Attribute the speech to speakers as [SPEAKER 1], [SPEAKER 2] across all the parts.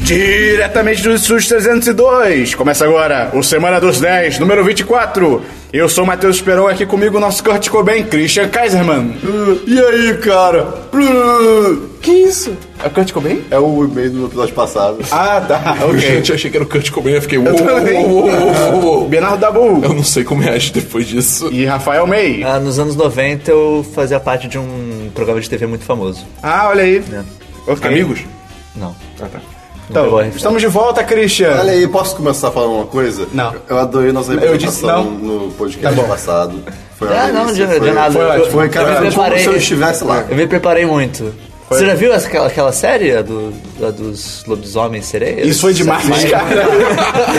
[SPEAKER 1] Diretamente do SUS 302. Começa agora o Semana dos 10, número 24. Eu sou o Matheus Esperon, aqui comigo o nosso Kurt Cobain, Christian Kaiserman.
[SPEAKER 2] E aí, cara?
[SPEAKER 1] Que isso? É o Kurt Cobain?
[SPEAKER 2] É o e-mail do episódio passado.
[SPEAKER 1] Ah, tá, ok.
[SPEAKER 3] Gente, eu achei que era o Kurt Cobain, eu fiquei... uou,
[SPEAKER 1] também.
[SPEAKER 3] uou, uou, uou, uou, uou.
[SPEAKER 1] Bernardo Dabu
[SPEAKER 3] Eu não sei como reage depois disso.
[SPEAKER 1] e Rafael May.
[SPEAKER 4] Ah, nos anos 90 eu fazia parte de um programa de TV muito famoso.
[SPEAKER 1] Ah, olha aí.
[SPEAKER 2] É.
[SPEAKER 1] Ok.
[SPEAKER 3] Amigos?
[SPEAKER 4] Não.
[SPEAKER 3] Ah, tá.
[SPEAKER 4] não pegou
[SPEAKER 1] Então,
[SPEAKER 4] a referência.
[SPEAKER 1] estamos de volta, Christian.
[SPEAKER 2] Ah, Olha aí, posso começar falando uma coisa?
[SPEAKER 1] Não.
[SPEAKER 2] Eu adorei nossa
[SPEAKER 1] Eu disse
[SPEAKER 2] representação
[SPEAKER 1] não.
[SPEAKER 2] no podcast passado. Foi uma
[SPEAKER 4] Ah, não,
[SPEAKER 2] delícia,
[SPEAKER 4] de- de
[SPEAKER 2] foi-
[SPEAKER 4] nada.
[SPEAKER 2] Foi, ótimo. foi
[SPEAKER 4] Eu-
[SPEAKER 2] cara,
[SPEAKER 4] eu me
[SPEAKER 2] tipo,
[SPEAKER 4] preparei.
[SPEAKER 2] se eu estivesse lá.
[SPEAKER 4] Eu me preparei muito. Você já viu aquela, aquela série a do, a dos lobisomens sereias?
[SPEAKER 1] Isso foi demais, cara.
[SPEAKER 2] é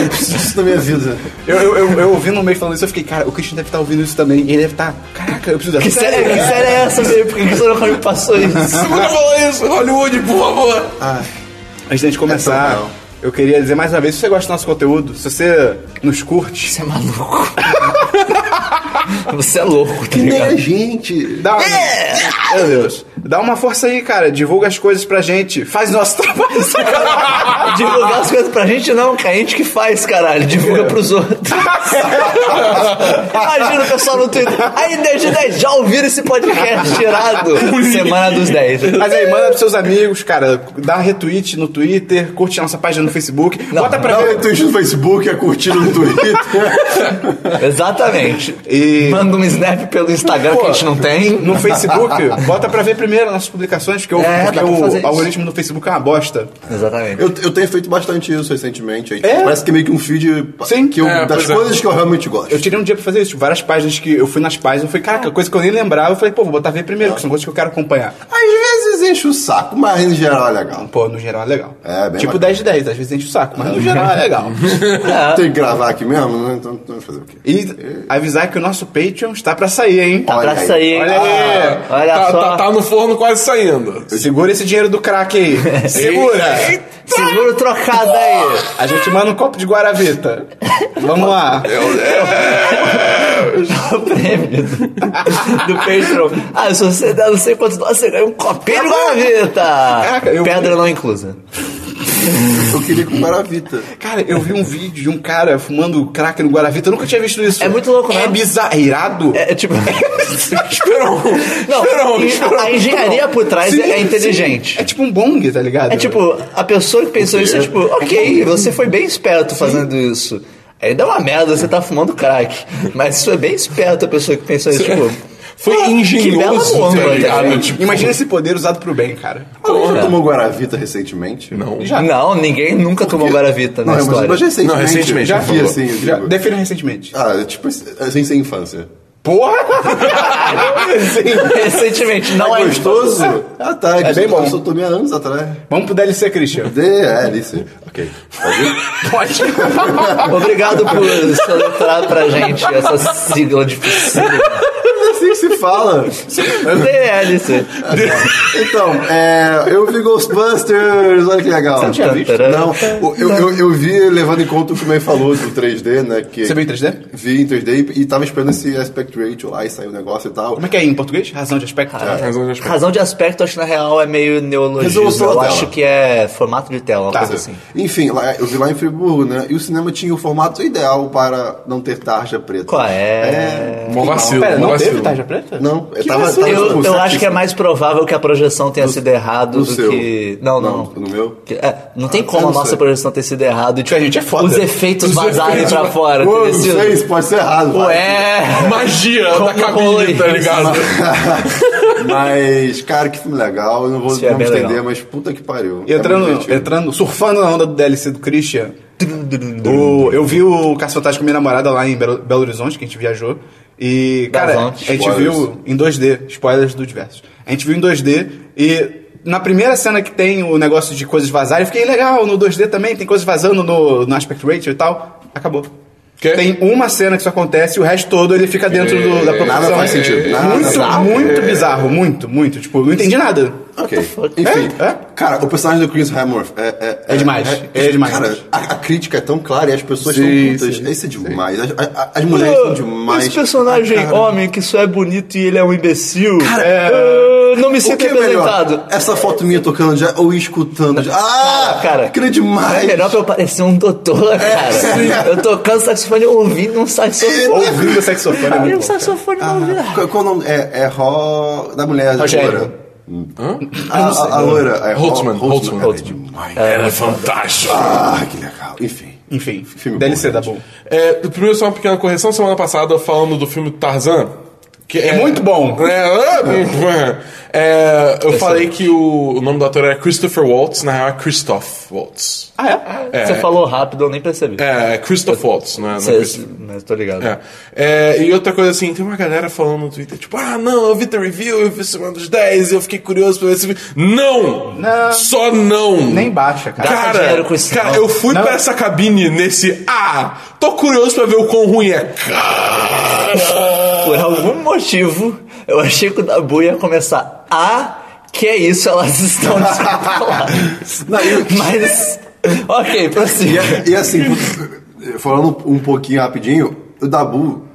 [SPEAKER 2] Eu preciso disso na minha vida.
[SPEAKER 1] Eu, eu, eu, eu ouvindo um mês falando isso, eu fiquei, cara, o Christian deve estar ouvindo isso também. E ele deve estar, caraca, eu preciso dessa
[SPEAKER 4] Que série, que série é essa, meu? Por que que você nunca me passou isso?
[SPEAKER 3] Segura a bola isso, Hollywood, por favor.
[SPEAKER 1] Antes da gente
[SPEAKER 4] É
[SPEAKER 1] começar,
[SPEAKER 2] Então, não.
[SPEAKER 1] eu queria dizer mais uma vez, se você gosta do nosso conteúdo, se você nos curte,
[SPEAKER 4] Você é maluco. Você é louco, tá
[SPEAKER 2] Nem a
[SPEAKER 4] ligado?
[SPEAKER 2] gente.
[SPEAKER 4] é.
[SPEAKER 1] dá uma... Meu Deus. Dá uma força aí, cara. Divulga as coisas pra gente. Faz nosso trabalho.
[SPEAKER 4] Divulgar as coisas pra gente não, que é a gente que faz, caralho. Divulga pros outros. Imagina o pessoal no Twitter. Aí, 10 de 10, já ouviram esse podcast tirado? Semana dos 10.
[SPEAKER 1] Mas aí, manda pros seus amigos, cara. Dá retweet no Twitter, curte a nossa página no Facebook. bota pra
[SPEAKER 2] Dá um
[SPEAKER 1] ver.
[SPEAKER 2] retweet no Facebook, é curtido no Twitter.
[SPEAKER 4] Exatamente.
[SPEAKER 1] E-
[SPEAKER 4] Manda um snap pelo Instagram que a gente não tem.
[SPEAKER 1] No Facebook, bota pra ver primeiro nossas publicações, porque, o-
[SPEAKER 4] É,
[SPEAKER 1] porque
[SPEAKER 4] dá pra fazer
[SPEAKER 1] o
[SPEAKER 4] isso.
[SPEAKER 1] algoritmo do Facebook é uma bosta.
[SPEAKER 4] Exatamente.
[SPEAKER 2] Eu, eu tenho feito bastante isso recentemente. aí,
[SPEAKER 1] É?
[SPEAKER 2] Parece que é meio que um feed
[SPEAKER 1] Sim.
[SPEAKER 2] que eu-
[SPEAKER 3] É,
[SPEAKER 2] das
[SPEAKER 3] pois é.
[SPEAKER 2] coisas que eu realmente gosto.
[SPEAKER 1] Eu tirei um dia pra fazer isso. Tipo, várias páginas que eu fui nas páginas, eu falei, caraca, coisa que eu nem lembrava. Eu falei, pô, vou botar ver primeiro, que são coisas que eu quero acompanhar.
[SPEAKER 2] Às vezes enche o saco, mas em geral é legal.
[SPEAKER 1] Pô, no geral é legal.
[SPEAKER 2] É, bem
[SPEAKER 1] tipo
[SPEAKER 2] bacana.
[SPEAKER 1] 10 de 10, às vezes enche o saco, mas no geral é legal.
[SPEAKER 2] Tem que gravar aqui mesmo, né? Então, então fazer o quê?
[SPEAKER 1] E avisar que o nosso Patreon está pra sair, hein?
[SPEAKER 2] Olha
[SPEAKER 4] Tá Pra
[SPEAKER 2] aí.
[SPEAKER 4] sair.
[SPEAKER 1] Olha aí.
[SPEAKER 4] Olha
[SPEAKER 3] tá,
[SPEAKER 4] só.
[SPEAKER 3] tá- tá no forno quase saindo.
[SPEAKER 1] Segura esse dinheiro do crack aí. Segura!
[SPEAKER 4] Segura o trocado aí.
[SPEAKER 1] A gente manda um copo de Guaravita. Vamos lá.
[SPEAKER 4] O prêmio do, do Patreon. Ah, se você der não sei quantos dólares, você ganha um copinho de Guaravita.
[SPEAKER 1] eu-
[SPEAKER 4] Pedra não inclusa.
[SPEAKER 2] Eu queria com Guaravita.
[SPEAKER 1] Cara, eu vi um vídeo de um cara fumando crack no Guaravita. Eu nunca tinha visto isso.
[SPEAKER 4] É muito louco, né?
[SPEAKER 1] É bizarro. É irado? um
[SPEAKER 4] É, é tipo...
[SPEAKER 3] Esperou.
[SPEAKER 4] Não,
[SPEAKER 3] Esperou,
[SPEAKER 4] e-
[SPEAKER 3] esperou.
[SPEAKER 4] a engenharia por trás
[SPEAKER 1] Sim,
[SPEAKER 4] é, é inteligente.
[SPEAKER 1] sim. É tipo um bong, tá ligado?
[SPEAKER 4] É tipo, a pessoa que pensou isso é tipo, ok, você foi bem esperto fazendo isso. Aí dá uma merda, você tá fumando crack. Mas isso é bem esperto a pessoa que pensou isso, tipo.
[SPEAKER 3] Foi
[SPEAKER 4] "Ah, Que bela
[SPEAKER 3] engenhoso,
[SPEAKER 4] bomba,
[SPEAKER 3] tá
[SPEAKER 4] tá
[SPEAKER 3] ligado?
[SPEAKER 4] ligado?
[SPEAKER 3] Tipo,
[SPEAKER 1] Imagina esse poder usado pro bem, cara.
[SPEAKER 2] Alguém já tomou Guaravita recentemente? Não.
[SPEAKER 4] Não, ninguém nunca tomou Guaravita
[SPEAKER 2] Não,
[SPEAKER 4] na
[SPEAKER 2] mas,
[SPEAKER 4] história.
[SPEAKER 2] mas recentemente. né?
[SPEAKER 3] Não, recentemente,
[SPEAKER 2] Já
[SPEAKER 3] por
[SPEAKER 2] vi
[SPEAKER 3] favor.
[SPEAKER 2] assim. eu
[SPEAKER 1] Já,
[SPEAKER 2] digo.
[SPEAKER 1] defina recentemente.
[SPEAKER 2] Ah, é tipo assim sem infância.
[SPEAKER 1] Porra! Sim.
[SPEAKER 4] Recentemente,
[SPEAKER 1] Tá
[SPEAKER 4] não é.
[SPEAKER 2] Gostoso? Ah, tá. É
[SPEAKER 1] bem bom.
[SPEAKER 2] Eu só tomei há anos atrás.
[SPEAKER 1] Vamos pro DLC, Christian.
[SPEAKER 2] D, é, Alice. Ok.
[SPEAKER 1] Pode.
[SPEAKER 4] Obrigado por soletrar pra gente essa sigla difícil.
[SPEAKER 2] É assim que se fala.
[SPEAKER 4] DLC.
[SPEAKER 2] Então, é, eu vi Ghostbusters, olha que legal.
[SPEAKER 1] Você não tinha visto?
[SPEAKER 2] Não, o- eu, eu, eu vi levando em conta o que o May falou do 3D, né? Que
[SPEAKER 1] Você viu em 3D?
[SPEAKER 2] Vi em 3D e, e tava esperando esse aspect ratio lá e saiu o negócio e tal.
[SPEAKER 1] Como é que é em português? Razão de aspecto?
[SPEAKER 3] Razão de aspecto.
[SPEAKER 4] Razão de um aspecto, acho que na real é meio neologismo.
[SPEAKER 2] Resolução
[SPEAKER 4] Eu
[SPEAKER 2] da
[SPEAKER 4] acho
[SPEAKER 2] tela.
[SPEAKER 4] que é formato de tela, uma
[SPEAKER 1] Tá.
[SPEAKER 4] coisa assim.
[SPEAKER 2] Enfim, lá- eu vi lá em Friburgo, né? E o cinema tinha o formato ideal para não ter tarja preta. então,
[SPEAKER 4] Qual é?
[SPEAKER 3] Mó vacilo,
[SPEAKER 1] Pera,
[SPEAKER 3] mó
[SPEAKER 1] não
[SPEAKER 3] vacilo.
[SPEAKER 1] teve tarja preta?
[SPEAKER 2] Não, eu
[SPEAKER 1] Que
[SPEAKER 2] tava,
[SPEAKER 1] vacilo.
[SPEAKER 2] tava
[SPEAKER 4] Eu,
[SPEAKER 2] tipo,
[SPEAKER 4] eu acho
[SPEAKER 2] certíssimo.
[SPEAKER 4] que é mais provável que a projeção tenha sido errada
[SPEAKER 2] do
[SPEAKER 4] do,
[SPEAKER 2] seu.
[SPEAKER 4] que. Não, não.
[SPEAKER 2] Não, no meu?
[SPEAKER 4] Que- é, não tem
[SPEAKER 2] Ah, eu
[SPEAKER 4] como
[SPEAKER 2] não
[SPEAKER 4] a nossa
[SPEAKER 2] sei.
[SPEAKER 4] projeção ter sido errada. e, Tipo,
[SPEAKER 1] a gente é foda.
[SPEAKER 4] Os efeitos
[SPEAKER 3] Os
[SPEAKER 4] vazarem
[SPEAKER 3] efeitos
[SPEAKER 4] pra
[SPEAKER 3] va-
[SPEAKER 4] fora. Tipo,
[SPEAKER 2] Pô,
[SPEAKER 4] teria
[SPEAKER 2] não
[SPEAKER 4] sido-
[SPEAKER 2] sei, isso pode ser errado. vai.
[SPEAKER 4] é. Ué!
[SPEAKER 3] Magia da
[SPEAKER 4] Como
[SPEAKER 3] cabine,
[SPEAKER 4] foi?
[SPEAKER 3] tá ligado?
[SPEAKER 2] Mas, cara, que filme legal. Eu não vou
[SPEAKER 4] Isso é
[SPEAKER 2] não me
[SPEAKER 4] bem
[SPEAKER 2] estender,
[SPEAKER 4] legal.
[SPEAKER 2] mas puta que
[SPEAKER 1] E
[SPEAKER 2] pariu. É muito
[SPEAKER 1] Entrando,
[SPEAKER 2] divertido.
[SPEAKER 1] entrando, surfando na onda do DLC do Christian. o- eu vi o Caça Fantástico com minha namorada lá em Belo, Belo Horizonte, que a gente viajou. E, cara, a
[SPEAKER 4] Horizonte,
[SPEAKER 1] gente
[SPEAKER 2] spoilers.
[SPEAKER 1] viu em 2D, spoilers do diversos. A gente viu em 2D e na primeira cena que tem o negócio de coisas vazarem, eu fiquei legal, no 2D também, tem coisas vazando no, no aspect ratio e tal. Acabou.
[SPEAKER 3] Quê?
[SPEAKER 1] Tem uma cena que isso acontece e o resto todo ele fica dentro do- da
[SPEAKER 3] É,
[SPEAKER 1] proporção.
[SPEAKER 2] nada faz sentido, nada
[SPEAKER 1] muito,
[SPEAKER 2] faz
[SPEAKER 1] é muito bizarro, muito, muito. Tipo, não entendi nada.
[SPEAKER 2] Ok. Enfim,
[SPEAKER 1] É? É?
[SPEAKER 2] cara, o personagem do Chris Hemsworth é,
[SPEAKER 1] É demais, é demais.
[SPEAKER 2] Cara, a, a crítica é tão clara e as pessoas
[SPEAKER 1] Sim,
[SPEAKER 2] são
[SPEAKER 1] sim.
[SPEAKER 2] putas. Isso é demais. As, a- a- as mulheres são demais.
[SPEAKER 4] Esse personagem homem que só é bonito e ele é um imbecil.
[SPEAKER 2] Cara, ah,
[SPEAKER 4] É. eu não me
[SPEAKER 2] O
[SPEAKER 4] sinto
[SPEAKER 2] que é melhor?
[SPEAKER 4] representado.
[SPEAKER 2] Essa foto minha tocando já ou escutando já. Ah,
[SPEAKER 4] Cara, cara.
[SPEAKER 2] Queria demais.
[SPEAKER 4] É melhor pra eu parecer um
[SPEAKER 2] É,
[SPEAKER 4] doutor, cara. Eu tocando saxofone ouvindo um saxofone.
[SPEAKER 1] Ouvindo o saxofone. é
[SPEAKER 4] Ouvindo
[SPEAKER 1] muito
[SPEAKER 4] um
[SPEAKER 1] bom.
[SPEAKER 4] saxofone não ouvindo.
[SPEAKER 2] Qual, qual o nome? É, é Ro... Da mulher. é
[SPEAKER 1] Rogério.
[SPEAKER 2] loira. A, a, a loira. É Ro-
[SPEAKER 3] Holtzman, Holtzman.
[SPEAKER 2] Ela é demais.
[SPEAKER 3] Era fantástico.
[SPEAKER 2] Ah, que legal. Enfim.
[SPEAKER 1] Enfim,
[SPEAKER 2] Filme
[SPEAKER 1] DLC
[SPEAKER 2] bom,
[SPEAKER 1] da
[SPEAKER 2] gente.
[SPEAKER 1] Boom.
[SPEAKER 3] É, primeiro só uma pequena correção, semana passada falando do filme Tarzan. Que é,
[SPEAKER 1] muito bom.
[SPEAKER 3] É, é, eu falei que o, o nome do ator era Christopher Waltz, na real é Christoph Waltz.
[SPEAKER 1] Ah, é?
[SPEAKER 4] Você falou rápido, eu nem percebi.
[SPEAKER 3] É, é Christoph Waltz, não é? Não é
[SPEAKER 4] Cês-
[SPEAKER 3] Christopher.
[SPEAKER 4] mas tô ligado.
[SPEAKER 3] É. É, e outra coisa assim, tem uma galera falando no Twitter, tipo, ah, não, eu vi teu review, eu vi Semana dos 10, eu fiquei curioso pra ver esse vídeo. Não!
[SPEAKER 1] Não.
[SPEAKER 3] Só não!
[SPEAKER 1] Nem baixa, cara.
[SPEAKER 4] Gasta
[SPEAKER 3] Cara,
[SPEAKER 4] dinheiro com isso,
[SPEAKER 3] cara,
[SPEAKER 4] não.
[SPEAKER 3] eu fui
[SPEAKER 1] Não.
[SPEAKER 3] pra essa cabine nesse. Ah, tô curioso pra ver o quão ruim é.
[SPEAKER 4] Por algum motivo, eu achei que o Dabu ia começar a. Que é isso, elas estão descontroladas. Mas. Ok,
[SPEAKER 2] E,
[SPEAKER 4] prossiga.
[SPEAKER 2] a- e assim, falando um pouquinho rapidinho, o Dabu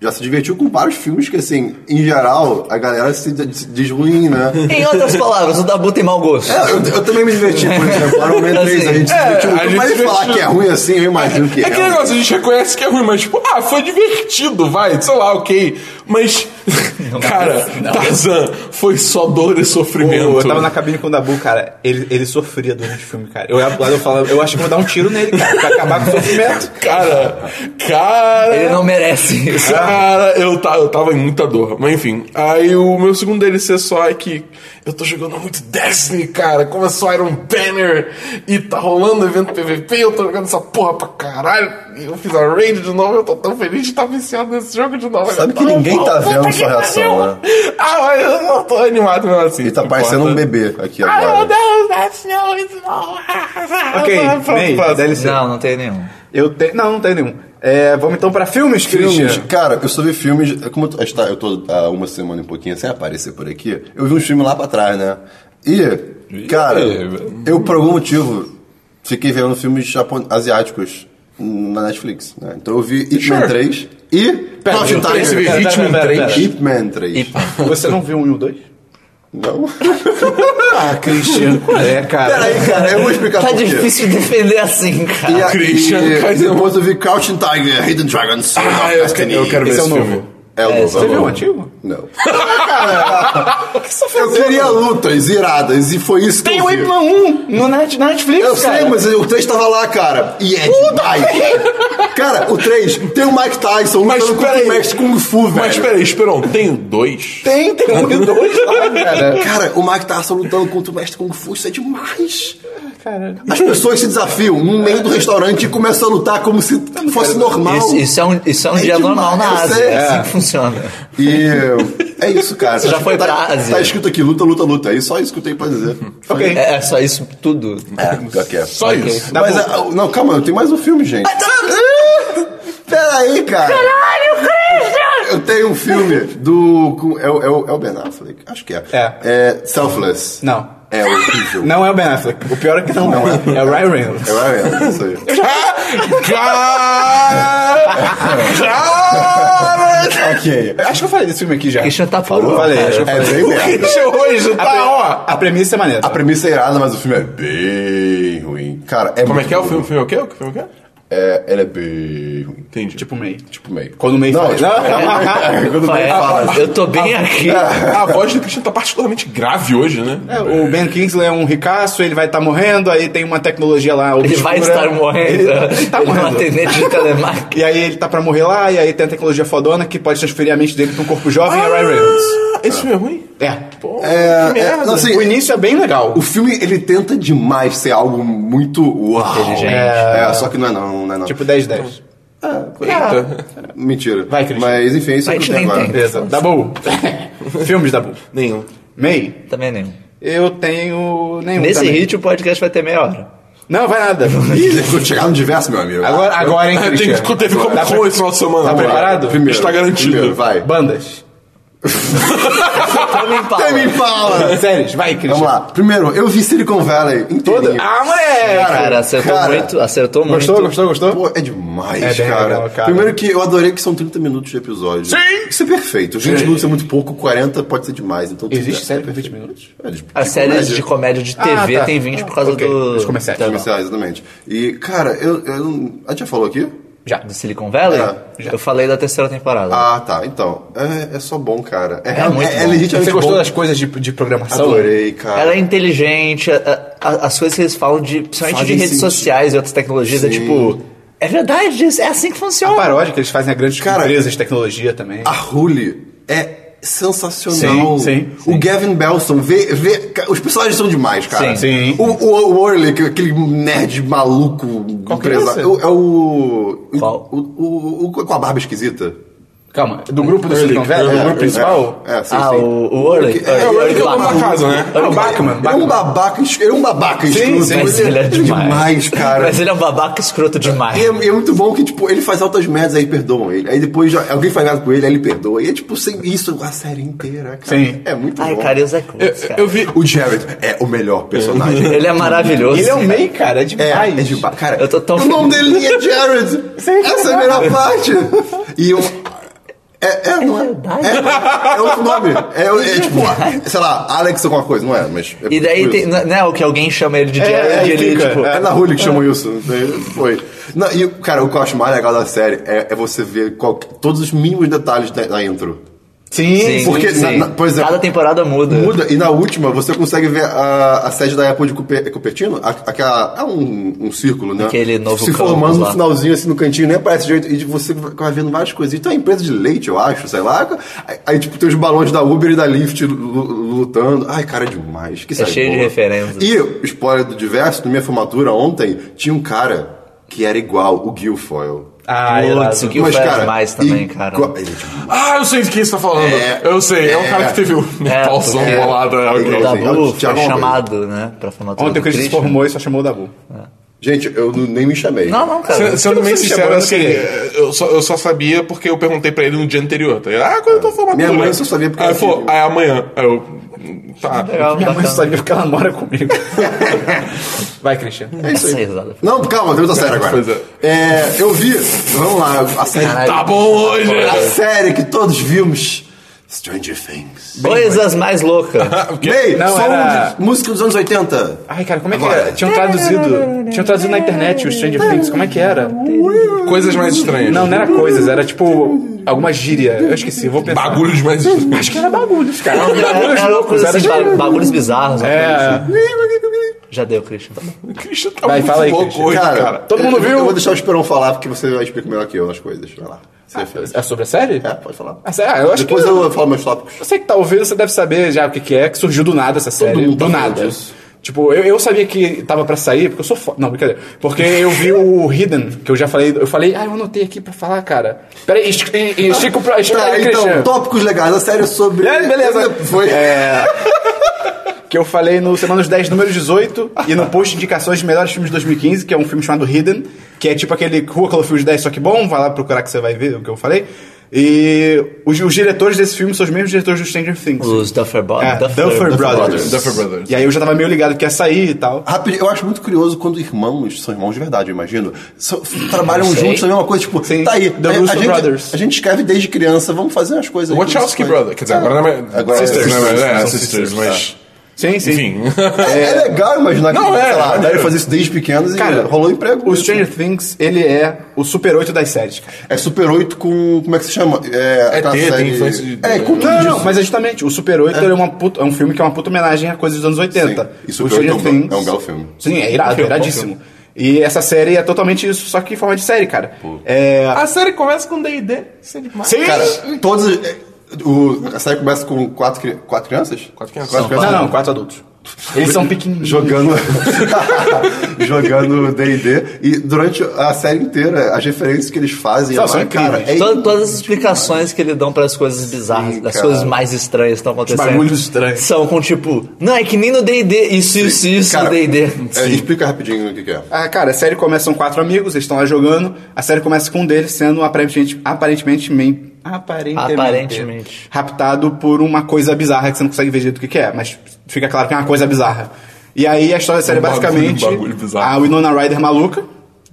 [SPEAKER 2] já se divertiu com vários filmes que, assim, em geral, a galera se d- se diz ruim, né?
[SPEAKER 4] Em outras palavras, o Dabu tem mau gosto.
[SPEAKER 2] É, eu, eu também me diverti, por exemplo. Iron Man 3, a gente se divertiu
[SPEAKER 3] Assim, é, a
[SPEAKER 2] muito.
[SPEAKER 3] gente
[SPEAKER 2] Mas
[SPEAKER 3] se
[SPEAKER 2] ele falar
[SPEAKER 3] divertiu.
[SPEAKER 2] que é ruim assim, eu imagino que
[SPEAKER 3] É
[SPEAKER 2] é.
[SPEAKER 3] aquele negócio, a gente reconhece que é ruim, mas tipo, ah, foi divertido, vai, sei lá, ok. Mas, cara, Tarzan foi só dor e
[SPEAKER 2] É um
[SPEAKER 3] sofrimento.
[SPEAKER 1] Eu tava na cabine com o Dabu, cara. Ele, ele sofria durante o filme, cara. Eu olhava pro lado e falava, eu acho que vou dar um tiro nele, cara, pra acabar com o sofrimento.
[SPEAKER 3] Cara, cara.
[SPEAKER 4] Ele não merece isso.
[SPEAKER 3] Cara, eu, ta- eu tava em muita dor. Mas enfim, aí o meu segundo DLC só é que eu tô jogando muito Destiny, cara. Começou Iron Banner e tá rolando evento PVP. Eu tô jogando essa porra pra caralho. Eu fiz a raid de novo. Eu tô tão feliz de estar viciado nesse jogo de novo.
[SPEAKER 2] Sabe que
[SPEAKER 3] Tá
[SPEAKER 2] ninguém
[SPEAKER 3] bom,
[SPEAKER 2] tá
[SPEAKER 3] puta
[SPEAKER 2] vendo
[SPEAKER 3] que
[SPEAKER 2] sua reação,
[SPEAKER 3] pariu.
[SPEAKER 2] né?
[SPEAKER 3] Ah, mas eu não tô animado mesmo assim.
[SPEAKER 2] Ele tá
[SPEAKER 3] Não
[SPEAKER 2] parecendo um
[SPEAKER 3] importa. Ah,
[SPEAKER 2] bebê aqui
[SPEAKER 3] Ai, meu
[SPEAKER 2] agora.
[SPEAKER 3] Deus, Destiny, é isso não.
[SPEAKER 1] Ok, Ney,
[SPEAKER 3] Próximo.
[SPEAKER 1] DLC.
[SPEAKER 4] Não, não tem nenhum.
[SPEAKER 1] Eu tenho. Não, não tem nenhum. É, vamos então pra filmes,
[SPEAKER 2] Filmes,
[SPEAKER 3] é.
[SPEAKER 1] Christian.
[SPEAKER 2] cara, eu só vi filmes. é Como eu tô, está- eu tô há uma semana e pouquinho sem aparecer por aqui, eu vi uns filmes lá pra trás, né? E, cara,
[SPEAKER 3] é.
[SPEAKER 2] eu por algum motivo fiquei vendo filmes japon- asiáticos na Netflix, né? Então eu vi Ip Man
[SPEAKER 3] Sure.
[SPEAKER 2] 3 e.
[SPEAKER 3] Pera,
[SPEAKER 2] Profit
[SPEAKER 3] eu
[SPEAKER 2] Tiger.
[SPEAKER 3] percebi
[SPEAKER 1] Pera, pera,
[SPEAKER 3] Hitman
[SPEAKER 1] pera,
[SPEAKER 3] 3.
[SPEAKER 1] pera.
[SPEAKER 2] Ip Man 3.
[SPEAKER 1] Você não viu um e o dois?
[SPEAKER 2] Não?
[SPEAKER 1] Ah, Christian. É, cara.
[SPEAKER 2] Peraí, cara, eu vou explicar
[SPEAKER 4] Tá
[SPEAKER 2] por quê.
[SPEAKER 4] difícil defender assim,
[SPEAKER 2] E,
[SPEAKER 4] cara.
[SPEAKER 2] a,
[SPEAKER 3] Ah, Christian,
[SPEAKER 2] e,
[SPEAKER 3] cara,
[SPEAKER 2] e depois eu vi Crouching Tiger, Hidden Dragon, Sword
[SPEAKER 3] Ah,
[SPEAKER 2] of
[SPEAKER 3] eu,
[SPEAKER 2] Destiny.
[SPEAKER 3] eu quero ver
[SPEAKER 1] Esse
[SPEAKER 3] esse,
[SPEAKER 1] é o novo.
[SPEAKER 3] filme.
[SPEAKER 2] É o novo,
[SPEAKER 4] você
[SPEAKER 2] é
[SPEAKER 1] Você viu
[SPEAKER 2] novo.
[SPEAKER 1] o antigo? Ah, é,
[SPEAKER 2] Não. eu queria lutas iradas e foi isso que
[SPEAKER 1] Tem
[SPEAKER 2] eu
[SPEAKER 1] o
[SPEAKER 2] vi.
[SPEAKER 1] Ip Man 1 no Net- na Netflix,
[SPEAKER 2] Eu
[SPEAKER 1] cara.
[SPEAKER 2] sei, mas o 3 tava lá, cara. E é demais. cara, o 3 tem o Mike Tyson
[SPEAKER 3] Mas
[SPEAKER 2] lutando com
[SPEAKER 3] peraí.
[SPEAKER 2] o mestre Kung Fu, velho.
[SPEAKER 3] Mas peraí, Esperon, tem o 2?
[SPEAKER 1] Tem, tem um e o dois lá, cara.
[SPEAKER 2] Cara, o Mike Tyson lutando contra o mestre Kung Fu, isso é demais.
[SPEAKER 1] cara.
[SPEAKER 2] As pessoas se desafiam no meio do restaurante e começam a lutar como se fosse normal.
[SPEAKER 4] Isso, isso é um, isso é um
[SPEAKER 2] É
[SPEAKER 4] dia
[SPEAKER 2] demais,
[SPEAKER 4] normal
[SPEAKER 2] eu
[SPEAKER 4] na Ásia.
[SPEAKER 2] sei.
[SPEAKER 4] É assim que funciona.
[SPEAKER 2] E é isso, cara.
[SPEAKER 4] Você já foi
[SPEAKER 2] tá,
[SPEAKER 4] pra Ásia.
[SPEAKER 2] Tá escrito aqui, luta, luta, luta. É só isso que eu tenho pra dizer.
[SPEAKER 1] Ok.
[SPEAKER 4] É, é só isso tudo.
[SPEAKER 2] É, pior que é.
[SPEAKER 3] Só isso.
[SPEAKER 2] Mas, ah, não, calma, eu tenho mais um filme, gente. Peraí, cara. Caralho, Christian! Eu tenho um filme do... com- É, o- é, o- é o Ben Affleck, acho que é.
[SPEAKER 1] É.
[SPEAKER 2] Selfless.
[SPEAKER 1] Não.
[SPEAKER 2] É horrível.
[SPEAKER 1] Não é o Ben Affleck. O pior é que não, é. É o Ryan Reynolds.
[SPEAKER 2] É o Ryan, isso aí.
[SPEAKER 3] Cara! Cara!
[SPEAKER 2] ok.
[SPEAKER 1] Acho que eu falei desse filme aqui já.
[SPEAKER 4] Christian tá puro,
[SPEAKER 1] Eu falei,
[SPEAKER 4] cara.
[SPEAKER 1] acho que eu
[SPEAKER 2] É
[SPEAKER 1] falei.
[SPEAKER 2] bem merda.
[SPEAKER 3] Esse hoje
[SPEAKER 1] A, pre-
[SPEAKER 3] tá, ó.
[SPEAKER 1] a premissa é maneira.
[SPEAKER 2] A premissa é irada, mas o filme é bem ruim. Cara, é
[SPEAKER 3] Como é
[SPEAKER 2] muito
[SPEAKER 3] que é o
[SPEAKER 2] ruim.
[SPEAKER 3] filme? O filme é o quê? O filme é o quê?
[SPEAKER 2] É, ele é bem ruim.
[SPEAKER 3] Entendi.
[SPEAKER 1] Tipo meio.
[SPEAKER 2] Tipo meio.
[SPEAKER 1] Quando o meio
[SPEAKER 2] Não,
[SPEAKER 1] fala.
[SPEAKER 2] tipo,
[SPEAKER 1] Não.
[SPEAKER 2] é, quando o meio fala.
[SPEAKER 4] Eu tô bem
[SPEAKER 2] Ah,
[SPEAKER 4] aqui.
[SPEAKER 3] a voz do Cristiano tá particularmente grave hoje, né?
[SPEAKER 1] É, o Ben Kingsley é um ricaço, ele vai estar morrendo, aí tem uma tecnologia lá
[SPEAKER 4] Ele
[SPEAKER 1] obscura.
[SPEAKER 4] vai estar
[SPEAKER 2] né?
[SPEAKER 4] morrendo.
[SPEAKER 1] Ele, ele tá
[SPEAKER 4] Ele é um
[SPEAKER 1] morrendo.
[SPEAKER 4] atendente de telemarketing.
[SPEAKER 1] E aí ele tá pra morrer lá, e aí tem a tecnologia fodona que pode transferir a mente dele pra um corpo jovem, é Ryan Reynolds.
[SPEAKER 3] Ah, Esse filme é ruim?
[SPEAKER 1] É.
[SPEAKER 3] Pô,
[SPEAKER 2] É,
[SPEAKER 3] que
[SPEAKER 2] é,
[SPEAKER 3] merda.
[SPEAKER 2] não, assim,
[SPEAKER 1] O início é bem legal.
[SPEAKER 2] O filme, ele tenta demais ser algo muito uau.
[SPEAKER 4] Inteligente.
[SPEAKER 2] É, só que não é não, não é não.
[SPEAKER 1] Tipo 10-10.
[SPEAKER 2] Ah,
[SPEAKER 3] Eita.
[SPEAKER 2] Mentira.
[SPEAKER 1] Vai, Christian.
[SPEAKER 2] Mas, enfim, isso é
[SPEAKER 4] A
[SPEAKER 2] o que
[SPEAKER 4] gente
[SPEAKER 2] eu tenho
[SPEAKER 4] nem
[SPEAKER 2] agora.
[SPEAKER 4] entende.
[SPEAKER 1] Beleza. Dabu. Filmes Dabu.
[SPEAKER 3] Nenhum.
[SPEAKER 1] May,
[SPEAKER 4] Também nenhum.
[SPEAKER 1] eu tenho nenhum
[SPEAKER 4] Nesse
[SPEAKER 1] também.
[SPEAKER 4] ritmo, o podcast vai ter meia hora.
[SPEAKER 1] Não, vai nada.
[SPEAKER 2] Ih, quando chegar no diverso, meu amigo.
[SPEAKER 1] Agora, agora hein,
[SPEAKER 3] Tem,
[SPEAKER 1] Cristian.
[SPEAKER 3] teve como
[SPEAKER 1] Dá pra-
[SPEAKER 3] correr esse final de semana.
[SPEAKER 1] Tá
[SPEAKER 3] Vamos lá.
[SPEAKER 1] preparado?
[SPEAKER 2] Primeiro.
[SPEAKER 3] Está garantido.
[SPEAKER 2] Primeiro, vai.
[SPEAKER 1] Bandas.
[SPEAKER 4] Também fala.
[SPEAKER 2] Tame Impala!
[SPEAKER 1] Sério, vai, Christian.
[SPEAKER 2] Vamos lá. Primeiro, eu vi Silicon Valley em toda.
[SPEAKER 1] Ah, moleque!
[SPEAKER 4] Cara, acertou
[SPEAKER 2] Cara.
[SPEAKER 4] muito, acertou
[SPEAKER 1] Gostou,
[SPEAKER 4] muito.
[SPEAKER 1] gostou, gostou?
[SPEAKER 2] Pô, é demais,
[SPEAKER 1] É bem
[SPEAKER 2] cara.
[SPEAKER 1] legal, cara.
[SPEAKER 2] Primeiro que eu adorei que são 30 minutos de episódio.
[SPEAKER 3] Sim!
[SPEAKER 2] Isso é perfeito. 20 minutos é muito pouco, 40 pode ser demais. Então, É,
[SPEAKER 1] Existe série
[SPEAKER 2] sério?
[SPEAKER 1] por 20 minutos?
[SPEAKER 4] As séries de comédia de TV
[SPEAKER 1] Ah, tá.
[SPEAKER 4] tem 20 por causa
[SPEAKER 1] Ok,
[SPEAKER 4] do.
[SPEAKER 1] os comerciais.
[SPEAKER 4] da-
[SPEAKER 2] comerciais, exatamente. E, cara, eu, eu não... A gente já falou aqui?
[SPEAKER 1] Já.
[SPEAKER 4] do Silicon Valley?
[SPEAKER 2] É,
[SPEAKER 4] Eu falei da terceira temporada.
[SPEAKER 2] Ah, tá. Então, é, é só bom, cara. É,
[SPEAKER 4] muito
[SPEAKER 2] é, é
[SPEAKER 4] bom.
[SPEAKER 2] legitimamente
[SPEAKER 1] Você gostou
[SPEAKER 2] bom.
[SPEAKER 1] das coisas de, de programação?
[SPEAKER 2] Adorei, cara.
[SPEAKER 4] Ela é inteligente, a- a- as coisas que eles falam de. Principalmente
[SPEAKER 2] Fazem
[SPEAKER 4] de redes
[SPEAKER 2] sentido.
[SPEAKER 4] sociais e outras tecnologias, é
[SPEAKER 2] Sim.
[SPEAKER 4] tipo. É verdade, isso é assim que
[SPEAKER 1] A
[SPEAKER 4] funciona.
[SPEAKER 1] paródia que eles fazem a grandes
[SPEAKER 2] Cara,
[SPEAKER 1] empresas de tecnologia também.
[SPEAKER 2] A Huli é sensacional.
[SPEAKER 1] Sim, sim,
[SPEAKER 2] O
[SPEAKER 1] sim.
[SPEAKER 2] Gavin Belson, vê, vê, ca- os personagens são demais,
[SPEAKER 1] Sim.
[SPEAKER 2] cara.
[SPEAKER 1] Sim.
[SPEAKER 2] O, o, o Orly, que- aquele nerd maluco,
[SPEAKER 1] Qual que é esse?
[SPEAKER 2] empresário. É, o- é o.
[SPEAKER 4] Qual?
[SPEAKER 2] O, o, o- o com a barba esquisita.
[SPEAKER 1] Calma, do grupo do
[SPEAKER 3] Early,
[SPEAKER 1] Silicon Valley?
[SPEAKER 3] Early,
[SPEAKER 1] Do grupo principal?
[SPEAKER 2] É, é, sim,
[SPEAKER 4] Ah,
[SPEAKER 2] sim.
[SPEAKER 4] o, o Orly.
[SPEAKER 2] É,
[SPEAKER 3] É o
[SPEAKER 2] Ele
[SPEAKER 3] Eric
[SPEAKER 2] é
[SPEAKER 3] dono da
[SPEAKER 2] maluco.
[SPEAKER 3] casa, né?
[SPEAKER 1] Ah, o Bachman.
[SPEAKER 2] Ele é um babaca, es- ele é um babaca escroto.
[SPEAKER 1] sim,
[SPEAKER 4] Mas ele é demais.
[SPEAKER 2] cara.
[SPEAKER 4] Mas ele é um babaca escroto demais.
[SPEAKER 2] E é, e é muito bom que, tipo, ele faz altas merdas aí perdoam ele. Aí depois já- alguém faz nada com ele, aí ele perdoa. E é tipo, sem isso, a série inteira, cara.
[SPEAKER 1] Sim.
[SPEAKER 2] É muito
[SPEAKER 4] Ai,
[SPEAKER 2] bom.
[SPEAKER 4] cara, e o Zé Cruz,
[SPEAKER 3] Eu,
[SPEAKER 4] cara.
[SPEAKER 3] é, eu vi.
[SPEAKER 2] O Jared é o melhor personagem.
[SPEAKER 4] Ele é maravilhoso.
[SPEAKER 1] Ele é um
[SPEAKER 4] cara.
[SPEAKER 1] meio, cara, é
[SPEAKER 2] É,
[SPEAKER 1] demais.
[SPEAKER 2] é de ba- cara,
[SPEAKER 4] Eu tô tão
[SPEAKER 2] o nome dele nem é Jared. Essa é a melhor parte. E eu... É, é, não é?
[SPEAKER 4] verdade.
[SPEAKER 2] É, é outro nome. É, é, tipo, sei lá, Alex alguma coisa, não é? Mas é
[SPEAKER 4] E daí
[SPEAKER 2] por
[SPEAKER 4] tem,
[SPEAKER 2] isso.
[SPEAKER 4] não é o que alguém chama ele de
[SPEAKER 1] É,
[SPEAKER 4] Jared,
[SPEAKER 1] é,
[SPEAKER 4] e ele,
[SPEAKER 1] fica,
[SPEAKER 4] tipo.
[SPEAKER 2] É na Hulu que chamam isso. Daí Foi. Não, e, cara, o que eu acho mais legal da série é, é você ver qual- todos os mínimos detalhes da, da intro.
[SPEAKER 1] Sim,
[SPEAKER 4] Sim,
[SPEAKER 2] porque
[SPEAKER 4] sim.
[SPEAKER 2] na- na- por exemplo-
[SPEAKER 4] cada temporada muda.
[SPEAKER 2] Muda, e na última você consegue ver a, a sede da Apple de Cuper, é Cupertino, a- aquela, é um, um círculo, né?
[SPEAKER 4] Aquele novo
[SPEAKER 2] Se
[SPEAKER 4] campus
[SPEAKER 2] formando no
[SPEAKER 4] lá.
[SPEAKER 2] finalzinho, assim, no cantinho, nem aparece direito, e de- você vai vendo várias coisinhas. Então é uma empresa de leite, eu acho, sei lá. Aí, aí, tipo, tem os balões da Uber e da Lyft lu- lu- lutando. Ai, cara, é demais. Que série
[SPEAKER 4] cheio de
[SPEAKER 2] boa.
[SPEAKER 4] referências.
[SPEAKER 2] E, spoiler do diverso, na minha formatura ontem, tinha um cara que era igual o Guilfoyle.
[SPEAKER 1] Ah,
[SPEAKER 4] Putz, o
[SPEAKER 1] irado.
[SPEAKER 4] que faz mais também,
[SPEAKER 2] e-
[SPEAKER 4] cara.
[SPEAKER 2] co- ele é demais.
[SPEAKER 3] Ah, eu sei de quem você tá falando.
[SPEAKER 2] É.
[SPEAKER 3] eu sei, é, um
[SPEAKER 2] É.
[SPEAKER 3] cara que teve o
[SPEAKER 4] É,
[SPEAKER 3] pausão
[SPEAKER 4] porque-
[SPEAKER 3] bolado.
[SPEAKER 2] Ele
[SPEAKER 3] né?
[SPEAKER 4] O
[SPEAKER 2] é
[SPEAKER 3] Ok.
[SPEAKER 2] assim,
[SPEAKER 4] Dabu
[SPEAKER 2] eu te
[SPEAKER 4] foi
[SPEAKER 2] arrumo.
[SPEAKER 4] tá chamado, né? Pra formatura
[SPEAKER 1] Ontem o
[SPEAKER 4] do
[SPEAKER 1] Christian se
[SPEAKER 4] Christian.
[SPEAKER 1] formou e só chamou o Dabu.
[SPEAKER 2] Gente, eu não- nem me chamei.
[SPEAKER 4] Não, não, cara. é
[SPEAKER 3] Se- Sendo bem
[SPEAKER 1] você
[SPEAKER 3] sincero,
[SPEAKER 1] chamou,
[SPEAKER 3] assim,
[SPEAKER 1] eu não queria.
[SPEAKER 3] eu só, eu só sabia porque eu perguntei pra ele no dia anterior. Tá? ligado? Ah, quando eu tô formando.
[SPEAKER 2] Minha
[SPEAKER 3] tudo,
[SPEAKER 2] mãe
[SPEAKER 3] né?
[SPEAKER 2] só sabia porque
[SPEAKER 3] Aí
[SPEAKER 2] eu
[SPEAKER 3] ele falou,
[SPEAKER 2] tive. um-
[SPEAKER 3] ah, é amanhã. Aí eu. Tá.
[SPEAKER 4] Legal,
[SPEAKER 1] Minha mãe
[SPEAKER 4] bacana.
[SPEAKER 1] sabia porque ela mora comigo. Vai, Christian.
[SPEAKER 2] É isso
[SPEAKER 4] Essa
[SPEAKER 2] aí.
[SPEAKER 4] risada.
[SPEAKER 2] Não, calma, tem outra série agora.
[SPEAKER 3] Pois é.
[SPEAKER 2] É, eu vi, vamos lá, a série,
[SPEAKER 3] Tá bom hoje! né?"
[SPEAKER 2] a série que todos vimos, Stranger Things.
[SPEAKER 4] Coisas mais loucas.
[SPEAKER 2] Ei,
[SPEAKER 1] Não,
[SPEAKER 2] som
[SPEAKER 1] era-
[SPEAKER 2] de música dos anos 80.
[SPEAKER 1] Ai, cara, como é que
[SPEAKER 2] Agora.
[SPEAKER 1] era? Tinham traduzido. Tinham traduzido na internet o Stranger Things. Como é que era?
[SPEAKER 3] Coisas mais estranhas.
[SPEAKER 1] Não, não era coisas, era tipo alguma gíria. Eu esqueci, eu vou pensar.
[SPEAKER 3] Bagulhos mais estranhos.
[SPEAKER 1] Acho que era bagulhos, cara.
[SPEAKER 4] Não, era,
[SPEAKER 1] Bagulhos
[SPEAKER 4] era uma
[SPEAKER 1] loucos,
[SPEAKER 4] coisa
[SPEAKER 1] era
[SPEAKER 4] assim,
[SPEAKER 1] tipo-
[SPEAKER 4] ba- bagulhos bizarros. uma coisa assim.
[SPEAKER 1] É,
[SPEAKER 4] Já deu, Christian. Tá bom.
[SPEAKER 3] O Christian tá
[SPEAKER 1] Vai,
[SPEAKER 3] muito
[SPEAKER 1] fala aí,
[SPEAKER 3] louco
[SPEAKER 1] Christian.
[SPEAKER 3] hoje, cara.
[SPEAKER 1] todo mundo
[SPEAKER 2] eu-
[SPEAKER 1] viu?
[SPEAKER 2] Eu vou deixar o Esperão falar, porque você explica melhor que eu nas coisas. Vai lá. Você fez.
[SPEAKER 1] é sobre a série?
[SPEAKER 2] É, pode falar.
[SPEAKER 1] Ah, sério? Ah, eu acho
[SPEAKER 2] Depois
[SPEAKER 1] que...
[SPEAKER 2] eu falo meus tópicos.
[SPEAKER 1] Eu sei que tá ouvindo, você deve saber já o que, que é, que surgiu do nada essa série.
[SPEAKER 2] mundo tá
[SPEAKER 1] do
[SPEAKER 2] falando
[SPEAKER 1] nada.
[SPEAKER 2] disso.
[SPEAKER 1] Tipo, eu, eu sabia que tava pra sair, porque eu sou foda. Não, brincadeira. Porque eu vi o Hidden, que eu já falei. Eu falei, ah, eu anotei aqui pra falar, cara. Peraí, esti- e- e estico pra história
[SPEAKER 2] Tá,
[SPEAKER 1] aí,
[SPEAKER 2] então,
[SPEAKER 1] Christian.
[SPEAKER 2] tópicos legais, a série é sobre...
[SPEAKER 1] É, beleza.
[SPEAKER 2] Foi.
[SPEAKER 1] Que eu falei no Semanas 10, número 18, e no post de indicações de melhores filmes de 2015, que é um filme chamado Hidden, que é tipo aquele Rua Clofield 10, só que bom, vai lá procurar que você vai ver o que eu falei. E os, os diretores desse filme são os mesmos diretores do Stranger Things.
[SPEAKER 4] Os Duffer Brothers.
[SPEAKER 1] É, Duffer, Brothers.
[SPEAKER 2] Brothers.
[SPEAKER 3] Duffer Brothers.
[SPEAKER 1] E aí eu já tava meio ligado que ia sair e tal.
[SPEAKER 2] Rapidinho, eu acho muito curioso quando irmãos, são irmãos de verdade, eu imagino, são- trabalham
[SPEAKER 4] Sei.
[SPEAKER 2] juntos na mesma coisa, tipo,
[SPEAKER 1] Sim.
[SPEAKER 2] tá aí,
[SPEAKER 1] The
[SPEAKER 2] a, a
[SPEAKER 1] Russo
[SPEAKER 2] gente,
[SPEAKER 1] Brothers.
[SPEAKER 2] a gente escreve desde criança, vamos fazer umas coisas. aí.
[SPEAKER 3] Wachowski Brother. Quer dizer, agora não é.
[SPEAKER 2] Agora é
[SPEAKER 3] sisters,
[SPEAKER 2] sisters,
[SPEAKER 3] né? É,
[SPEAKER 2] são
[SPEAKER 3] sisters,
[SPEAKER 2] sisters,
[SPEAKER 3] mas.
[SPEAKER 1] Sim, sim.
[SPEAKER 3] Enfim.
[SPEAKER 2] É, é legal imaginar que,
[SPEAKER 3] Não, é,
[SPEAKER 2] sei lá,
[SPEAKER 3] é.
[SPEAKER 2] devem fazer isso desde pequenos
[SPEAKER 1] Cara,
[SPEAKER 2] e rolou emprego.
[SPEAKER 1] O Stranger Things, ele é o Super 8 das séries, cara.
[SPEAKER 2] É Super 8 com, como é que se chama? É,
[SPEAKER 3] É
[SPEAKER 2] aquela
[SPEAKER 3] ter, tem
[SPEAKER 2] série-
[SPEAKER 3] influência de-
[SPEAKER 2] É, com tudo
[SPEAKER 1] Não,
[SPEAKER 2] disso.
[SPEAKER 1] não, mas é justamente, o Super 8 é, uma puta- é um filme que é uma puta homenagem a coisas dos anos 80.
[SPEAKER 2] Sim, e Super
[SPEAKER 1] O Stranger
[SPEAKER 2] 8 é um bel- é um belo filme.
[SPEAKER 1] Sim, é irado, é iradíssimo. E essa série é totalmente isso, só que em forma de série, cara. É...
[SPEAKER 3] A série começa com D&D. Isso é demais.
[SPEAKER 1] Sim!
[SPEAKER 2] Cara, todas... é, o- a série começa com quatro, cri- quatro crianças?
[SPEAKER 3] Quatro crianças.
[SPEAKER 2] Quatro
[SPEAKER 1] não, não, quatro adultos. Eles são pequenininhos.
[SPEAKER 2] jogando jogando D&D e durante a série inteira as referências que eles fazem
[SPEAKER 1] São-
[SPEAKER 2] é
[SPEAKER 1] são
[SPEAKER 2] uma- cara
[SPEAKER 1] incríveis.
[SPEAKER 2] é
[SPEAKER 4] Todas, todas as explicações que ele dão para as coisas bizarras,
[SPEAKER 2] Sim,
[SPEAKER 4] das
[SPEAKER 2] cara.
[SPEAKER 4] coisas mais estranhas que estão acontecendo.
[SPEAKER 1] bagulhos estranhos.
[SPEAKER 4] São com tipo, não, é que nem no DD, isso, isso, isso,
[SPEAKER 2] Cara,
[SPEAKER 4] no DD.
[SPEAKER 2] é, explica rapidinho o que, que é
[SPEAKER 1] Ah, cara, a série começa com quatro amigos, eles estão lá jogando. A série começa com um deles sendo aparentemente, aparentemente meio. Aparentemente.
[SPEAKER 4] Aparentemente.
[SPEAKER 1] Raptado por uma coisa bizarra que você não consegue ver direito o que, que é, mas fica claro que é uma coisa bizarra. E aí a história da série é
[SPEAKER 3] Um bagulho-
[SPEAKER 1] basicamente
[SPEAKER 3] um bagulho bizarro.
[SPEAKER 1] a Winona Ryder maluca,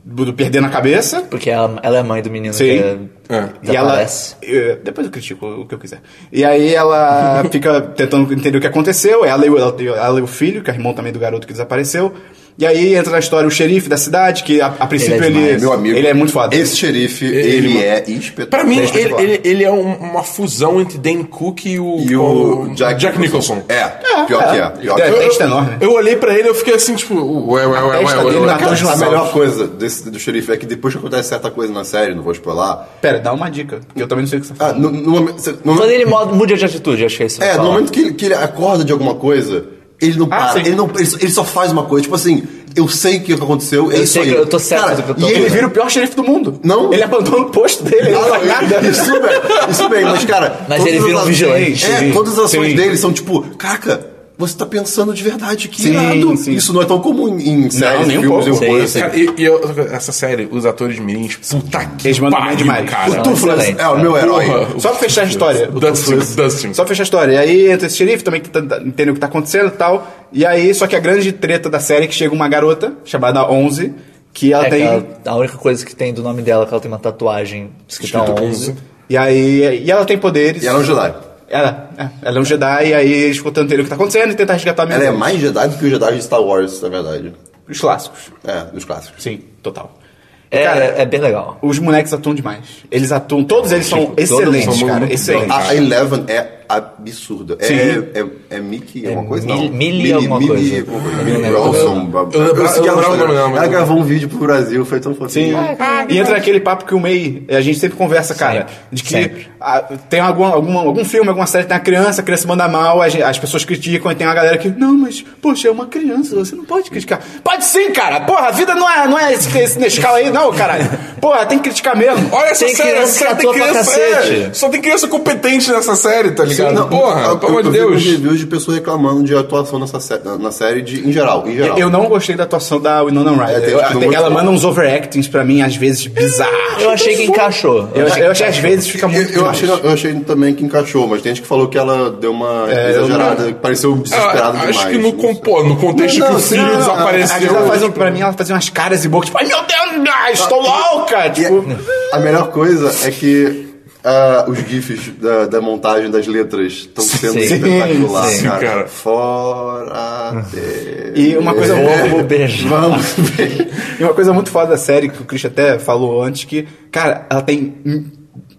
[SPEAKER 1] do- do perdendo a cabeça.
[SPEAKER 4] Porque ela, ela é mãe do menino
[SPEAKER 1] Sim.
[SPEAKER 4] que
[SPEAKER 3] É.
[SPEAKER 1] E ela.
[SPEAKER 4] desaparece.
[SPEAKER 1] eh, Depois eu critico o que eu quiser. E aí ela fica tentando entender o que aconteceu. Ela e, o, ela e o filho, que é irmão também do garoto que desapareceu. E aí entra na história o xerife da cidade, que a, a princípio ele. é
[SPEAKER 4] demais.
[SPEAKER 2] Meu amigo.
[SPEAKER 1] Ele é muito foda.
[SPEAKER 2] Esse xerife,
[SPEAKER 3] Ele-
[SPEAKER 2] ele, é espetacular.
[SPEAKER 3] Pra mim,
[SPEAKER 2] É
[SPEAKER 3] ele,
[SPEAKER 2] espetacular.
[SPEAKER 3] ele- ele é um- uma fusão entre Dan Cook e o,
[SPEAKER 2] E o Jack,
[SPEAKER 3] Nicholson.
[SPEAKER 2] É, pior que é. Pior que
[SPEAKER 1] É,
[SPEAKER 2] é.
[SPEAKER 1] testa enorme.
[SPEAKER 3] Eu olhei pra ele e eu fiquei assim, tipo, ué, ué, ué, ué,
[SPEAKER 1] testa
[SPEAKER 3] ué,
[SPEAKER 1] dele
[SPEAKER 3] ué,
[SPEAKER 1] na
[SPEAKER 3] cara,
[SPEAKER 1] tela de
[SPEAKER 2] A
[SPEAKER 1] Salve.
[SPEAKER 2] melhor coisa desse, do xerife é que depois que acontece certa coisa na série, não vou spoiler.
[SPEAKER 1] Pera, dá uma dica. que Eu também não sei o que você tá
[SPEAKER 2] Ah,
[SPEAKER 1] fala.
[SPEAKER 2] no, no momento- cê- no
[SPEAKER 4] Quando
[SPEAKER 2] momento-
[SPEAKER 4] ele muda, muda de atitude, acho que é isso. que eu
[SPEAKER 2] é,
[SPEAKER 4] falo.
[SPEAKER 2] no momento que ele, que ele acorda de alguma coisa, ele
[SPEAKER 4] Ah,
[SPEAKER 2] não para.
[SPEAKER 1] sim.
[SPEAKER 2] ele, não, ele, só- ele só faz uma coisa. Tipo assim, eu sei que o que aconteceu, é
[SPEAKER 4] Eu
[SPEAKER 2] isso
[SPEAKER 4] sei
[SPEAKER 2] aí.
[SPEAKER 4] que eu tô certo do que
[SPEAKER 2] Cara,
[SPEAKER 4] eu tô
[SPEAKER 2] e ele
[SPEAKER 1] Ele vira o pior xerife do mundo.
[SPEAKER 2] Não.
[SPEAKER 1] Ele abandona o posto dele, ele não faz nada.
[SPEAKER 2] Isso bem, isso bem, mas cara.
[SPEAKER 4] um Mas
[SPEAKER 2] todas
[SPEAKER 4] ele
[SPEAKER 2] as
[SPEAKER 4] vira um
[SPEAKER 2] ações-
[SPEAKER 4] vigilante.
[SPEAKER 2] É,
[SPEAKER 1] Sim,
[SPEAKER 2] todas as ações
[SPEAKER 1] sim.
[SPEAKER 2] dele são tipo, caraca, você tá pensando de verdade, que
[SPEAKER 1] Sim,
[SPEAKER 2] irado.
[SPEAKER 1] sim.
[SPEAKER 2] Isso não é tão comum em séries,
[SPEAKER 1] nem um
[SPEAKER 2] filmes
[SPEAKER 1] pouco.
[SPEAKER 2] e coisas
[SPEAKER 4] Sim,
[SPEAKER 2] assim.
[SPEAKER 3] Cara, e, e eu- essa série, os atores mirins, puta que
[SPEAKER 1] Eles mandam bem
[SPEAKER 3] pariu,
[SPEAKER 1] demais.
[SPEAKER 3] cara.
[SPEAKER 2] O Tuflas
[SPEAKER 4] excelente,
[SPEAKER 2] é o meu herói.
[SPEAKER 3] Porra.
[SPEAKER 1] Só pra fechar a história. o
[SPEAKER 3] Dustin,
[SPEAKER 1] Tuflas.
[SPEAKER 3] Dustin.
[SPEAKER 1] Só pra fechar a história. E aí entra esse xerife também que tenta entender o que tá acontecendo e tal. E aí, só que a grande treta da série é que chega uma garota chamada 11, que ela
[SPEAKER 4] É que
[SPEAKER 1] tem.
[SPEAKER 4] ela- a única coisa que tem do nome dela é que ela tem uma tatuagem escrita
[SPEAKER 3] Escrito
[SPEAKER 4] 11.
[SPEAKER 1] E aí. E ela tem poderes.
[SPEAKER 2] E ela é um Jedi.
[SPEAKER 1] Ela, é, ela é um Jedi, e aí eles ficam tentando entender o que tá acontecendo e tentar resgatar a
[SPEAKER 2] Ela é
[SPEAKER 1] menina.
[SPEAKER 2] mais Jedi do que o Jedi de Star Wars, na verdade.
[SPEAKER 1] Os clássicos.
[SPEAKER 2] É, dos clássicos.
[SPEAKER 1] Sim, total.
[SPEAKER 4] É,
[SPEAKER 1] Cara,
[SPEAKER 4] é, é bem legal.
[SPEAKER 1] Os moleques atuam demais. Eles atuam, todos eles são
[SPEAKER 4] são
[SPEAKER 1] excelentes,
[SPEAKER 3] muito-
[SPEAKER 1] cara.
[SPEAKER 3] muito
[SPEAKER 1] Excelentes.
[SPEAKER 2] A
[SPEAKER 3] Ah,
[SPEAKER 2] a Eleven é absurda. É,
[SPEAKER 1] Sim.
[SPEAKER 2] é, é Mickey, é uma coisa?
[SPEAKER 4] Mil-
[SPEAKER 2] Não.
[SPEAKER 4] Millie alguma coisa.
[SPEAKER 2] Millie, alguma coisa. Millie Rawson.
[SPEAKER 3] Eu lembrava-
[SPEAKER 2] Eu segui
[SPEAKER 3] eu
[SPEAKER 2] ela no
[SPEAKER 3] lembrava o
[SPEAKER 2] Instagram.
[SPEAKER 3] nome dela, mas-
[SPEAKER 2] Ela gravou um vídeo pro Brasil, foi tão
[SPEAKER 1] Sim.
[SPEAKER 2] fofinho.
[SPEAKER 1] e entra aquele papo que o MEI, a gente sempre conversa, cara,
[SPEAKER 4] Sempre,
[SPEAKER 1] de que
[SPEAKER 4] sempre.
[SPEAKER 1] ah, tem algum, algum, algum filme, alguma série que tem uma criança, a criança se manda mal, a gen- as pessoas criticam e tem uma galera que, não, mas, poxa, é uma criança, você não pode criticar. Pode sim, cara, porra, a vida não é, não é esse, esse Nescau aí, não, caralho. Porra, tem que criticar mesmo.
[SPEAKER 3] Olha essa
[SPEAKER 4] Tem
[SPEAKER 3] série,
[SPEAKER 4] criança que
[SPEAKER 3] só tem
[SPEAKER 4] atua pra
[SPEAKER 3] criança. é,
[SPEAKER 4] cacete.
[SPEAKER 3] só tem criança competente nessa série, tá ligado?
[SPEAKER 2] Não,
[SPEAKER 3] Porra,
[SPEAKER 2] eu-
[SPEAKER 3] pelo amor de
[SPEAKER 2] eu vi alguns
[SPEAKER 3] Deus.
[SPEAKER 2] reviews de pessoas reclamando de atuação nessa sé- na, na série de, em geral. Em geral.
[SPEAKER 1] Eu não gostei da atuação da Winona
[SPEAKER 2] É,
[SPEAKER 1] Ryder.
[SPEAKER 2] tem
[SPEAKER 1] Eu-
[SPEAKER 2] gente que não
[SPEAKER 1] tem- ela
[SPEAKER 2] gostou.
[SPEAKER 1] manda uns overactings pra mim, às vezes, bizarros.
[SPEAKER 4] Eu achei que encaixou.
[SPEAKER 1] Eu, achei- eu achei, às vezes, fica
[SPEAKER 2] Eu,
[SPEAKER 1] muito
[SPEAKER 2] eu achei,
[SPEAKER 1] demais.
[SPEAKER 2] eu achei também que encaixou, mas tem gente que falou que ela deu uma
[SPEAKER 1] É, eu
[SPEAKER 2] exagerada, que pareceu desesperada
[SPEAKER 3] Ah,
[SPEAKER 2] demais.
[SPEAKER 3] acho que no,
[SPEAKER 2] Não
[SPEAKER 3] com-
[SPEAKER 2] sei.
[SPEAKER 3] pô, no contexto
[SPEAKER 2] Não,
[SPEAKER 3] que
[SPEAKER 2] não,
[SPEAKER 3] o
[SPEAKER 2] sim,
[SPEAKER 3] filho
[SPEAKER 2] não, não.
[SPEAKER 1] Às vezes
[SPEAKER 3] desapareceu.
[SPEAKER 1] ela faz, um- pra mim, ela fazia umas caras e bocas, tipo, ai meu Deus, ah, estou louca!
[SPEAKER 2] E é
[SPEAKER 1] Tipo,
[SPEAKER 2] a melhor coisa é que ah, os GIFs da, da montagem das letras estão sendo
[SPEAKER 4] Sim.
[SPEAKER 2] espetaculares.
[SPEAKER 4] Sim,
[SPEAKER 2] cara.
[SPEAKER 3] cara.
[SPEAKER 2] Fora de... É.
[SPEAKER 1] E uma coisa
[SPEAKER 4] Como beijo.
[SPEAKER 2] Vamos ver.
[SPEAKER 1] E uma coisa muito foda da série, que o Christian até falou antes, que, cara, ela tem mi-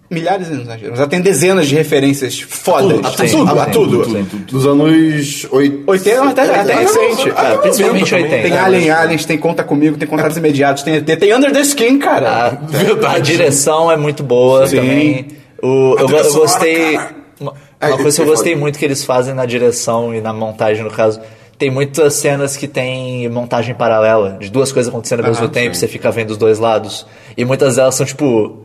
[SPEAKER 1] milhares, não exagero, mas ela tem dezenas de referências fodas.
[SPEAKER 2] a
[SPEAKER 1] A
[SPEAKER 2] Ah, tudo,
[SPEAKER 1] tudo,
[SPEAKER 2] a
[SPEAKER 1] a tudo.
[SPEAKER 2] Dos anos 80.
[SPEAKER 1] 80 até, até
[SPEAKER 2] É,
[SPEAKER 1] recente.
[SPEAKER 3] Ah,
[SPEAKER 1] cara.
[SPEAKER 4] Principalmente
[SPEAKER 3] também.
[SPEAKER 4] 80.
[SPEAKER 1] Tem
[SPEAKER 4] né?
[SPEAKER 1] Alien Aliens, tem Conta Comigo, tem Contatos Imediatos, tem ET, tem Under the Skin,
[SPEAKER 2] Ah.
[SPEAKER 4] A,
[SPEAKER 1] cara.
[SPEAKER 4] a
[SPEAKER 3] Verdade.
[SPEAKER 4] direção é muito boa
[SPEAKER 1] Sim.
[SPEAKER 4] também. O, eu,
[SPEAKER 3] trilha
[SPEAKER 4] eu
[SPEAKER 3] sonora,
[SPEAKER 4] gostei.
[SPEAKER 3] cara.
[SPEAKER 4] Uma,
[SPEAKER 2] É,
[SPEAKER 4] uma coisa que eu
[SPEAKER 2] foi
[SPEAKER 4] gostei
[SPEAKER 2] foda.
[SPEAKER 4] muito que eles fazem na direção e na montagem, no caso. Tem muitas cenas que tem montagem paralela, de duas coisas acontecendo ao mesmo tempo, você fica vendo os dois lados. E muitas delas são, tipo,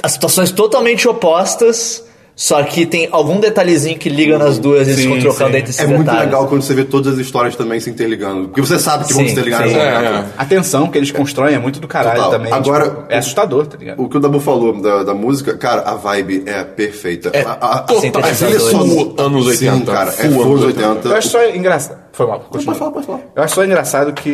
[SPEAKER 4] as situações totalmente opostas, só que tem algum detalhezinho que liga nas duas e eles
[SPEAKER 1] Sim,
[SPEAKER 4] ficam trocando
[SPEAKER 1] sim.
[SPEAKER 4] entre esses
[SPEAKER 2] É muito
[SPEAKER 4] detalhes.
[SPEAKER 2] legal quando você vê todas as histórias também se interligando. Porque você sabe que vão
[SPEAKER 4] Sim,
[SPEAKER 2] se interligar.
[SPEAKER 4] sim.
[SPEAKER 2] né?
[SPEAKER 3] É, é.
[SPEAKER 1] A tensão que eles constroem é muito do caralho
[SPEAKER 2] Total.
[SPEAKER 1] também.
[SPEAKER 2] Agora-
[SPEAKER 1] tipo, é assustador, tá ligado?
[SPEAKER 2] O que o Dabu falou da, da música, cara, a vibe é perfeita.
[SPEAKER 3] É
[SPEAKER 2] a, a, a,
[SPEAKER 3] total-
[SPEAKER 2] a trilha
[SPEAKER 4] Sintetizadores.
[SPEAKER 2] sonora-
[SPEAKER 3] Full anos 80,
[SPEAKER 2] Sim, cara, é
[SPEAKER 3] full
[SPEAKER 2] full anos
[SPEAKER 3] anos
[SPEAKER 2] 80.
[SPEAKER 1] Eu acho só engraçado. Foi mal, continua.
[SPEAKER 2] falar, pode falar.
[SPEAKER 1] Eu acho só engraçado que.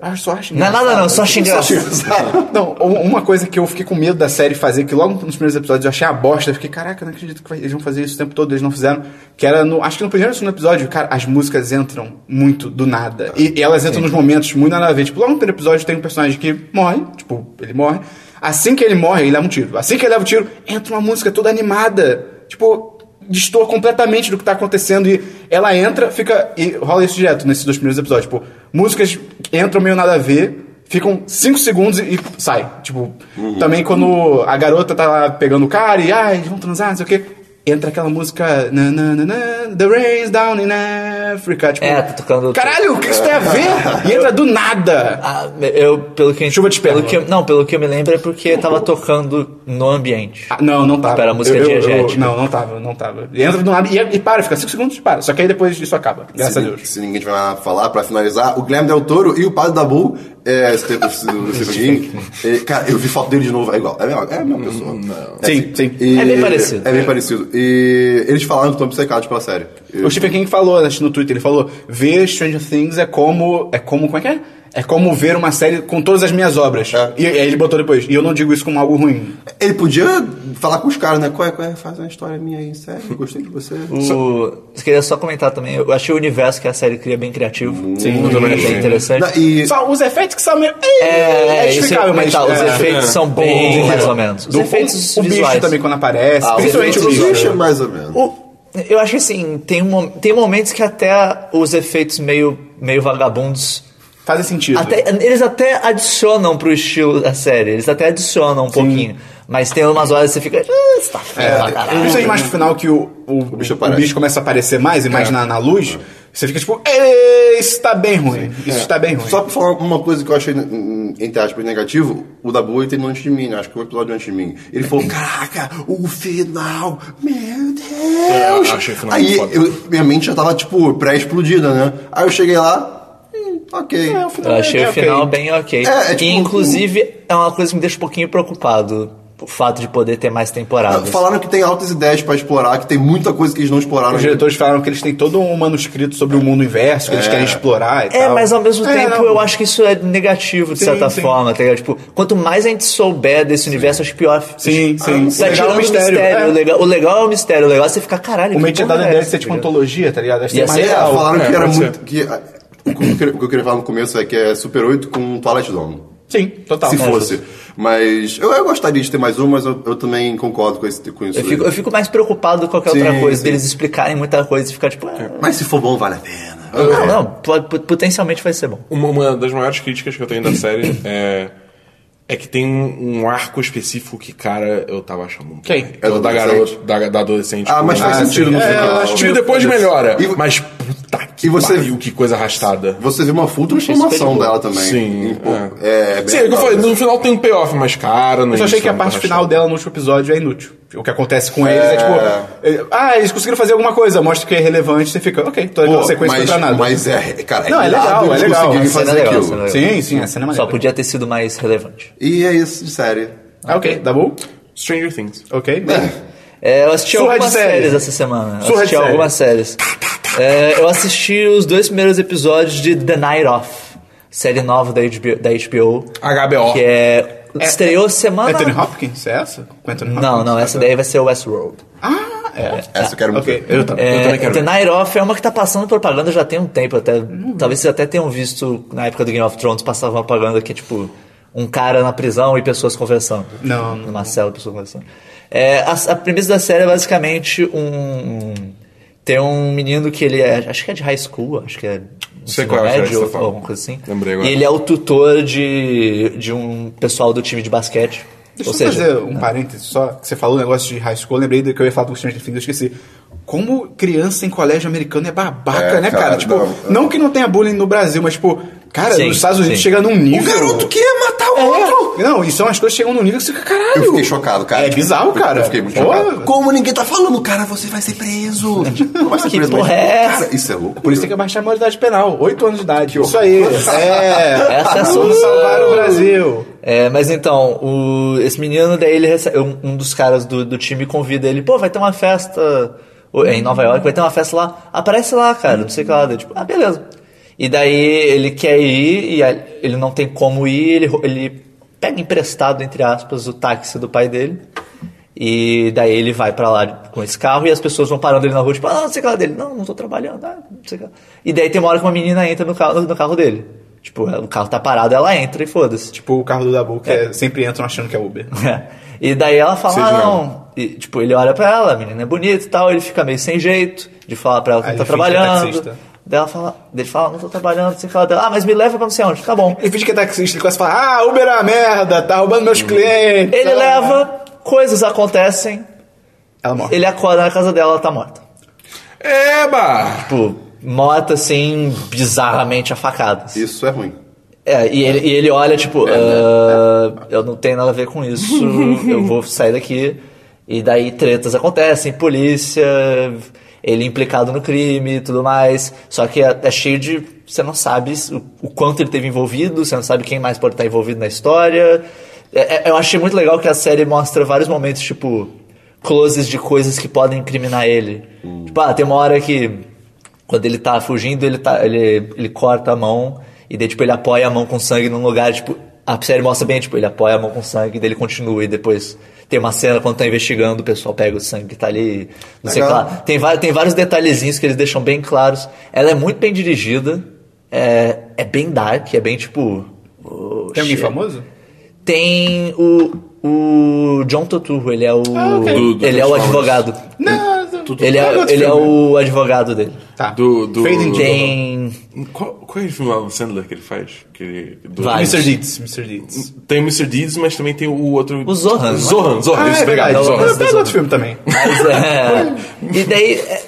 [SPEAKER 1] Eu acho- só acho
[SPEAKER 4] Não é
[SPEAKER 1] engraçado.
[SPEAKER 4] nada não, só achei engraçado.
[SPEAKER 1] Não, u- uma coisa que eu fiquei com medo da série fazer, que logo nos primeiros episódios eu achei a bosta, eu fiquei, caraca, não acredito que vai- eles vão fazer isso o tempo todo, eles não fizeram. Que era no. Acho que no primeiro ou segundo episódio, cara, as músicas entram muito do nada. E, e elas entram nos momentos muito nada a ver. Tipo, logo no primeiro episódio tem um personagem que morre, tipo, ele morre. Assim que ele morre, ele leva um tiro. Assim que ele leva um tiro, entra uma música toda animada. Tipo, destoa completamente do que tá acontecendo e ela entra, fica. E rola isso direto nesses dois primeiros episódios. Tipo, músicas que entram meio nada a ver, ficam 5 segundos e, e sai. Tipo, também quando a garota tá lá pegando o cara e, ai, eles vão transar, não sei o quê. Entra aquela música. Na, na, na, na, The rain's down in Africa. Tipo,
[SPEAKER 4] É, tá tocando-
[SPEAKER 1] Caralho, o que isso tem a ver? E entra do nada.
[SPEAKER 4] Ah, eu, pelo que
[SPEAKER 1] Chuva de
[SPEAKER 4] pelo
[SPEAKER 1] pérola.
[SPEAKER 4] que eu- Não, pelo que eu me lembro é porque tava tocando no ambiente.
[SPEAKER 1] Ah, não, não tava.
[SPEAKER 4] Espera a música é
[SPEAKER 1] Eu- eu-
[SPEAKER 4] diegética.
[SPEAKER 1] eu- Não, não tava, não tava. E entra do nada e, e para, fica 5 segundos e para. Só que aí depois isso acaba. Graças
[SPEAKER 2] se,
[SPEAKER 1] a Deus.
[SPEAKER 2] se ninguém tiver mais nada pra falar, pra finalizar, o Guilherme Del Toro e o Padre Dabu, é, esse tempo do Stephen King, é, cara, eu vi foto dele de novo, é igual, é a mesma, é a mesma pessoa. É
[SPEAKER 1] Hum, Sim,
[SPEAKER 2] assim.
[SPEAKER 1] sim.
[SPEAKER 2] E-
[SPEAKER 4] É bem parecido.
[SPEAKER 2] É bem parecido. E eles falaram que estão obcecados pela série. Eu-
[SPEAKER 1] O Stephen King falou acho, no Twitter, ele falou: ver Stranger Things é como. é como. como é que é? É como ver uma série com todas as minhas obras.
[SPEAKER 2] É.
[SPEAKER 1] E, e aí ele botou depois. E eu não digo isso como algo ruim.
[SPEAKER 2] Ele podia falar com os caras, né? Qual é, qual é? Faz uma história minha aí, sério, eu gostei de você.
[SPEAKER 4] O...
[SPEAKER 1] Hum,
[SPEAKER 4] Eu queria só comentar também, eu achei o universo que a série cria bem criativo.
[SPEAKER 1] Sim,
[SPEAKER 4] muito
[SPEAKER 1] também
[SPEAKER 4] bem
[SPEAKER 1] achei.
[SPEAKER 4] interessante.
[SPEAKER 2] Não, e
[SPEAKER 1] Só os efeitos que são meio.
[SPEAKER 4] É, isso eu ia
[SPEAKER 1] justificável, mas.
[SPEAKER 4] comentar, os
[SPEAKER 1] é.
[SPEAKER 4] efeitos são bem mais ou menos. Os
[SPEAKER 1] Do-
[SPEAKER 4] efeitos
[SPEAKER 1] o, o
[SPEAKER 4] visuais.
[SPEAKER 1] bicho também quando aparece, principalmente Ah, o
[SPEAKER 4] efeitos
[SPEAKER 1] bicho.
[SPEAKER 2] bicho é mais ou menos.
[SPEAKER 4] O- eu acho que assim, tem, um, mom- tem momentos que até os efeitos meio, meio vagabundos.
[SPEAKER 1] Fazem sentido.
[SPEAKER 4] Até, eles até adicionam pro estilo da série, eles até adicionam um pouquinho. Mas tem umas horas que você fica. Ah, isso tá feio pra caralho.
[SPEAKER 1] Principalmente mais É, no final que o, o, o
[SPEAKER 2] bicho
[SPEAKER 1] bicho, É.
[SPEAKER 2] aparece.
[SPEAKER 1] começa a aparecer mais e mais na, na luz, você fica tipo, "Ei, isso tá bem ruim. Isso tá bem ruim.
[SPEAKER 2] Só pra falar uma coisa que eu achei, hum, entre aspas, negativo, o Dabu ele terminou antes de mim, né? acho que o episódio antes de mim. Ele falou, caraca, o final, meu Deus!
[SPEAKER 3] É, achei o final
[SPEAKER 2] Aí
[SPEAKER 3] foda.
[SPEAKER 2] eu- minha mente já tava, tipo, pré-explodida, né? Aí eu cheguei lá, hum, ok.
[SPEAKER 1] É, o final
[SPEAKER 4] Eu achei
[SPEAKER 1] é
[SPEAKER 4] o final
[SPEAKER 1] ok.
[SPEAKER 4] bem ok.
[SPEAKER 2] É, é tipo-
[SPEAKER 1] um
[SPEAKER 4] e, inclusive, é uma coisa que me deixa um pouquinho preocupado. O fato de poder ter mais temporadas.
[SPEAKER 2] Ah, Falaram que tem altas ideias pra explorar, que tem muita coisa que eles não exploraram.
[SPEAKER 1] Os diretores falaram que eles têm todo um manuscrito sobre o mundo inverso, que eles querem explorar e
[SPEAKER 4] É,
[SPEAKER 1] tal.
[SPEAKER 4] mas ao mesmo
[SPEAKER 1] É,
[SPEAKER 4] tempo
[SPEAKER 1] não.
[SPEAKER 4] eu acho que isso é negativo, de
[SPEAKER 1] Sim,
[SPEAKER 4] certa
[SPEAKER 1] sim.
[SPEAKER 4] forma, tá ligado? Tipo, quanto mais a gente souber desse universo, acho que pior.
[SPEAKER 1] Sim, sim.
[SPEAKER 4] Tá
[SPEAKER 1] O legal é o
[SPEAKER 4] tirando o
[SPEAKER 1] mistério,
[SPEAKER 4] mistério.
[SPEAKER 1] é.
[SPEAKER 4] O, legal, o legal é o mistério. O legal é você ficar, caralho,
[SPEAKER 1] Uma
[SPEAKER 4] que
[SPEAKER 1] entidade
[SPEAKER 4] porra é
[SPEAKER 1] deve
[SPEAKER 4] essa,
[SPEAKER 1] ser tipo
[SPEAKER 4] tá ligado?
[SPEAKER 1] antologia, tá ligado? Acho que
[SPEAKER 4] Ia
[SPEAKER 1] é mais
[SPEAKER 4] ser-
[SPEAKER 2] É,
[SPEAKER 1] real.
[SPEAKER 2] falaram
[SPEAKER 3] É,
[SPEAKER 2] que era
[SPEAKER 3] pode
[SPEAKER 2] muito. Que, ah, o que eu queria- o que eu queria falar no começo é que é Super 8 com Twilight Zone.
[SPEAKER 1] Sim,
[SPEAKER 3] Tá,
[SPEAKER 1] total.
[SPEAKER 2] se fosse. Mas eu, eu gostaria de ter mais um, mas eu, eu também concordo com, esse, com isso.
[SPEAKER 4] Eu
[SPEAKER 2] aí.
[SPEAKER 4] fico, eu fico mais preocupado com qualquer
[SPEAKER 2] Sim,
[SPEAKER 4] outra coisa,
[SPEAKER 2] sim.
[SPEAKER 4] deles explicarem muita coisa e ficar tipo. ah,
[SPEAKER 2] Mas se for bom, vale a pena.
[SPEAKER 1] É.
[SPEAKER 4] Não, não, pode- pot- potencialmente vai ser bom.
[SPEAKER 3] Uma, uma das maiores críticas que eu tenho da série é. É que tem um um arco específico que, cara, eu tava achando. muito
[SPEAKER 1] Quem?
[SPEAKER 3] ruim.
[SPEAKER 2] É do
[SPEAKER 3] Eu da
[SPEAKER 2] adolescente?
[SPEAKER 3] garota, da, da adolescente.
[SPEAKER 2] Ah, mas
[SPEAKER 3] com-
[SPEAKER 2] faz
[SPEAKER 1] Ah,
[SPEAKER 2] sentido
[SPEAKER 1] sim.
[SPEAKER 2] no
[SPEAKER 1] É, eu
[SPEAKER 2] final.
[SPEAKER 1] acho
[SPEAKER 3] Tipo, depois melhora.
[SPEAKER 2] E vo-
[SPEAKER 3] Mas puta que
[SPEAKER 2] E você-
[SPEAKER 3] pariu, que coisa arrastada.
[SPEAKER 2] Você viu uma full transformação
[SPEAKER 4] super de boa.
[SPEAKER 2] dela também.
[SPEAKER 3] Sim.
[SPEAKER 2] E, pô,
[SPEAKER 3] é.
[SPEAKER 2] é. bem
[SPEAKER 3] Sim, é que eu
[SPEAKER 2] legal,
[SPEAKER 3] falei,
[SPEAKER 2] né?
[SPEAKER 3] no final tem um payoff, mas cara, não tá
[SPEAKER 1] Eu só achei que a parte final dela no último episódio é inútil. O que acontece com eles é tipo. é, Ah, eles conseguiram fazer alguma coisa, mostra que é relevante, você fica, ok, toda
[SPEAKER 2] Pô,
[SPEAKER 1] aquela sequência não
[SPEAKER 2] mas,
[SPEAKER 1] pra nada.
[SPEAKER 2] mas é, cara,
[SPEAKER 1] Não, é
[SPEAKER 2] irado
[SPEAKER 1] legal,
[SPEAKER 2] eles
[SPEAKER 1] é legal.
[SPEAKER 2] conseguirem
[SPEAKER 1] Mas
[SPEAKER 4] cena
[SPEAKER 2] fazer
[SPEAKER 4] é legal,
[SPEAKER 2] aquilo.
[SPEAKER 4] cena é legal.
[SPEAKER 1] Sim, sim, a cena é maneira.
[SPEAKER 4] Só podia ter sido mais relevante.
[SPEAKER 2] E é isso de série.
[SPEAKER 1] Ah, ok, dá bom?
[SPEAKER 3] Stranger Things.
[SPEAKER 1] Ok,
[SPEAKER 4] É, eu assisti
[SPEAKER 1] Surra de
[SPEAKER 4] algumas
[SPEAKER 1] série.
[SPEAKER 4] séries essa semana.
[SPEAKER 1] Surra
[SPEAKER 4] Eu
[SPEAKER 1] de
[SPEAKER 4] assisti
[SPEAKER 1] série.
[SPEAKER 4] algumas séries. É, eu assisti os dois primeiros episódios de The Night Off, série nova da HBO, da HBO,
[SPEAKER 1] Ah,
[SPEAKER 3] HBO.
[SPEAKER 4] que é, estreou semana.
[SPEAKER 1] Anthony Hopkins? É essa? Com Anthony Hopkins?
[SPEAKER 4] Não, não, essa daí é- vai ser o Westworld.
[SPEAKER 1] Ah, é.
[SPEAKER 2] Essa eu quero muito.
[SPEAKER 1] Ok,
[SPEAKER 2] ver.
[SPEAKER 1] eu também.
[SPEAKER 4] É,
[SPEAKER 3] também quero
[SPEAKER 4] The
[SPEAKER 3] ver.
[SPEAKER 4] Night Off é uma que tá passando propaganda já tem um tempo até.
[SPEAKER 1] Hum.
[SPEAKER 4] Talvez vocês até tenham visto na época do Game of Thrones passava uma propaganda que é tipo um cara na prisão e pessoas conversando.
[SPEAKER 1] Não, não.
[SPEAKER 4] Numa cela, pessoas conversando. É, a, a premissa da série é basicamente um. Tem um menino que ele é. Acho que é de high school, acho que é.
[SPEAKER 3] Sei
[SPEAKER 4] ensino
[SPEAKER 3] qual é a série que
[SPEAKER 4] médio
[SPEAKER 3] você
[SPEAKER 4] ou,
[SPEAKER 3] tá
[SPEAKER 4] ou
[SPEAKER 3] falando.
[SPEAKER 4] alguma coisa assim.
[SPEAKER 3] Lembrei agora.
[SPEAKER 4] E ele é o tutor de, de um pessoal do time de basquete.
[SPEAKER 1] Deixa
[SPEAKER 4] ou
[SPEAKER 1] eu
[SPEAKER 4] seja, né?
[SPEAKER 1] fazer um parênteses só, que você falou o negócio de high school, eu lembrei do que eu ia falar do Stranger Things, eu esqueci. Como criança em colégio americano é babaca,
[SPEAKER 2] É,
[SPEAKER 1] né, cara?
[SPEAKER 2] cara,
[SPEAKER 1] Tipo,
[SPEAKER 2] não,
[SPEAKER 1] não, que não tenha bullying no Brasil, mas tipo, cara,
[SPEAKER 4] Sim,
[SPEAKER 1] nos Estados Unidos
[SPEAKER 4] sim.
[SPEAKER 1] chega num nível...
[SPEAKER 2] O garoto quer matar o outro!
[SPEAKER 1] É, não, e são as coisas que chegam num nível que você fica, caralho...
[SPEAKER 2] Eu fiquei chocado, cara.
[SPEAKER 1] É bizarro, cara.
[SPEAKER 2] Eu fiquei muito
[SPEAKER 1] Pô,
[SPEAKER 2] chocado. Como ninguém tá falando, cara, você vai ser preso. Não vai ser
[SPEAKER 4] Que
[SPEAKER 2] preso,
[SPEAKER 4] porra
[SPEAKER 2] mas-
[SPEAKER 4] é essa?
[SPEAKER 2] Cara, isso é louco.
[SPEAKER 1] Por isso tem que abaixar a maioridade penal, 8 anos de idade, isso aí. É,
[SPEAKER 4] Essa é a
[SPEAKER 1] vamos
[SPEAKER 4] solução.
[SPEAKER 1] salvar o Brasil.
[SPEAKER 4] É, mas então, o- esse menino, daí ele recebe, um, um dos caras do, do time convida ele, pô, vai ter uma festa o- em Nova York, vai ter uma festa lá, aparece lá, cara, não sei o que lá, daí, tipo, ah, beleza. E daí ele quer ir, e aí ele não tem como ir, ele, rou- ele pega emprestado, entre aspas, o táxi do pai dele, e daí ele vai pra lá com esse carro e as pessoas vão parando ele na rua, tipo, ah, não sei o que lá dele, não, não tô trabalhando, ah, não sei o que lá. E daí tem uma hora que uma menina entra no carro, no carro dele. Tipo, o carro tá parado, ela entra e foda-se.
[SPEAKER 1] Tipo, o carro do Dabu, que é- sempre entram achando que é Uber.
[SPEAKER 4] É. E daí ela fala,
[SPEAKER 2] Seja
[SPEAKER 4] ah,
[SPEAKER 2] mesmo.
[SPEAKER 4] não. E, tipo, ele olha pra ela, a menina é bonita e tal, ele fica meio sem jeito de falar pra ela que
[SPEAKER 1] Aí
[SPEAKER 4] não tá
[SPEAKER 1] ele finge que é
[SPEAKER 4] trabalhando.
[SPEAKER 1] taxista.
[SPEAKER 4] daí ela fala, ele fala, não tô trabalhando, não sei o que lá dela. Ah, mas me leva pra não sei onde, tá bom.
[SPEAKER 1] Ele finge que é taxista, ele começa a falar, ah, Uber é uma merda, tá roubando meus clientes.
[SPEAKER 4] Hum. Ele
[SPEAKER 1] Ah.
[SPEAKER 4] leva, coisas acontecem,
[SPEAKER 1] Ela morre.
[SPEAKER 4] ele acorda na casa dela, ela tá morta.
[SPEAKER 3] Eba!
[SPEAKER 4] Tipo, morta assim, bizarramente a facadas.
[SPEAKER 2] Isso é ruim.
[SPEAKER 4] É, e ele, e ele olha, tipo, "Ah, eu não tenho nada a ver com isso, eu vou sair daqui. E daí tretas acontecem, polícia, ele implicado no crime e tudo mais. Só que é, é cheio de. Você não sabe o, o quanto ele teve envolvido, você não sabe quem mais pode estar envolvido na história. É- é- eu achei muito legal que a série mostra vários momentos, tipo, closes de coisas que podem incriminar ele. Tipo, ah, tem uma hora que quando ele tá fugindo, ele, tá, ele, ele corta a mão e daí, tipo, ele apoia a mão com sangue num lugar, tipo, a série mostra bem, tipo, ele apoia a mão com sangue e daí ele continua e depois tem uma cena quando tá investigando, o pessoal pega o sangue que tá ali, não sei o que lá. Tem, va- tem vários detalhezinhos que eles deixam bem claros. Ela é muito bem dirigida, é, é bem dark, é bem, tipo... oh,
[SPEAKER 1] Tem alguém
[SPEAKER 4] shit.
[SPEAKER 1] famoso?
[SPEAKER 4] Tem o, o John Turturro, ele é o...
[SPEAKER 1] Ah, ok.
[SPEAKER 3] Do- do
[SPEAKER 4] ele é o
[SPEAKER 3] Transformers.
[SPEAKER 4] advogado.
[SPEAKER 1] Não, não.
[SPEAKER 4] Ele
[SPEAKER 1] Ah,
[SPEAKER 4] é,
[SPEAKER 1] outro
[SPEAKER 4] ele é
[SPEAKER 1] filme.
[SPEAKER 4] o advogado dele.
[SPEAKER 1] Tá.
[SPEAKER 3] Do- do-
[SPEAKER 1] Fade in Jail.
[SPEAKER 4] Tem...
[SPEAKER 3] Qual, qual é o filme lá do Sandler que ele faz? Que ele, do-
[SPEAKER 4] Vai.
[SPEAKER 1] Mr. Deeds, Mr. Deeds.
[SPEAKER 3] Tem o Mr. Deeds, mas também tem o outro.
[SPEAKER 4] O Zohan, não é?
[SPEAKER 3] Zohan, Zohan.
[SPEAKER 1] Ah,
[SPEAKER 3] isso,
[SPEAKER 1] é verdade.
[SPEAKER 3] obrigado,
[SPEAKER 4] Zohan.
[SPEAKER 1] Mas pega outro filme também.
[SPEAKER 4] Mas, é, e daí, é,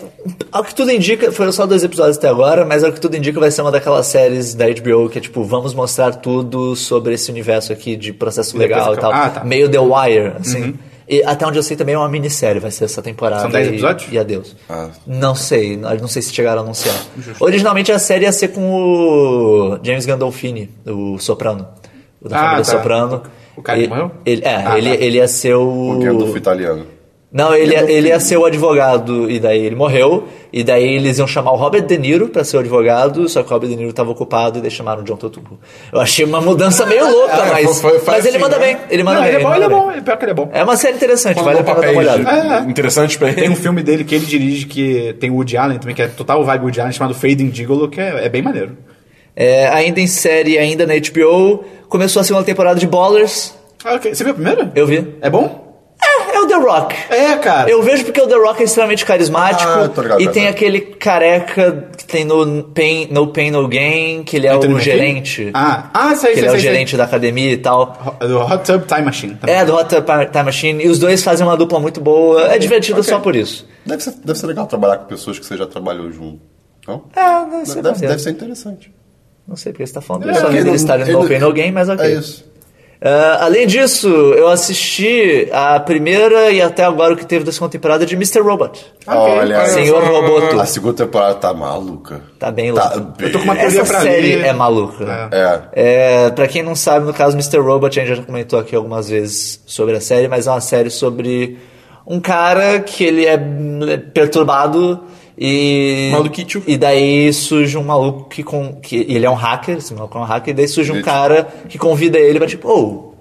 [SPEAKER 4] ao que tudo indica, foram só dois episódios até agora, mas ao que tudo indica vai ser uma daquelas séries da HBO que é tipo, vamos mostrar tudo sobre esse universo aqui de processo
[SPEAKER 1] depois
[SPEAKER 4] legal e tal.
[SPEAKER 1] acaba. Ah, tá. Uhum.
[SPEAKER 4] Meio The Wire, assim. E até onde eu sei também é uma minissérie, vai ser essa temporada.
[SPEAKER 1] São dez
[SPEAKER 4] e-
[SPEAKER 1] episódios?
[SPEAKER 4] E adeus. Não sei, não sei se chegaram a anunciar. Originalmente a série ia ser com o James Gandolfini, o Soprano. O da
[SPEAKER 1] Ah,
[SPEAKER 4] família
[SPEAKER 1] tá.
[SPEAKER 4] Soprano.
[SPEAKER 1] O cara que
[SPEAKER 4] E-
[SPEAKER 1] morreu?
[SPEAKER 4] Ele, é,
[SPEAKER 1] Ah,
[SPEAKER 4] ele,
[SPEAKER 1] tá.
[SPEAKER 4] ele ia ser o.
[SPEAKER 2] O Gandalf italiano.
[SPEAKER 4] Não, ele, ia- ele ia ser o advogado, e daí ele morreu, e daí eles iam chamar o Robert De Niro pra ser o advogado, só que o Robert De Niro tava ocupado e daí chamaram o John Turturro. Eu achei uma mudança meio louca,
[SPEAKER 3] É,
[SPEAKER 4] mas,
[SPEAKER 3] foi- foi
[SPEAKER 4] mas ele
[SPEAKER 3] assim,
[SPEAKER 4] manda
[SPEAKER 3] né?
[SPEAKER 4] bem, ele manda
[SPEAKER 1] Não,
[SPEAKER 4] bem.
[SPEAKER 1] ele é bom, ele é
[SPEAKER 4] manda
[SPEAKER 1] bom.
[SPEAKER 4] bem.
[SPEAKER 1] Ele pior que ele é bom.
[SPEAKER 4] É uma série interessante, vale a pena dar uma
[SPEAKER 3] papéis né?
[SPEAKER 4] olhada.
[SPEAKER 1] olhada.
[SPEAKER 3] de- interessantes pra
[SPEAKER 1] Tem um
[SPEAKER 3] ele.
[SPEAKER 1] filme dele que ele dirige que tem o Woody Allen também, que é total vibe Woody Allen, chamado Fading Gigolo, que é, é bem maneiro.
[SPEAKER 4] É, ainda em série, ainda na HBO, começou a segunda temporada de Ballers,
[SPEAKER 1] Ah, ok. Você viu a primeira?
[SPEAKER 4] eu vi.
[SPEAKER 1] É bom?
[SPEAKER 4] É, é o The Rock.
[SPEAKER 1] É, cara.
[SPEAKER 4] Eu vejo porque o The Rock é extremamente carismático
[SPEAKER 2] Ah, tô ligado,
[SPEAKER 4] e
[SPEAKER 2] tô
[SPEAKER 4] tem
[SPEAKER 2] ligado.
[SPEAKER 4] aquele careca que tem no Pain, no Pain No Gain, que ele é
[SPEAKER 1] Anthony
[SPEAKER 4] o
[SPEAKER 1] Mackie?
[SPEAKER 4] gerente.
[SPEAKER 1] Ah, ah sei,
[SPEAKER 4] que
[SPEAKER 1] sei,
[SPEAKER 4] ele é o
[SPEAKER 1] sei, sei.
[SPEAKER 4] gerente da academia e tal.
[SPEAKER 1] Ho- Do Hot Tub Time Machine. também.
[SPEAKER 4] É, do Hot Tub Time Machine. E os dois fazem uma dupla muito boa. É divertido só por isso.
[SPEAKER 2] Deve ser, deve ser legal trabalhar com pessoas que você já trabalhou junto. Não?
[SPEAKER 4] Ah, não sei
[SPEAKER 2] deve,
[SPEAKER 4] fazer.
[SPEAKER 2] deve ser interessante.
[SPEAKER 4] Não sei porque você tá falando.
[SPEAKER 2] É,
[SPEAKER 4] Eu só
[SPEAKER 2] porque
[SPEAKER 4] vi
[SPEAKER 2] não-
[SPEAKER 4] eles estarem no
[SPEAKER 2] ele-
[SPEAKER 4] Open No Game, mas ok.
[SPEAKER 2] É isso.
[SPEAKER 4] Ah, além disso, eu assisti a primeira e até agora o que teve da segunda temporada de Mr. Robot.
[SPEAKER 2] Olha,
[SPEAKER 4] Senhor Roboto.
[SPEAKER 2] a segunda temporada tá maluca.
[SPEAKER 4] Tá bem
[SPEAKER 2] Tá
[SPEAKER 4] louco.
[SPEAKER 2] bem.
[SPEAKER 1] tô com uma
[SPEAKER 4] Essa
[SPEAKER 1] teoria pra
[SPEAKER 4] série
[SPEAKER 1] ler.
[SPEAKER 4] é maluca.
[SPEAKER 1] É.
[SPEAKER 2] É.
[SPEAKER 4] É, para quem não sabe, no caso Mr. Robot, a gente já comentou aqui algumas vezes sobre a série, mas é uma série sobre um cara que ele é hum, perturbado e
[SPEAKER 3] Maluquito.
[SPEAKER 4] e daí surge um maluco que com que ele é um hacker, esse maluco é um hacker, e daí surge um
[SPEAKER 2] Ele-
[SPEAKER 4] cara que convida ele pra tipo, ô,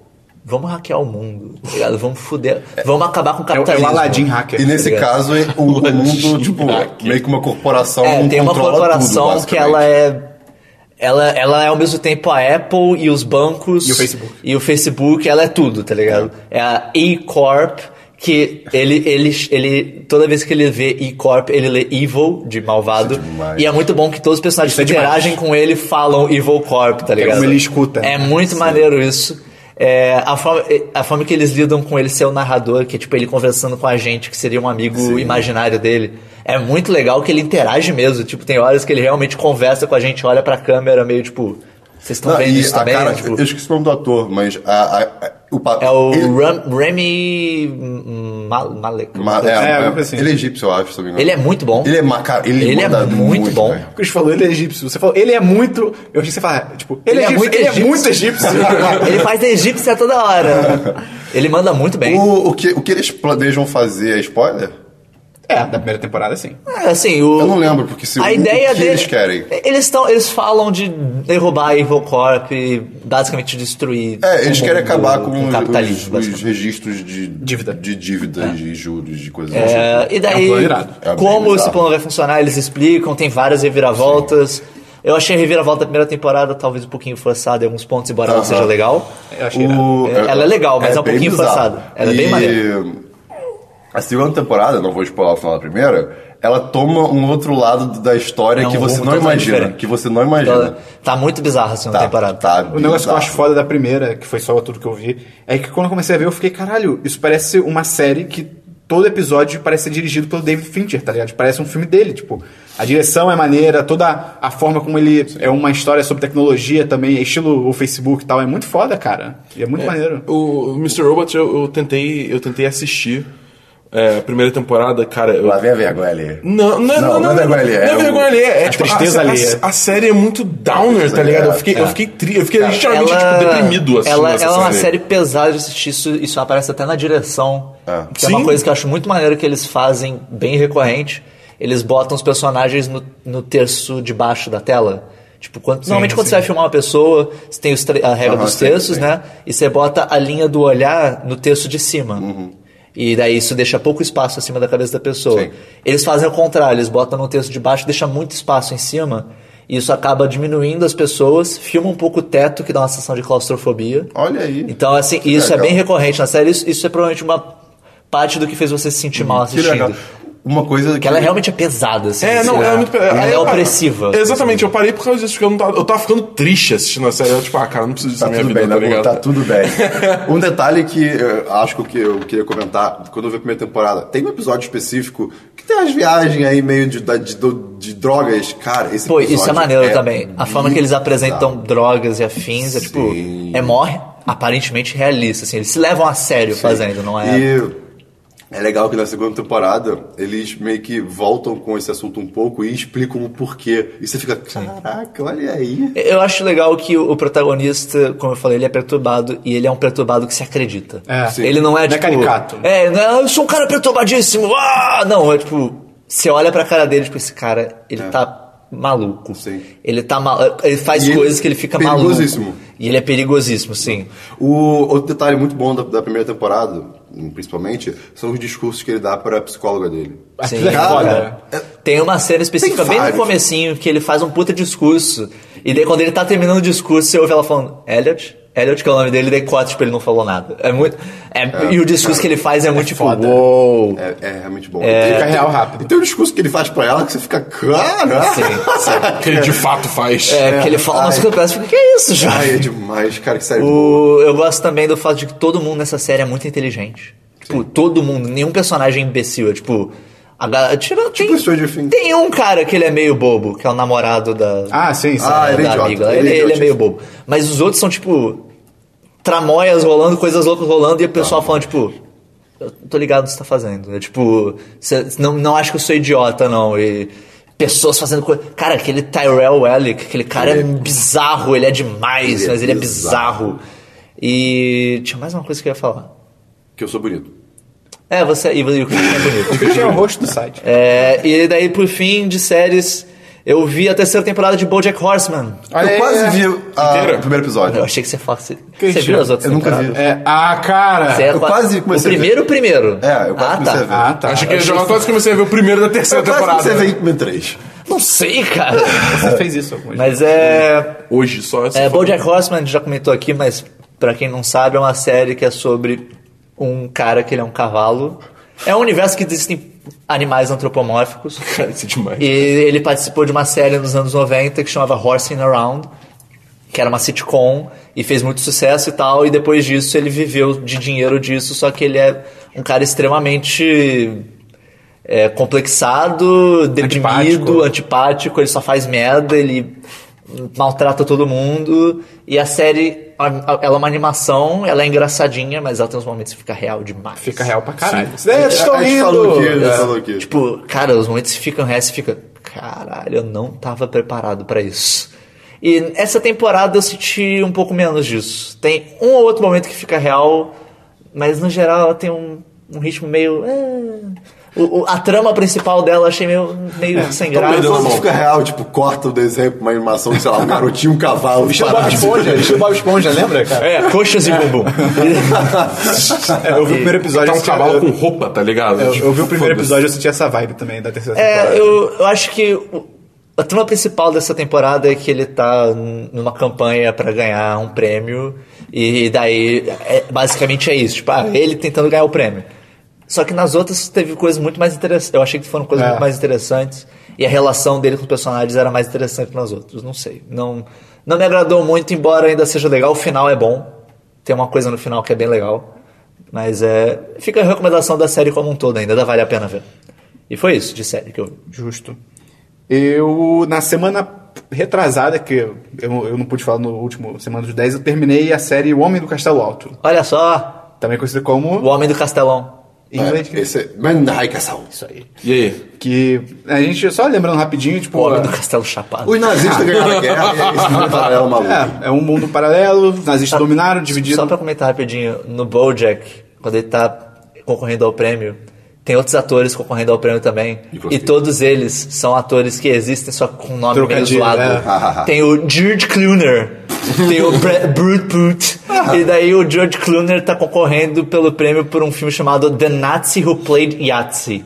[SPEAKER 4] vamos hackear o mundo, tá ligado? Vamos fuder, vamos acabar com o
[SPEAKER 1] É o, é o
[SPEAKER 4] capitalismo.
[SPEAKER 1] Aladdin Hacker.
[SPEAKER 2] E nesse
[SPEAKER 4] Obrigado.
[SPEAKER 2] caso, o, o mundo, tipo,
[SPEAKER 3] Caraca.
[SPEAKER 2] meio que uma corporação
[SPEAKER 4] É,
[SPEAKER 2] não
[SPEAKER 4] tem uma
[SPEAKER 2] controla
[SPEAKER 4] corporação
[SPEAKER 2] tudo,
[SPEAKER 4] que ela é. Ela, ela é ao mesmo tempo a Apple e os bancos.
[SPEAKER 1] E o Facebook.
[SPEAKER 4] E o Facebook, ela é tudo, tá ligado? É a E Corp, que ele, ele, ele. Toda vez que ele vê E Corp, ele lê Evil, de malvado.
[SPEAKER 2] Isso é demais.
[SPEAKER 4] e é muito bom que todos os personagens
[SPEAKER 1] Isso
[SPEAKER 4] que
[SPEAKER 1] é demais.
[SPEAKER 4] interagem com ele falam Evil Corp, tá ligado?
[SPEAKER 1] como ele escuta.
[SPEAKER 4] É muito maneiro isso. É, a, forma, a forma que eles lidam com ele ser o narrador, que é tipo ele conversando com a gente, que seria um amigo imaginário dele. É muito legal que ele interage mesmo. Tipo, tem horas que ele realmente conversa com a gente, olha pra câmera, meio tipo. Vocês estão
[SPEAKER 2] Não,
[SPEAKER 4] vendo
[SPEAKER 2] e
[SPEAKER 4] isso
[SPEAKER 2] a
[SPEAKER 4] também?
[SPEAKER 2] cara,
[SPEAKER 4] Tipo,
[SPEAKER 2] eu esqueci o nome do ator, mas a, a- a- o pa-
[SPEAKER 4] é o
[SPEAKER 2] ele,
[SPEAKER 4] Ram, Remy hum, Mal- Malek.
[SPEAKER 2] ma- é,
[SPEAKER 1] É,
[SPEAKER 2] é,
[SPEAKER 1] alguma coisa assim.
[SPEAKER 2] ele é egípcio, eu acho, se eu não me engano.
[SPEAKER 4] Ele é muito bom.
[SPEAKER 2] Ele é ma- cara, ele
[SPEAKER 4] Ele é
[SPEAKER 2] manda
[SPEAKER 4] muito bom.
[SPEAKER 2] velho.
[SPEAKER 1] O Chris falou, ele é egípcio. Você falou, ele é muito. Eu achei que você falava, tipo, ele, é, egípcio, muito ele é muito egípcio.
[SPEAKER 4] ele faz da egípcia toda hora. Ele manda muito bem.
[SPEAKER 2] O, o que, o que eles planejam fazer é spoiler?
[SPEAKER 1] é, da primeira temporada, sim.
[SPEAKER 4] É, Assim, o,
[SPEAKER 2] Eu não lembro, porque se o-
[SPEAKER 4] a
[SPEAKER 2] o
[SPEAKER 4] ideia
[SPEAKER 2] que
[SPEAKER 4] dele-
[SPEAKER 2] eles querem?
[SPEAKER 4] Eles, tão, eles falam de derrubar a Evil Corp, e basicamente destruir.
[SPEAKER 2] É, eles
[SPEAKER 4] o
[SPEAKER 2] querem
[SPEAKER 4] mundo,
[SPEAKER 2] acabar com
[SPEAKER 4] o
[SPEAKER 2] os,
[SPEAKER 4] capitalismo.
[SPEAKER 2] os
[SPEAKER 4] basicamente.
[SPEAKER 2] registros de
[SPEAKER 1] Dívida.
[SPEAKER 2] de dívidas e juros de coisas tipo.
[SPEAKER 4] É, e
[SPEAKER 1] É um
[SPEAKER 4] daí,
[SPEAKER 1] plano irado.
[SPEAKER 2] É bem
[SPEAKER 4] como esse
[SPEAKER 2] bizarro.
[SPEAKER 4] plano vai funcionar, eles explicam, tem várias reviravoltas. Eu achei a reviravolta da primeira temporada talvez um pouquinho forçada em alguns pontos, embora ela
[SPEAKER 2] Aham.
[SPEAKER 4] seja legal.
[SPEAKER 1] Eu achei irado.
[SPEAKER 2] O-
[SPEAKER 4] Ela é legal, mas é um
[SPEAKER 2] bem
[SPEAKER 4] pouquinho
[SPEAKER 2] bizarro.
[SPEAKER 4] forçada. Ela é bem
[SPEAKER 2] E
[SPEAKER 4] maneira.
[SPEAKER 2] A segunda temporada, não vou spoiler o final da primeira, ela toma um outro lado da história
[SPEAKER 4] É um
[SPEAKER 2] que você
[SPEAKER 4] rumo
[SPEAKER 2] não
[SPEAKER 4] totalmente
[SPEAKER 2] imagina.
[SPEAKER 4] diferente.
[SPEAKER 2] Que você não imagina.
[SPEAKER 4] Tá muito bizarra a segunda
[SPEAKER 2] Tá,
[SPEAKER 4] temporada.
[SPEAKER 2] tá
[SPEAKER 1] O negócio que eu
[SPEAKER 2] bizarro.
[SPEAKER 1] acho foda da primeira, que foi só tudo que eu vi, é que quando eu comecei a ver, eu fiquei, caralho, isso parece uma série que todo episódio parece ser dirigido pelo David Fincher, tá ligado? Parece um filme dele, tipo, a direção é maneira, toda a forma como ele é uma história sobre tecnologia também, é estilo o Facebook e tal, é muito foda, cara. E é muito maneiro.
[SPEAKER 3] O o Mr. Robot eu, eu tentei, eu tentei assistir é, a primeira temporada, cara. eu-
[SPEAKER 2] Lá vem a vergonha ali.
[SPEAKER 4] Hum.
[SPEAKER 3] Não, não, não, não,
[SPEAKER 2] não é vergonha alheia,
[SPEAKER 3] Não
[SPEAKER 2] é
[SPEAKER 3] é
[SPEAKER 2] o-
[SPEAKER 3] vergonha alheia, é,
[SPEAKER 1] a
[SPEAKER 3] tipo,
[SPEAKER 1] tristeza
[SPEAKER 3] a, a-
[SPEAKER 1] alheia.
[SPEAKER 3] a série é muito downer, tá ligado? Eu fiquei, eu fiquei tri, eu fiquei literalmente tipo, deprimido assistindo
[SPEAKER 4] ela,
[SPEAKER 3] essa
[SPEAKER 4] ela é uma
[SPEAKER 3] série.
[SPEAKER 4] série pesada de assistir, isso, isso aparece até na direção. Que é
[SPEAKER 3] Sim.
[SPEAKER 4] uma coisa que eu acho muito maneiro que eles fazem bem recorrente. Eles botam os personagens no, no terço de baixo da tela. Tipo, quando- normalmente quando você vai filmar uma pessoa, você tem os tre- a regra
[SPEAKER 2] Aham,
[SPEAKER 4] dos
[SPEAKER 2] sim,
[SPEAKER 4] terços,
[SPEAKER 2] sim.
[SPEAKER 4] né? E você bota a linha do olhar no terço de cima.
[SPEAKER 3] Uhum.
[SPEAKER 4] E daí isso deixa pouco espaço acima da cabeça da pessoa.
[SPEAKER 2] Sim.
[SPEAKER 4] Eles fazem ao contrário, eles botam no texto de baixo, deixa muito espaço em cima. E isso acaba diminuindo as pessoas, filma um pouco o teto, que dá uma sensação de claustrofobia.
[SPEAKER 2] Olha aí.
[SPEAKER 4] Então, assim, isso é
[SPEAKER 2] legal.
[SPEAKER 4] bem recorrente na série. Isso, isso é provavelmente uma parte do que fez você se sentir mal
[SPEAKER 2] Que legal.
[SPEAKER 4] assistindo.
[SPEAKER 2] Uma coisa que.
[SPEAKER 4] Porque ela realmente é pesada, assim.
[SPEAKER 3] É, não,
[SPEAKER 4] assim,
[SPEAKER 3] é muito.
[SPEAKER 4] Ela
[SPEAKER 3] aí
[SPEAKER 4] é
[SPEAKER 3] eu-
[SPEAKER 4] opressiva.
[SPEAKER 3] Exatamente, eu parei por causa disso, porque eu, não tava, eu tava ficando triste assistindo a série. Eu, tipo, ah, cara, não preciso disso
[SPEAKER 2] Tá
[SPEAKER 3] na minha
[SPEAKER 2] tudo
[SPEAKER 3] vida,
[SPEAKER 2] bem,
[SPEAKER 3] tá
[SPEAKER 2] Dabu,
[SPEAKER 3] ligado?
[SPEAKER 2] tá tudo bem. Um detalhe que eu acho que eu queria comentar, quando eu vi a primeira temporada, tem um episódio específico que tem umas viagens aí meio de, da- de, do- de drogas, cara. Esse
[SPEAKER 4] Pô, isso é
[SPEAKER 2] episódio
[SPEAKER 4] maneiro também. A forma que eles
[SPEAKER 2] bizarro.
[SPEAKER 4] apresentam drogas e afins é tipo.
[SPEAKER 2] Sim.
[SPEAKER 4] É morre aparentemente realista, assim. Eles se levam a sério fazendo, não é?
[SPEAKER 2] E é legal que na segunda temporada eles meio que voltam com esse assunto um pouco e explicam o porquê. E você fica, caraca, olha aí.
[SPEAKER 4] Eu acho legal que o protagonista, como eu falei, ele é perturbado e ele é um perturbado que se acredita.
[SPEAKER 1] É. Sim.
[SPEAKER 4] Ele não é
[SPEAKER 1] Não é
[SPEAKER 4] tipo.
[SPEAKER 1] caricato.
[SPEAKER 4] É, não, é, eu sou um cara perturbadíssimo. Ah! Não, é tipo. Você olha pra cara dele, tipo, esse cara, ele tá maluco.
[SPEAKER 2] É. Sim.
[SPEAKER 4] Ele tá mal, ele faz
[SPEAKER 2] E ele
[SPEAKER 4] coisas que ele fica maluco.
[SPEAKER 2] perigosíssimo.
[SPEAKER 4] E ele é perigosíssimo, sim.
[SPEAKER 2] O outro detalhe muito bom da, da primeira temporada, principalmente, são os discursos que ele dá pra psicóloga dele.
[SPEAKER 4] Sim,
[SPEAKER 1] Aquilo é
[SPEAKER 4] cara.
[SPEAKER 1] foda.
[SPEAKER 4] Tem uma cena específica
[SPEAKER 2] Tem
[SPEAKER 4] bem no
[SPEAKER 2] vários.
[SPEAKER 4] comecinho que ele faz um puta discurso. E daí quando ele tá terminando o discurso, você ouve ela falando, Elliot? Elliot, que é o nome dele, daí corta, tipo, ele não falou nada. É muito. é- e o discurso que ele faz é muito tipo,
[SPEAKER 1] foda.
[SPEAKER 4] uou.
[SPEAKER 2] É, é realmente bom.
[SPEAKER 1] Fica real
[SPEAKER 2] E
[SPEAKER 1] rápido.
[SPEAKER 2] tem um discurso que ele faz pra ela que você fica, cara!
[SPEAKER 4] Sim, sim.
[SPEAKER 3] Que ele de fato faz.
[SPEAKER 4] É, porque ele fala umas coisas, parece, que é isso,
[SPEAKER 2] Ai, é
[SPEAKER 4] Jorge?
[SPEAKER 2] demais, cara, que série boa.
[SPEAKER 4] O- eu gosto também do fato de que todo mundo nessa série é muito inteligente. Tipo, todo mundo, nenhum personagem é imbecil. É tipo. A galera, tira,
[SPEAKER 2] Tipo Stranger
[SPEAKER 4] tem,
[SPEAKER 2] Things.
[SPEAKER 4] tem um cara que ele é meio bobo, que é o namorado da.
[SPEAKER 1] Ah, sim, sim.
[SPEAKER 2] Ah, ele é
[SPEAKER 4] da
[SPEAKER 2] idiota,
[SPEAKER 4] amiga.
[SPEAKER 2] ele
[SPEAKER 4] Ele,
[SPEAKER 2] é
[SPEAKER 4] ele é
[SPEAKER 2] idiota.
[SPEAKER 4] meio bobo. Mas os outros são, tipo, tramóias rolando, coisas loucas rolando, e o pessoal
[SPEAKER 2] Tá.
[SPEAKER 4] falando, tipo, eu tô ligado no que você tá fazendo. É, tipo, cê- não, não acho que eu sou idiota, não. E pessoas fazendo coisa. Cara, aquele Tyrell Ellick, aquele cara é bizarro, ele é demais,
[SPEAKER 2] Ele é
[SPEAKER 4] mas ele é
[SPEAKER 2] bizarro.
[SPEAKER 4] bizarro. E tinha mais uma coisa que eu ia falar.
[SPEAKER 2] Que eu sou bonito.
[SPEAKER 4] É, você. E, e o Christian é bonito.
[SPEAKER 1] Christian é o rosto do site.
[SPEAKER 4] É, e daí, por fim, de séries, eu vi a terceira temporada de Bojack Horseman.
[SPEAKER 1] Olha aí,
[SPEAKER 2] eu quase
[SPEAKER 1] é.
[SPEAKER 2] vi a-
[SPEAKER 3] Inteira?
[SPEAKER 2] o primeiro
[SPEAKER 4] Eu
[SPEAKER 2] episódio.
[SPEAKER 4] achei que você fosse. Você
[SPEAKER 1] Christian,
[SPEAKER 4] viu as outras
[SPEAKER 2] eu nunca
[SPEAKER 4] temporadas?
[SPEAKER 2] vi.
[SPEAKER 1] É, ah, cara.
[SPEAKER 4] Você é
[SPEAKER 2] Eu
[SPEAKER 4] qua-
[SPEAKER 2] quase comecei
[SPEAKER 4] O primeiro,
[SPEAKER 2] a ver.
[SPEAKER 4] primeiro.
[SPEAKER 2] É, eu quase
[SPEAKER 4] ah,
[SPEAKER 2] comecei a
[SPEAKER 4] tá.
[SPEAKER 2] ver.
[SPEAKER 1] Ah, tá.
[SPEAKER 3] Acho que eu já é quase comecei a ver o primeiro da terceira
[SPEAKER 2] Eu quase
[SPEAKER 3] temporada.
[SPEAKER 2] comecei a ver Hitman 3.
[SPEAKER 4] Não sei, cara.
[SPEAKER 1] Você fez isso alguma vez.
[SPEAKER 4] mas é.
[SPEAKER 3] Hoje só. se
[SPEAKER 4] É,
[SPEAKER 3] for-
[SPEAKER 4] Bojack Horseman, a gente já comentou aqui, mas pra quem não sabe, é uma série que é sobre um cara que ele é um cavalo. É um universo que existem animais antropomórficos.
[SPEAKER 3] Cara, isso é demais.
[SPEAKER 4] E ele participou de uma série nos anos 90 que chamava Horsing Around, que era uma sitcom e fez muito sucesso e tal. E depois disso ele viveu de dinheiro disso, só que ele é um cara extremamente é, complexado,
[SPEAKER 1] Antipático.
[SPEAKER 4] deprimido, antipático. Ele só faz merda, ele maltrata todo mundo. E a série, a- a- ela é uma animação, ela é engraçadinha, mas ela tem uns momentos que fica real demais.
[SPEAKER 1] Fica real pra caralho.
[SPEAKER 3] Sim.
[SPEAKER 1] Isso daí, estou
[SPEAKER 2] a gente falou aqui, a
[SPEAKER 1] É, rindo. É.
[SPEAKER 2] gente falou aqui.
[SPEAKER 4] Tipo, cara, os momentos que ficam reais, você fica, caralho, eu não tava preparado pra isso. E essa temporada eu senti um pouco menos disso. Tem um ou outro momento que fica real, mas no geral ela tem um, um ritmo meio. é. O- o- a trama principal dela eu achei meio, meio sem graça.
[SPEAKER 2] Quando fica real, tipo, corta o desenho pra uma animação, de, sei lá, um garotinho, um cavalo,
[SPEAKER 1] Estilo Bob Esponja, estilo Bob Esponja, lembra, cara?
[SPEAKER 4] É, coxas e bumbum.
[SPEAKER 1] É, eu vi o primeiro episódio.
[SPEAKER 3] Tá um
[SPEAKER 1] eu senti-
[SPEAKER 3] cavalo
[SPEAKER 1] eu-
[SPEAKER 3] com roupa, tá ligado?
[SPEAKER 1] Eu, eu vi o
[SPEAKER 3] Tipo,
[SPEAKER 1] primeiro
[SPEAKER 3] foda-se.
[SPEAKER 1] episódio, eu senti essa vibe também da terceira temporada.
[SPEAKER 4] É, eu, eu acho que o- a trama principal dessa temporada é que ele tá n- numa campanha pra ganhar um prêmio e daí é- basicamente é isso, tipo, ah, ele tentando ganhar o prêmio. Só que nas outras teve coisas muito mais interessantes. Eu achei que foram coisas
[SPEAKER 1] É.
[SPEAKER 4] muito mais interessantes e a relação dele com os personagens era mais interessante que nas outras. Não sei, não não me agradou muito, embora ainda seja legal. O final é bom, tem uma coisa no final que é bem legal. Mas é. Fica a recomendação da série como um todo ainda, ainda vale a pena ver. E foi isso de série que eu.
[SPEAKER 1] Justo. Eu, na semana retrasada, que eu, eu não pude falar no último Semana dos 10, eu terminei a série O Homem do Castelo Alto.
[SPEAKER 4] Olha só!
[SPEAKER 1] Também conhecido como
[SPEAKER 4] O Homem do Castelão.
[SPEAKER 1] em inglês, que-
[SPEAKER 2] Esse é Mandai Casal.
[SPEAKER 4] Isso aí.
[SPEAKER 3] E aí?
[SPEAKER 1] que a gente, só lembrando rapidinho, tipo...
[SPEAKER 4] O Homem
[SPEAKER 1] a-
[SPEAKER 4] do Castelo Chapado.
[SPEAKER 2] Os nazistas ganharam a guerra e esse filme é paralelo maluco.
[SPEAKER 1] É, é um mundo paralelo, os nazistas dominaram, dividiram...
[SPEAKER 4] Só pra comentar rapidinho, no Bojack, quando ele tá concorrendo ao prêmio, tem outros atores concorrendo ao prêmio também.
[SPEAKER 2] gostei.
[SPEAKER 4] E todos eles são atores que existem, só que com um nome meio
[SPEAKER 1] Trocadilho,
[SPEAKER 4] zoado.
[SPEAKER 2] é.
[SPEAKER 4] Tem o George Clooney, tem o Bre- Brute Boot. e daí o George Clooney tá concorrendo pelo prêmio por um filme chamado The Nazi Who Played Yahtzee.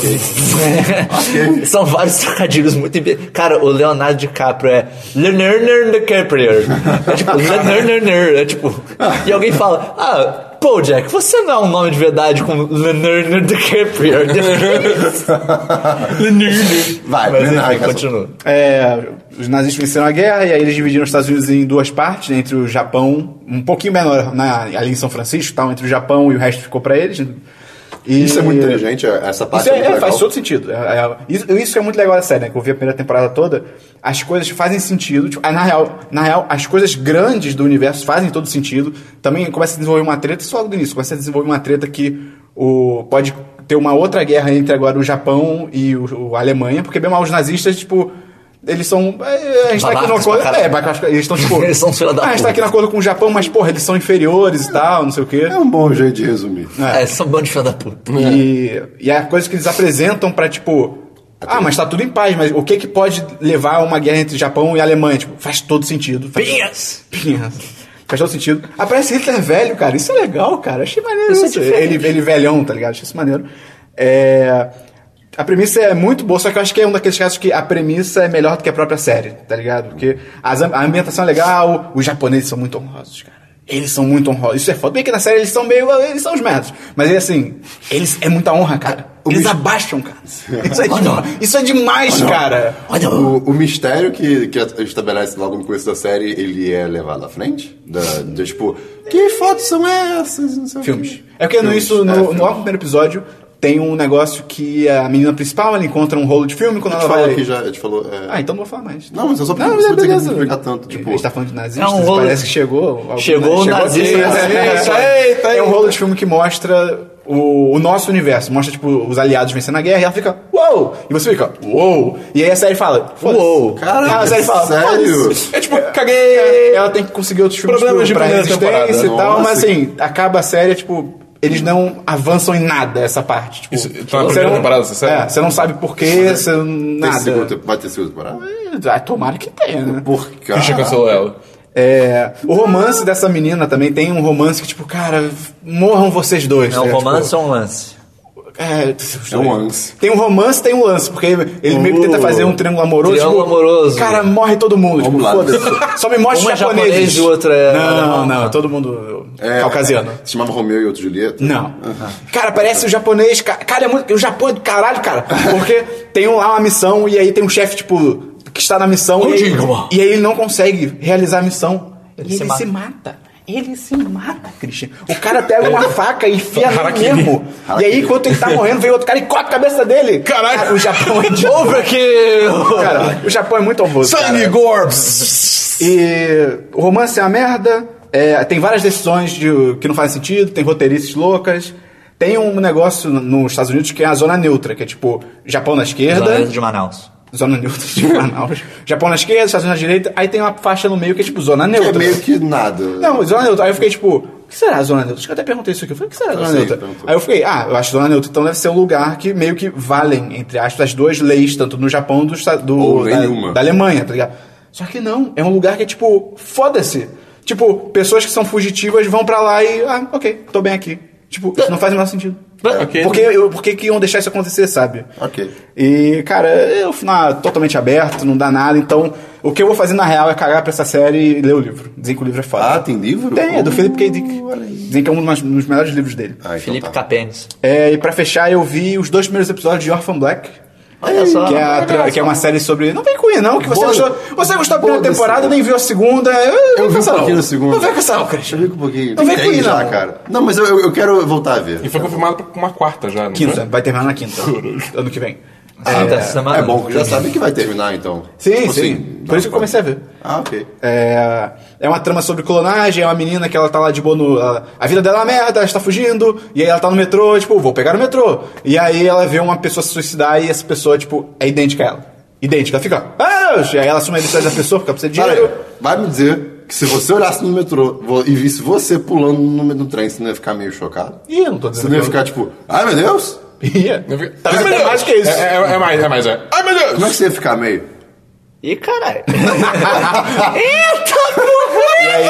[SPEAKER 4] São vários trocadilhos muito. imbe- Cara, o Leonardo DiCaprio é. Leonardo DiCaprio. É tipo. Leonardo. É tipo. E alguém fala. Ah, pô, Jack, você não é um nome de verdade com Leonardo DiCaprio. Depois- Leonardo.
[SPEAKER 2] Vai,
[SPEAKER 4] Mas
[SPEAKER 2] Leonardo
[SPEAKER 4] enfim,
[SPEAKER 2] DiCaprio.
[SPEAKER 4] continua.
[SPEAKER 1] É, os nazistas venceram a guerra e aí eles dividiram os Estados Unidos em duas partes, né, entre o Japão, um pouquinho menor na, ali em São Francisco, tal, entre o Japão e o resto ficou pra eles. né? E-
[SPEAKER 2] Isso é muito inteligente, essa parte
[SPEAKER 1] Isso é-
[SPEAKER 2] é, muito
[SPEAKER 1] é,
[SPEAKER 2] legal.
[SPEAKER 1] faz todo sentido. É, é, isso, isso é muito legal da série, né? Que eu vi a primeira temporada toda, as coisas fazem sentido. Tipo, ah, na, real, na real, as coisas grandes do universo fazem todo sentido. Também começa a desenvolver uma treta, isso logo do início, começa a desenvolver uma treta que o, pode ter uma outra guerra entre agora o Japão e o, o Alemanha, porque bem mal os nazistas, tipo. Eles são. é, A gente tá aqui no
[SPEAKER 4] Babacas
[SPEAKER 1] acordo.
[SPEAKER 4] pra caralho.
[SPEAKER 1] É, babacas- eles estão tipo.
[SPEAKER 4] Eles são filha da
[SPEAKER 1] "Ah, A gente tá
[SPEAKER 4] puta."
[SPEAKER 1] aqui no acordo com o Japão, mas porra, eles são inferiores e tal, não sei o quê.
[SPEAKER 2] É um bom jeito de resumir.
[SPEAKER 4] É, são um bando de filha da puta.
[SPEAKER 1] E, e é a coisa que eles apresentam pra, tipo. Ah, mas tá tudo em paz, mas o que que pode levar a uma guerra entre Japão e Alemanha? Tipo, faz todo sentido. Faz
[SPEAKER 4] Pinhas!
[SPEAKER 1] Pinhas. Faz todo sentido. Ah, Aparece Hitler velho, cara. Isso é legal, cara. Achei maneiro
[SPEAKER 4] Isso é
[SPEAKER 1] isso.
[SPEAKER 4] diferente.
[SPEAKER 1] Ele, ele velhão, tá ligado? Achei isso maneiro. É, A premissa é muito boa, só que eu acho que é um daqueles casos que a premissa é melhor do que a própria série, tá ligado? Porque as am- a ambientação é legal, os japoneses são muito honrosos, cara. Eles são muito honrosos. Isso é foda. Bem que na série eles são meio... Eles são os merdas. Mas é assim, eles... É muita honra, cara. Eles
[SPEAKER 2] bicho-
[SPEAKER 1] abaixam, cara. Isso é, demais, isso é demais, cara.
[SPEAKER 4] Olha,
[SPEAKER 2] O, o mistério que, que estabelece logo no começo da série, ele é levado à frente? Da, de, tipo, que fotos são essas? Não sei o quê.
[SPEAKER 1] Filmes. É porque no,
[SPEAKER 2] Filmes.
[SPEAKER 1] isso,
[SPEAKER 2] É,
[SPEAKER 1] no,
[SPEAKER 2] filmes.
[SPEAKER 1] no logo primeiro episódio, tem um negócio que a menina principal ela encontra um rolo de filme quando
[SPEAKER 2] A
[SPEAKER 1] ela
[SPEAKER 2] gente falou
[SPEAKER 1] vai.
[SPEAKER 2] aqui já, a gente falou... é,
[SPEAKER 1] Ah, então não vou falar mais.
[SPEAKER 2] Não, mas eu só
[SPEAKER 1] Não,
[SPEAKER 2] você
[SPEAKER 1] mas é
[SPEAKER 2] tem que
[SPEAKER 1] beleza.
[SPEAKER 2] explicar
[SPEAKER 1] Tipo,
[SPEAKER 2] tanto, tipo...
[SPEAKER 1] a gente tá falando de nazistas,
[SPEAKER 4] É um rolo-
[SPEAKER 1] parece que chegou. assim, algum-
[SPEAKER 4] Chegou o nazista.
[SPEAKER 1] aqui,
[SPEAKER 4] É,
[SPEAKER 1] isso aí, eita, É um rolo de filme que mostra o, o nosso universo. Mostra, tipo, os aliados vencendo a guerra e ela fica, uou! E você fica, uou! E aí a série fala, uou!
[SPEAKER 2] Caraca,
[SPEAKER 1] a série fala,
[SPEAKER 2] sério?
[SPEAKER 1] foda-se.
[SPEAKER 3] É tipo, caguei!
[SPEAKER 1] Ela tem que conseguir outros filmes pro-
[SPEAKER 3] Problemas de
[SPEAKER 1] pra
[SPEAKER 3] primeira
[SPEAKER 1] resistência e
[SPEAKER 2] temporada.
[SPEAKER 1] tal, mas
[SPEAKER 2] Nossa.
[SPEAKER 1] assim, acaba a série, tipo, eles não avançam em nada essa parte. Tipo,
[SPEAKER 3] Isso, tá na
[SPEAKER 1] você
[SPEAKER 3] primeira
[SPEAKER 1] não-
[SPEAKER 3] temporada essa série?
[SPEAKER 1] É, você não sabe porquê, você não-
[SPEAKER 2] Tem
[SPEAKER 1] nada.
[SPEAKER 2] segunda temporada- vai ter segunda temporada?
[SPEAKER 1] Ah, tomara que tenha, né?
[SPEAKER 2] Por cara...
[SPEAKER 3] Christian cancelou ela.
[SPEAKER 1] É, o romance dessa menina também tem um romance que, tipo, cara, morram vocês dois.
[SPEAKER 4] É um
[SPEAKER 1] né?
[SPEAKER 4] romance
[SPEAKER 1] Tipo,
[SPEAKER 4] ou um lance?
[SPEAKER 1] é,
[SPEAKER 2] É um lance. Uh.
[SPEAKER 1] Tem um romance, tem um lance, porque ele meio que tenta fazer um triângulo amoroso.
[SPEAKER 4] Triângulo
[SPEAKER 1] tipo,
[SPEAKER 4] amoroso.
[SPEAKER 1] Cara, morre todo mundo. Tipo,
[SPEAKER 2] Vamos lá.
[SPEAKER 1] foda-se. Só me mostra
[SPEAKER 4] Um é
[SPEAKER 1] os japoneses.
[SPEAKER 4] japonês e o outro é
[SPEAKER 1] Não,
[SPEAKER 4] alemão.
[SPEAKER 1] não, todo mundo
[SPEAKER 2] Tá. É,
[SPEAKER 1] caucasiano.
[SPEAKER 2] é, se chamava Romeu e outro Julieta?
[SPEAKER 1] Não. Cara, parece o japonês. ca- Cara, é muito. O Japão é do caralho, cara. Porque tem um lá uma missão e aí tem um chefe, tipo, que está na missão e aí,
[SPEAKER 4] Kojima.
[SPEAKER 1] e aí ele não consegue realizar a missão. Ele,
[SPEAKER 4] se
[SPEAKER 1] ele
[SPEAKER 4] mata.
[SPEAKER 1] se mata. Ele se mata, Christian. O cara pega uma faca e enfia no
[SPEAKER 3] Harakiri.
[SPEAKER 1] mesmo. E aí, enquanto ele tá morrendo, vem outro cara e corta a cabeça dele.
[SPEAKER 3] Caralho.
[SPEAKER 1] Cara, o Japão é de...
[SPEAKER 4] Overkill!
[SPEAKER 1] Cara, o Japão é muito honroso.
[SPEAKER 3] Sangue
[SPEAKER 1] cara.
[SPEAKER 3] Gorbs!
[SPEAKER 1] E o romance é uma merda. é, tem várias decisões de- que não fazem sentido, tem roteiristas loucas. Tem um negócio no- nos Estados Unidos que é a zona neutra, que é tipo Japão na esquerda,
[SPEAKER 4] Zona
[SPEAKER 1] zona,
[SPEAKER 4] é de Manaus.
[SPEAKER 1] neutra de Manaus. Japão na esquerda, Estados Unidos na direita, aí tem uma faixa no meio que é tipo zona neutra.
[SPEAKER 2] É meio que nada.
[SPEAKER 1] Não, zona neutra. Aí eu fiquei tipo, o que será a zona neutra? Acho que eu até perguntei isso aqui. Eu falei, o que será a zona
[SPEAKER 2] sei,
[SPEAKER 1] neutra?
[SPEAKER 2] Tá perguntou.
[SPEAKER 1] Aí eu fiquei, ah, eu acho zona neutra, então deve ser um lugar que meio que valem, entre aspas, as duas leis, tanto no Japão do, esta- do-
[SPEAKER 2] Ou
[SPEAKER 1] da,
[SPEAKER 2] nenhuma.
[SPEAKER 1] da Alemanha, tá ligado? Só que não, é um lugar que é tipo, foda-se. Tipo, pessoas que são fugitivas vão pra lá e, ah, ok, tô bem aqui. Tipo,
[SPEAKER 2] Tá.
[SPEAKER 1] isso não faz o menor sentido.
[SPEAKER 3] Ok.
[SPEAKER 1] Por que, eu- por que que iam deixar isso acontecer, sabe?
[SPEAKER 2] Ok.
[SPEAKER 1] E, cara, é o final totalmente aberto, não dá nada, então o que eu vou fazer na real é cagar pra essa série e ler o livro. Dizem que o livro é foda.
[SPEAKER 2] Ah, tem livro?
[SPEAKER 1] Tem, é do
[SPEAKER 2] Uh,
[SPEAKER 1] Philip K. Dick.
[SPEAKER 2] olha aí.
[SPEAKER 1] Dizem que é um dos, um dos melhores livros dele.
[SPEAKER 2] Ah, então
[SPEAKER 4] Felipe
[SPEAKER 2] tá.
[SPEAKER 4] Capenes.
[SPEAKER 1] É, e pra fechar, eu vi os dois primeiros episódios de Orphan Black.
[SPEAKER 4] Olha só.
[SPEAKER 1] Que é, a tra- que é uma série sobre. Não vem com ele, não, que você
[SPEAKER 2] Boa-
[SPEAKER 1] gostou. Você gostou da primeira
[SPEAKER 2] Boa
[SPEAKER 1] temporada,
[SPEAKER 2] desse-
[SPEAKER 1] nem viu a segunda. Eu,
[SPEAKER 2] vi um pouquinho
[SPEAKER 1] não.
[SPEAKER 2] da segunda.
[SPEAKER 1] Não vem com essa, não, Christian.
[SPEAKER 2] Eu vi com um pouquinho.
[SPEAKER 1] Não vem
[SPEAKER 2] Tem
[SPEAKER 1] com ele,
[SPEAKER 2] já,
[SPEAKER 1] não.
[SPEAKER 2] cara. Não, mas eu, eu- eu quero voltar a ver.
[SPEAKER 3] E foi confirmado pra uma quarta já, não
[SPEAKER 1] Quinta,
[SPEAKER 3] foi?
[SPEAKER 1] vai terminar na quinta. ano que vem.
[SPEAKER 4] Ah, tá, essa semana.
[SPEAKER 2] É bom que já sabe que vai terminar, então.
[SPEAKER 1] Sim,
[SPEAKER 2] Tipo
[SPEAKER 1] sim.
[SPEAKER 2] assim,
[SPEAKER 1] Por isso que eu comecei a ver.
[SPEAKER 2] Ah, ok.
[SPEAKER 1] É, é uma trama sobre clonagem, é uma menina que ela tá lá de boa no. ela- a vida dela é uma merda, ela está fugindo, e aí ela tá no metrô, tipo, vou pegar o metrô. E aí ela vê uma pessoa se suicidar e essa pessoa, tipo, é idêntica a ela. Idêntica, ela fica. Ah! E aí ela assume a identidade da pessoa, fica precisa de
[SPEAKER 2] Cara,
[SPEAKER 1] dinheiro.
[SPEAKER 2] vai me dizer que se você olhasse no metrô vo- e visse você pulando no, no trem, você não ia ficar meio chocado?
[SPEAKER 1] Ih, eu não tô
[SPEAKER 2] Você
[SPEAKER 1] dizendo
[SPEAKER 2] não ia
[SPEAKER 1] que eu-
[SPEAKER 2] ficar tipo, ai meu Deus?
[SPEAKER 1] Ia.
[SPEAKER 3] Eu vi-
[SPEAKER 1] Talvez
[SPEAKER 3] Ai, meu
[SPEAKER 1] até
[SPEAKER 3] Deus!
[SPEAKER 1] Tá, mais que isso.
[SPEAKER 3] É, é- é mais, é mais, é. Ai, meu Deus!
[SPEAKER 2] Como é que você ia ficar meio?
[SPEAKER 4] Ih, caralho.
[SPEAKER 1] E aí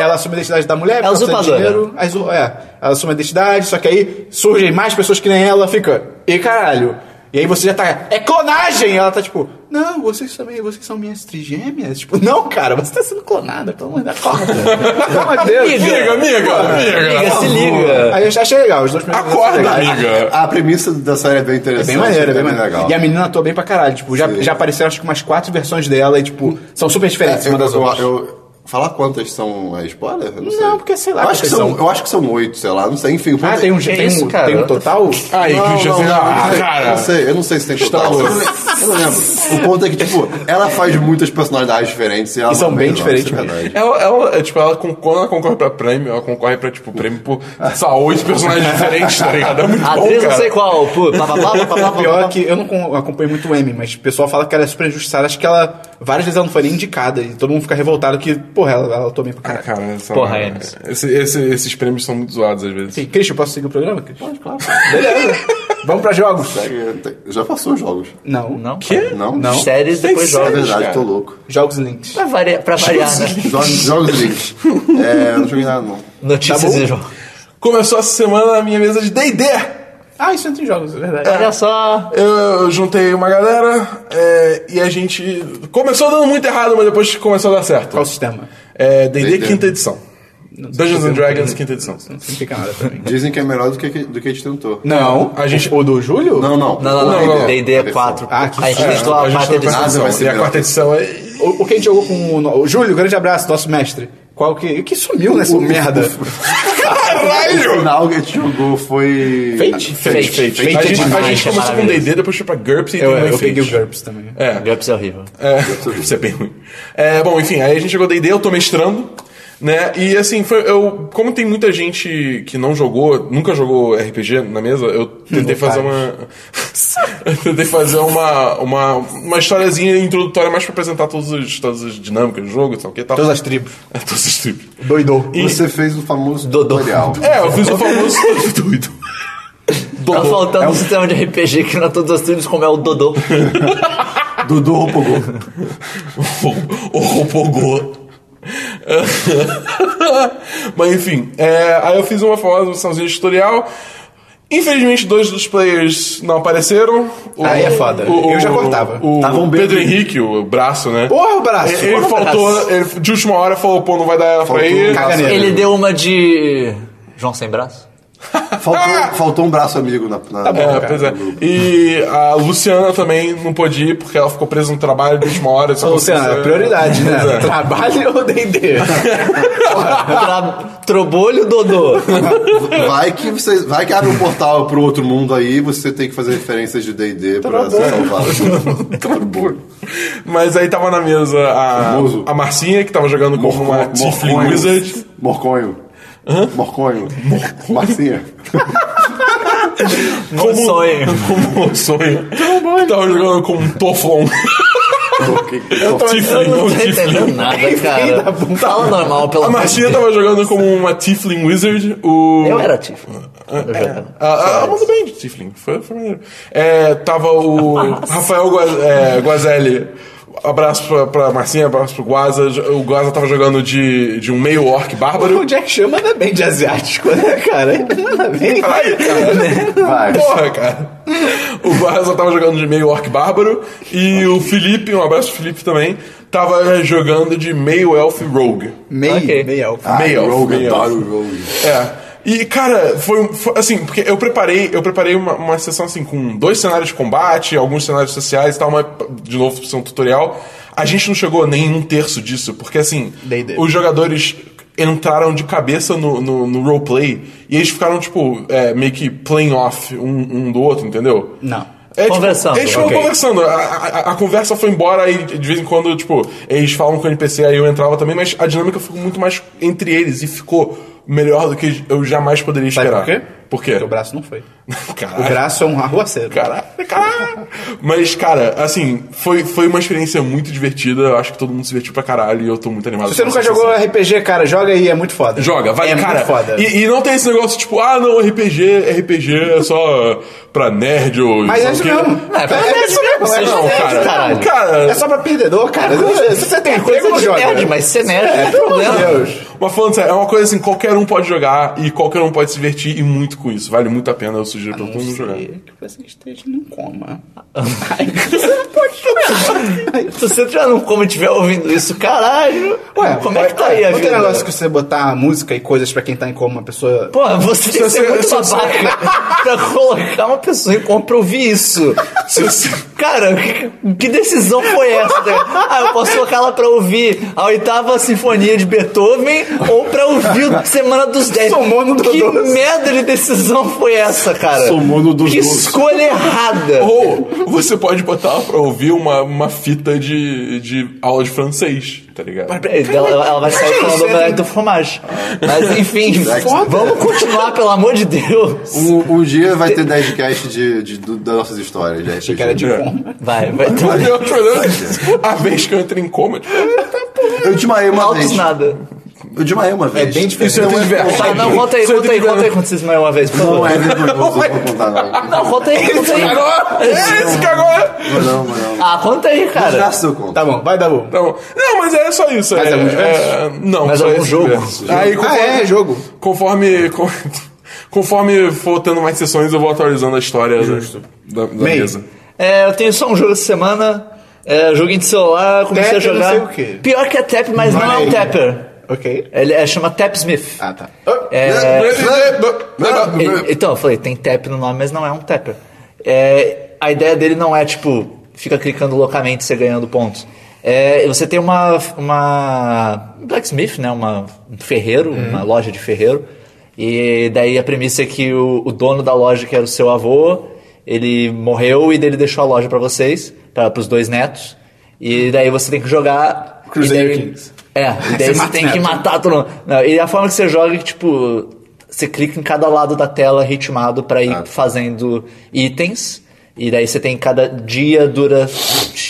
[SPEAKER 1] ela assume a identidade da mulher, porque ela precisa de
[SPEAKER 4] usurpadora.
[SPEAKER 1] dinheiro, a usu- é, ela assume a identidade, só que aí surgem mais pessoas que nem ela, fica, e caralho. E aí você já tá, é clonagem! E ela tá tipo, não, vocês também, vocês são minhas trigêmeas? Tipo, não, cara, você tá sendo clonada, pelo amor de Deus. acorda. Pelo amor de Deus.
[SPEAKER 3] Amiga, amiga,
[SPEAKER 1] Tá
[SPEAKER 4] Amiga,
[SPEAKER 3] amiga.
[SPEAKER 4] se liga.
[SPEAKER 1] Aí eu já achei legal, os dois primeiros
[SPEAKER 3] Acorda,
[SPEAKER 1] episódios são legais.
[SPEAKER 3] amiga.
[SPEAKER 2] A premissa da série é bem
[SPEAKER 1] É
[SPEAKER 2] interessante.
[SPEAKER 1] bem maneiro, é bem maneiro.
[SPEAKER 2] legal.
[SPEAKER 1] E a menina atua bem pra caralho. Tipo, já,
[SPEAKER 2] Sim.
[SPEAKER 1] já apareceram acho que umas quatro versões dela e, tipo, são super diferentes
[SPEAKER 2] É, eu,
[SPEAKER 1] uma das
[SPEAKER 2] eu-
[SPEAKER 1] outras.
[SPEAKER 2] eu- falar quantas são é spoiler? Eu não, sei.
[SPEAKER 1] Não, porque sei lá
[SPEAKER 2] Eu acho, que
[SPEAKER 1] quantas
[SPEAKER 2] são,
[SPEAKER 1] são.
[SPEAKER 2] eu acho que são oito, sei lá, não sei. Enfim, o
[SPEAKER 1] Ah,
[SPEAKER 2] ponto é-
[SPEAKER 1] tem um,
[SPEAKER 4] Que
[SPEAKER 1] tem
[SPEAKER 4] isso,
[SPEAKER 1] um,
[SPEAKER 4] cara?
[SPEAKER 1] tem um total?
[SPEAKER 3] Aí, Christian, você já.
[SPEAKER 2] não
[SPEAKER 3] Ah,
[SPEAKER 2] sei,
[SPEAKER 3] cara.
[SPEAKER 2] Eu não sei, eu não sei se tem total. Eu não lembro. Eu não lembro. O ponto é que, tipo, ela faz muitas personalidades diferentes. E, ela
[SPEAKER 1] E são bem diferentes
[SPEAKER 2] é
[SPEAKER 1] mesmo.
[SPEAKER 2] verdade.
[SPEAKER 3] Ela, ela, é, tipo, ela, con- quando ela concorre pra prêmio, ela concorre pra, tipo, prêmio por, sei lá, oito personagens diferentes, tá ligado? É muito
[SPEAKER 4] A
[SPEAKER 3] bom,
[SPEAKER 4] atriz
[SPEAKER 3] cara.
[SPEAKER 4] não sei qual. Pô, pá, pá, pá, pá, pá, pá, pá,
[SPEAKER 1] Pior
[SPEAKER 4] pá.
[SPEAKER 1] que eu não com- acompanho muito o Emmy, mas o pessoal fala que ela é super injustiçada. Acho que ela, várias vezes ela não foi nem indicada e todo mundo fica revoltado que, porra, ela, ela tomou pra
[SPEAKER 3] Ah,
[SPEAKER 1] caralho.
[SPEAKER 3] cara, essa,
[SPEAKER 4] Porra, Enes.
[SPEAKER 3] esse, esse- esses prêmios são muito zoados às vezes.
[SPEAKER 1] Sim, Christian, posso seguir o programa, Christian? Pode, claro. Beleza. Vamos pra jogos.
[SPEAKER 2] Já passou os jogos.
[SPEAKER 1] Não.
[SPEAKER 4] Não.
[SPEAKER 3] Quê?
[SPEAKER 2] Não?
[SPEAKER 1] Não.
[SPEAKER 4] Séries,
[SPEAKER 3] Tem
[SPEAKER 4] depois
[SPEAKER 2] É
[SPEAKER 3] série?
[SPEAKER 4] jogos.
[SPEAKER 2] verdade,
[SPEAKER 3] cara.
[SPEAKER 2] tô louco.
[SPEAKER 1] Jogos e links.
[SPEAKER 4] Pra variar, pra variar né?
[SPEAKER 2] Jogos, jogos e links. É, eu não joguei nada, não.
[SPEAKER 4] Notícias
[SPEAKER 1] Tá bom?
[SPEAKER 4] e jogos.
[SPEAKER 3] Começou essa semana na minha mesa de D&D.
[SPEAKER 1] Ah, isso entra em jogos, é verdade.
[SPEAKER 4] Olha só.
[SPEAKER 3] Eu, eu juntei uma galera é, e a gente começou dando muito errado, mas depois começou a dar certo.
[SPEAKER 1] Qual o sistema?
[SPEAKER 3] É, D&D
[SPEAKER 2] D&D.
[SPEAKER 3] quinta edição. Dungeons
[SPEAKER 4] é
[SPEAKER 3] and Dragons quinta edição.
[SPEAKER 1] Não significa nada pra mim.
[SPEAKER 2] Dizem que é melhor do que, do que a gente tentou.
[SPEAKER 1] Não.
[SPEAKER 3] A gente-
[SPEAKER 1] O do Júlio?
[SPEAKER 2] Não, não.
[SPEAKER 4] Não, não,
[SPEAKER 3] Não,
[SPEAKER 4] não.
[SPEAKER 3] não.
[SPEAKER 4] D&D é 4.
[SPEAKER 1] Ah, que
[SPEAKER 4] A gente
[SPEAKER 1] é,
[SPEAKER 4] testou
[SPEAKER 3] a
[SPEAKER 4] a
[SPEAKER 3] gente
[SPEAKER 4] quarta
[SPEAKER 3] não vai-
[SPEAKER 4] edição.
[SPEAKER 2] edição.
[SPEAKER 3] vai ser
[SPEAKER 2] Ah,
[SPEAKER 3] a quarta edição. é-
[SPEAKER 1] O, o que a gente jogou com o, no- o Júlio, grande abraço, nosso mestre. Qual que. O que sumiu nessa é merda?
[SPEAKER 2] O final que a gente jogou foi.
[SPEAKER 1] Fate?
[SPEAKER 4] Fate,
[SPEAKER 3] Fate, A
[SPEAKER 4] Fate.
[SPEAKER 1] Fate é
[SPEAKER 3] gente, a
[SPEAKER 4] demais,
[SPEAKER 3] gente
[SPEAKER 4] é
[SPEAKER 3] começou com
[SPEAKER 4] maravilhoso.
[SPEAKER 3] D&D, depois foi pra GURPS e
[SPEAKER 1] Eu, é,
[SPEAKER 3] terminou em
[SPEAKER 1] eu peguei o
[SPEAKER 3] Fate.
[SPEAKER 1] GURPS também.
[SPEAKER 3] É,
[SPEAKER 4] Gaps é horrível.
[SPEAKER 3] é, isso é bem ruim. É, bom, enfim, aí a gente chegou D&D, eu tô mestrando, né? E assim, foi, eu, como tem muita gente que não jogou, nunca jogou RPG na mesa, eu tentei fazer uma eu tentei fazer uma uma uma historiazinha introdutória mais pra apresentar todos os todas as dinâmicas do jogo, e tal, que tal.
[SPEAKER 1] Todas as tribos.
[SPEAKER 3] tá? É, todos os tipos.
[SPEAKER 1] Doidou.
[SPEAKER 2] Você fez o famoso
[SPEAKER 4] Dodô.
[SPEAKER 2] tutorial.
[SPEAKER 3] É, eu fiz o famoso doido.
[SPEAKER 4] Tá
[SPEAKER 3] Dodô.
[SPEAKER 4] faltando um sistema de RPG que não é todos os times como é o Dodô.
[SPEAKER 2] Dodô Ropogo.
[SPEAKER 3] o Ropogô. Mas enfim, é, aí eu fiz uma formaçãozinha de tutorial. Infelizmente, dois dos players não apareceram. O-
[SPEAKER 1] Aí é foda. Eu já cortava. um
[SPEAKER 3] O
[SPEAKER 2] Tavam bem-
[SPEAKER 3] Pedro Henrique, o braço, né?
[SPEAKER 1] Porra, braço!
[SPEAKER 3] Ele, ele
[SPEAKER 1] Porra,
[SPEAKER 3] faltou, ele de última hora falou, pô, não vai dar ela
[SPEAKER 2] um
[SPEAKER 3] pra ele.
[SPEAKER 2] É.
[SPEAKER 1] Caganeiro.
[SPEAKER 4] Ele deu uma de... João Sem Braço?
[SPEAKER 2] Faltou, faltou um braço amigo na. na tá
[SPEAKER 3] É, pois é. E a Luciana também não pôde ir porque ela ficou presa no trabalho de última hora. só
[SPEAKER 1] Ô, Luciana,
[SPEAKER 3] conseguiu-
[SPEAKER 1] é prioridade, né? Trabalho ou D&D?
[SPEAKER 4] Tra... Trobolho Dodô.
[SPEAKER 2] Vai que você, vai que abre um portal pro outro mundo aí, você tem que fazer referências de D&D pra se salvar. Tá
[SPEAKER 3] Mas aí tava na mesa a,
[SPEAKER 2] Famoso.
[SPEAKER 3] a Marcinha, que tava jogando como uma Tiefling Wizard.
[SPEAKER 2] Morconho. Morconho. Marcinha.
[SPEAKER 4] Como... sonho.
[SPEAKER 3] Como um sonho. Que tava jogando como um Toflon. Tiefling,
[SPEAKER 4] Eu
[SPEAKER 3] não
[SPEAKER 4] não tô entendendo
[SPEAKER 3] Tiefling.
[SPEAKER 4] nada, cara. Fala normal, pelo
[SPEAKER 3] A
[SPEAKER 4] amor de
[SPEAKER 3] Marcinha tava jogando como uma Tiefling Wizard. O...
[SPEAKER 4] Eu era Tiffany. Eu jogava.
[SPEAKER 3] Ah, ah, mandou bem de Tiefling, foi, foi maneiro. É, tava o Rafael Gua- é, Guazelli. Abraço pra, pra Marcinha, abraço pro Guaza. O Guaza tava jogando de, de um meio orc bárbaro.
[SPEAKER 1] O Jack Chan manda bem de asiático, né, cara? Ele Manda bem.
[SPEAKER 3] Ai, cara.
[SPEAKER 2] Vai.
[SPEAKER 3] Porra, cara. O Barça tava jogando de meio orc bárbaro e o Felipe, um abraço pro Felipe também, tava jogando de meio elf rogue.
[SPEAKER 1] Meio,
[SPEAKER 4] Ok. Ah,
[SPEAKER 1] meio elfo.
[SPEAKER 2] Ai,
[SPEAKER 3] meio elf,
[SPEAKER 2] Ah, Rogue,
[SPEAKER 3] meio elf.
[SPEAKER 2] adoro Rogue.
[SPEAKER 3] É. E, cara, foi, foi- assim, porque eu preparei, eu preparei uma, uma sessão assim com dois cenários de combate, alguns cenários sociais e tal, mas de novo sessão tutorial. A gente não chegou nem um terço disso, porque assim,
[SPEAKER 1] D&D.
[SPEAKER 3] os jogadores entraram de cabeça no, no, no roleplay e eles ficaram, tipo, é, meio que playing off um, um do outro, entendeu?
[SPEAKER 1] Não.
[SPEAKER 3] É, tipo,
[SPEAKER 4] Conversando,
[SPEAKER 3] eles foram
[SPEAKER 4] ok.
[SPEAKER 3] conversando. A, a- a conversa foi embora e de vez em quando, tipo, eles falam com o NPC, aí eu entrava também, mas a dinâmica ficou muito mais entre eles e ficou melhor do que eu jamais poderia
[SPEAKER 1] Sabe
[SPEAKER 3] esperar.
[SPEAKER 1] por quê? Porque o braço não foi. O
[SPEAKER 3] Caralho.
[SPEAKER 1] braço é um arruaceiro.
[SPEAKER 3] Caralho, caralho. Mas, cara, assim, foi, foi uma experiência muito divertida. Eu acho que todo mundo se divertiu pra caralho e eu tô muito animado.
[SPEAKER 1] Se você
[SPEAKER 3] com
[SPEAKER 1] nunca
[SPEAKER 3] essa
[SPEAKER 1] jogou RPG, cara, joga aí, é muito foda.
[SPEAKER 3] Joga, vai,
[SPEAKER 1] é
[SPEAKER 3] cara.
[SPEAKER 1] Muito foda.
[SPEAKER 3] E, e não tem esse negócio tipo, ah, não, RPG, RPG é só pra nerd ou.
[SPEAKER 1] Mas é
[SPEAKER 3] sabe
[SPEAKER 1] isso
[SPEAKER 3] o quê?
[SPEAKER 1] mesmo.
[SPEAKER 4] É, pra nerd
[SPEAKER 1] é
[SPEAKER 4] mesmo, seja
[SPEAKER 1] pra
[SPEAKER 3] Não,
[SPEAKER 4] nerd,
[SPEAKER 1] nerd,
[SPEAKER 3] cara.
[SPEAKER 4] caralho.
[SPEAKER 3] Cara,
[SPEAKER 1] É só pra perdedor, cara. Se você tem emprego,
[SPEAKER 4] Coisa
[SPEAKER 1] não
[SPEAKER 4] de
[SPEAKER 1] joga.
[SPEAKER 4] nerd, mas ser nerd não é
[SPEAKER 1] Meu
[SPEAKER 4] problema.
[SPEAKER 1] Deus.
[SPEAKER 3] Mas falando sério, é uma coisa assim, qualquer um pode jogar e qualquer um pode se divertir e muito com isso. Vale muito a pena, eu sugiro
[SPEAKER 4] Ah,
[SPEAKER 3] pra todo mundo jogar.
[SPEAKER 1] que você esteja num coma.
[SPEAKER 4] Se você já não come e estiver ouvindo isso, caralho. Ué, como é que tá aí a
[SPEAKER 1] Não
[SPEAKER 4] vida?
[SPEAKER 1] tem negócio que você botar música e coisas pra quem tá em coma, a pessoa...
[SPEAKER 4] Pô, você tem que
[SPEAKER 3] você-
[SPEAKER 4] ser muito
[SPEAKER 3] se você-
[SPEAKER 4] babaca pra colocar uma pessoa em compra ouvir isso.
[SPEAKER 3] Se você-
[SPEAKER 4] Cara, que- que decisão foi essa? Ah, eu posso colocar ela pra ouvir a oitava sinfonia de Beethoven ou pra ouvir o Semana dos Dez.
[SPEAKER 1] Somou no
[SPEAKER 4] que
[SPEAKER 1] doce.
[SPEAKER 4] merda de decisão foi essa, cara?
[SPEAKER 2] Somou no dos
[SPEAKER 4] Que
[SPEAKER 2] doces.
[SPEAKER 4] escolha errada.
[SPEAKER 3] Oh, Ou você pode botar pra ouvir uma, uma fita de, de aula de francês, tá ligado?
[SPEAKER 4] Ela, ela vai sair falando omelete do fromage. Mas enfim, vamos continuar, pelo amor de Deus.
[SPEAKER 2] Um, um dia vai ter 10 cast de, de, do- das nossas histórias. De RPG.
[SPEAKER 1] Que era de
[SPEAKER 3] É.
[SPEAKER 1] coma.
[SPEAKER 4] Vai, vai ter um
[SPEAKER 3] Mas eu tô olhando, A vez que eu entrei em coma, tipo,
[SPEAKER 2] Eu desmaiei uma
[SPEAKER 4] altos
[SPEAKER 2] vez.
[SPEAKER 4] nada.
[SPEAKER 2] Eu desmaiei uma vez.
[SPEAKER 1] bem diferente.
[SPEAKER 2] Não
[SPEAKER 3] Isso é
[SPEAKER 2] é
[SPEAKER 3] diverso.
[SPEAKER 4] Tá, não,
[SPEAKER 2] vergonhoso.
[SPEAKER 4] conta aí,
[SPEAKER 3] Você
[SPEAKER 4] conta aí,
[SPEAKER 3] tem-
[SPEAKER 4] conta aí quando vocês mais uma vez, por
[SPEAKER 2] Não
[SPEAKER 4] favor.
[SPEAKER 2] é vergonhoso, eu vou contar não.
[SPEAKER 4] Não, conta aí, conta aí.
[SPEAKER 3] agora! É esse que agora!
[SPEAKER 2] Não, não.
[SPEAKER 4] Ah, conta aí,
[SPEAKER 2] Já
[SPEAKER 4] cara.
[SPEAKER 2] sou conta.
[SPEAKER 1] Tá bom, vai dar bom.
[SPEAKER 3] Tá bom. Não, mas é só isso.
[SPEAKER 1] Mas
[SPEAKER 3] é,
[SPEAKER 1] é um diverso?
[SPEAKER 3] é- não,
[SPEAKER 4] Mas
[SPEAKER 3] só
[SPEAKER 4] é um
[SPEAKER 3] esse
[SPEAKER 4] jogo.
[SPEAKER 3] diverso. Aí,
[SPEAKER 1] Ah,
[SPEAKER 3] conforme,
[SPEAKER 1] é, é jogo.
[SPEAKER 3] conforme, con- conforme for tendo mais sessões, eu vou atualizando a história da, da
[SPEAKER 1] Meio.
[SPEAKER 3] mesa.
[SPEAKER 4] É, eu tenho só um jogo essa semana. É, joguinho de celular, comecei
[SPEAKER 1] Tap,
[SPEAKER 4] a jogar.
[SPEAKER 1] não sei o quê.
[SPEAKER 4] Pior que é Tap, mas não é
[SPEAKER 1] Olha
[SPEAKER 4] um
[SPEAKER 1] aí.
[SPEAKER 4] Tapper.
[SPEAKER 1] Ok.
[SPEAKER 4] Ele é, chama Tapsmith.
[SPEAKER 1] Ah, tá. Ah,
[SPEAKER 4] É,
[SPEAKER 2] Não,
[SPEAKER 3] né?
[SPEAKER 4] Ele- então, eu falei, tem tap no nome, mas não é um tapper. É, a ideia dele não é, tipo, fica clicando loucamente você ganhando pontos. É, você tem uma, uma blacksmith, né? Uma, um ferreiro, uma loja de ferreiro. E daí a premissa é que o, o dono da loja, que era o seu avô, ele morreu e daí ele deixou a loja pra vocês, para os dois netos. E daí você tem que jogar... e
[SPEAKER 1] Crusader
[SPEAKER 4] daí-
[SPEAKER 1] Kings.
[SPEAKER 4] É, e daí
[SPEAKER 1] Você
[SPEAKER 4] você
[SPEAKER 1] mata
[SPEAKER 4] tem que
[SPEAKER 1] neto.
[SPEAKER 4] matar matar todo mundo. Não, e a forma que você joga é que, tipo, você clica em cada lado da tela ritmado pra ir fazendo itens. E daí você tem cada dia, dura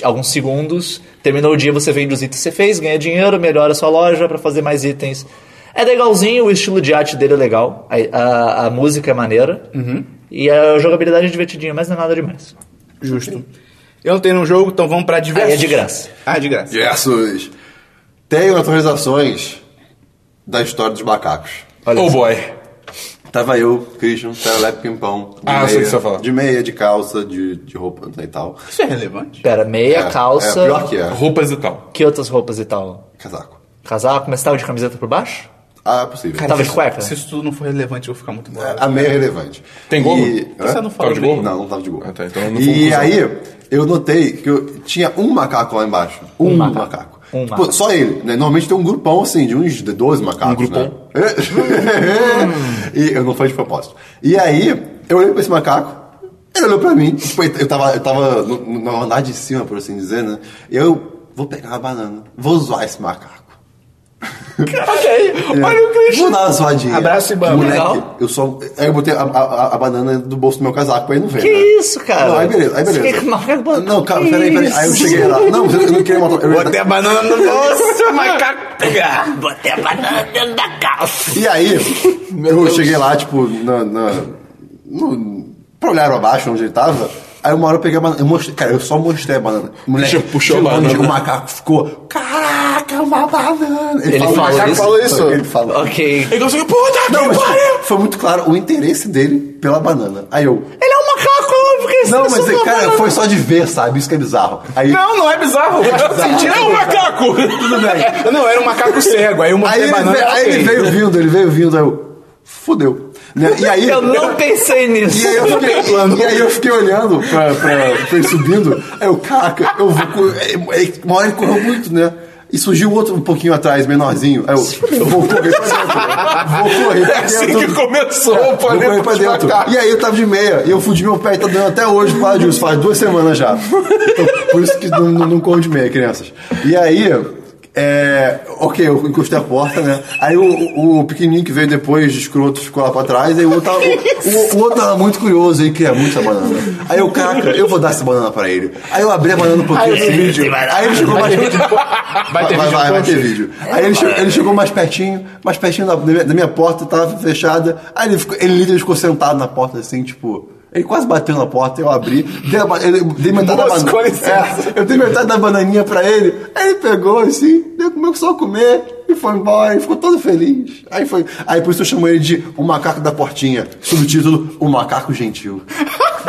[SPEAKER 4] alguns segundos. Terminou o dia, você vende os itens que você fez, ganha dinheiro, melhora a sua loja pra fazer mais itens. É legalzinho, o estilo de arte dele é legal. A, a- a música é maneira.
[SPEAKER 2] Uhum.
[SPEAKER 4] E a jogabilidade é divertidinha, mas não é nada demais.
[SPEAKER 1] Justo. Eu não tenho um jogo, então vamos pra diversos.
[SPEAKER 4] Aí é de graça.
[SPEAKER 1] Ah, é de graça.
[SPEAKER 2] Versus. Tenho atualizações da história dos macacos.
[SPEAKER 3] Oh boy.
[SPEAKER 2] Tava eu, Christian, Serelep Pimpão. de
[SPEAKER 3] Ah, eu sei o que você vai falar.
[SPEAKER 2] De meia, de calça, de, de roupa e tal.
[SPEAKER 1] Isso é relevante.
[SPEAKER 4] Pera, meia,
[SPEAKER 2] É,
[SPEAKER 4] calça,
[SPEAKER 2] É, pior que é.
[SPEAKER 3] Roupas e tal.
[SPEAKER 4] que outras roupas e tal?
[SPEAKER 2] Casaco.
[SPEAKER 4] Casaco, mas tava de camiseta por baixo?
[SPEAKER 2] Ah, é possível.
[SPEAKER 4] Tava de cueca? né?
[SPEAKER 1] Se isso tudo não for relevante, eu vou ficar muito bom.
[SPEAKER 2] A meia é relevante.
[SPEAKER 3] Tem gol?
[SPEAKER 2] Hã?
[SPEAKER 1] Você não fala
[SPEAKER 3] Tava de gol?
[SPEAKER 2] Não, não tava de gol.
[SPEAKER 3] Ah, tá, então não foi
[SPEAKER 2] e
[SPEAKER 3] conclusão.
[SPEAKER 2] aí, eu notei que eu tinha um macaco lá embaixo. Um, macaco.
[SPEAKER 4] Um
[SPEAKER 2] Tipo,
[SPEAKER 4] macaco.
[SPEAKER 2] Só ele, né? Normalmente tem um grupão, assim, de uns 12 macacos, Um
[SPEAKER 3] grupão.
[SPEAKER 2] Né? e eu não falei de propósito. E aí, eu olhei pra esse macaco, ele olhou pra mim. Tipo, eu tava, eu tava no, no andar de cima, por assim dizer, né? E eu, vou pegar uma banana, vou zoar esse macaco.
[SPEAKER 3] Ok. Olha o Christian.
[SPEAKER 2] É. Vou dar uma zoadinha.
[SPEAKER 1] Abraço e bamba.
[SPEAKER 2] Moleque,
[SPEAKER 4] Legal.
[SPEAKER 2] eu só. Aí eu botei a, a- a banana do bolso do meu casaco, aí não veio.
[SPEAKER 4] Que
[SPEAKER 2] né?
[SPEAKER 4] isso, cara?
[SPEAKER 2] Não, aí beleza, aí
[SPEAKER 4] Você
[SPEAKER 2] beleza.
[SPEAKER 4] fica com uma cara boa,
[SPEAKER 2] Não, cara,
[SPEAKER 4] que
[SPEAKER 2] peraí, peraí. Aí eu
[SPEAKER 4] isso?
[SPEAKER 2] cheguei lá. Não, eu não queria matar. eu ia-
[SPEAKER 1] Botei a banana no bolso, macaco.
[SPEAKER 4] Ah, Botei a banana dentro da calça.
[SPEAKER 2] E aí, eu cheguei lá, tipo, na. na no, pra olhar abaixo onde ele tava. Aí uma hora eu peguei a banana. Eu mostrei, cara, eu só mostrei a banana. O Moleque,
[SPEAKER 3] Já puxou
[SPEAKER 2] de
[SPEAKER 3] a
[SPEAKER 2] longe,
[SPEAKER 3] banana.
[SPEAKER 2] O macaco ficou. Caraca, é uma banana!
[SPEAKER 4] Ele
[SPEAKER 2] o
[SPEAKER 4] falou
[SPEAKER 2] macaco
[SPEAKER 4] isso?
[SPEAKER 2] Foi, Ele falou.
[SPEAKER 4] Ok.
[SPEAKER 3] Ele conseguiu, puta que
[SPEAKER 2] Não, mas
[SPEAKER 3] pariu!
[SPEAKER 2] foi muito claro o interesse dele pela banana. Aí eu.
[SPEAKER 4] Ele é um macaco, porque
[SPEAKER 2] Não, mas cara, foi só de ver, sabe? Isso que é bizarro. Aí,
[SPEAKER 1] Não, não é bizarro. Faz todo sentido.
[SPEAKER 3] É um macaco!
[SPEAKER 2] tudo bem.
[SPEAKER 1] Não, era um macaco cego. Aí eu
[SPEAKER 2] Aí,
[SPEAKER 1] mostrei
[SPEAKER 2] ele,
[SPEAKER 1] banana.
[SPEAKER 2] veio, aí
[SPEAKER 1] ok.
[SPEAKER 2] ele veio vindo, ele veio vindo, aí eu. Fudeu. né? E aí.
[SPEAKER 4] Eu não pensei nisso.
[SPEAKER 2] E aí eu fiquei, e aí eu fiquei olhando pra, pra, pra ele subindo. Aí eu, caraca, eu vou. co- é- é- Uma hora ele correu muito, né? E surgiu outro um pouquinho atrás, menorzinho. Aí eu, eu vou correr pra dentro. Vou correr pra
[SPEAKER 3] É assim
[SPEAKER 2] dentro.
[SPEAKER 3] que começou, tipo, eu
[SPEAKER 2] Vou
[SPEAKER 3] falei
[SPEAKER 2] correr pra dentro.
[SPEAKER 3] devagar.
[SPEAKER 2] E aí eu tava de meia, e eu fudi meu pé e tá doendo até hoje por causa disso, faz duas semanas já. Então, por isso que não, não, não corro de meia, crianças. E aí, é, ok, eu encostei a porta, né? Aí o, o, o pequenininho que veio depois, de escroto, ficou lá pra trás, aí o outro, tava- o, o- o outro tava muito curioso, aí queria muito essa banana. Aí eu, caraca, eu vou dar essa banana pra ele. Aí eu abri a banana um pouquinho assim, aí ele chegou
[SPEAKER 1] Vai
[SPEAKER 2] mais
[SPEAKER 1] ter vídeo
[SPEAKER 2] vai,
[SPEAKER 1] no
[SPEAKER 2] vai
[SPEAKER 1] post?
[SPEAKER 2] ter vídeo. Aí ele, che- ele chegou mais pertinho, mais pertinho da, da minha, da minha porta, tava fechada. Aí ele, ficou, ele literalmente ficou sentado na porta assim, tipo. Ele quase bateu na porta, eu abri, dei, a ba- ele- dei metade da
[SPEAKER 1] Moço, com
[SPEAKER 2] banana.
[SPEAKER 1] licença.
[SPEAKER 2] eu dei metade da bananinha pra ele, aí ele pegou assim, deu, começou a comer e foi embora, e ficou todo feliz. Aí foi. Aí por isso eu chamo ele de o macaco da portinha. Subtítulo, o macaco gentil.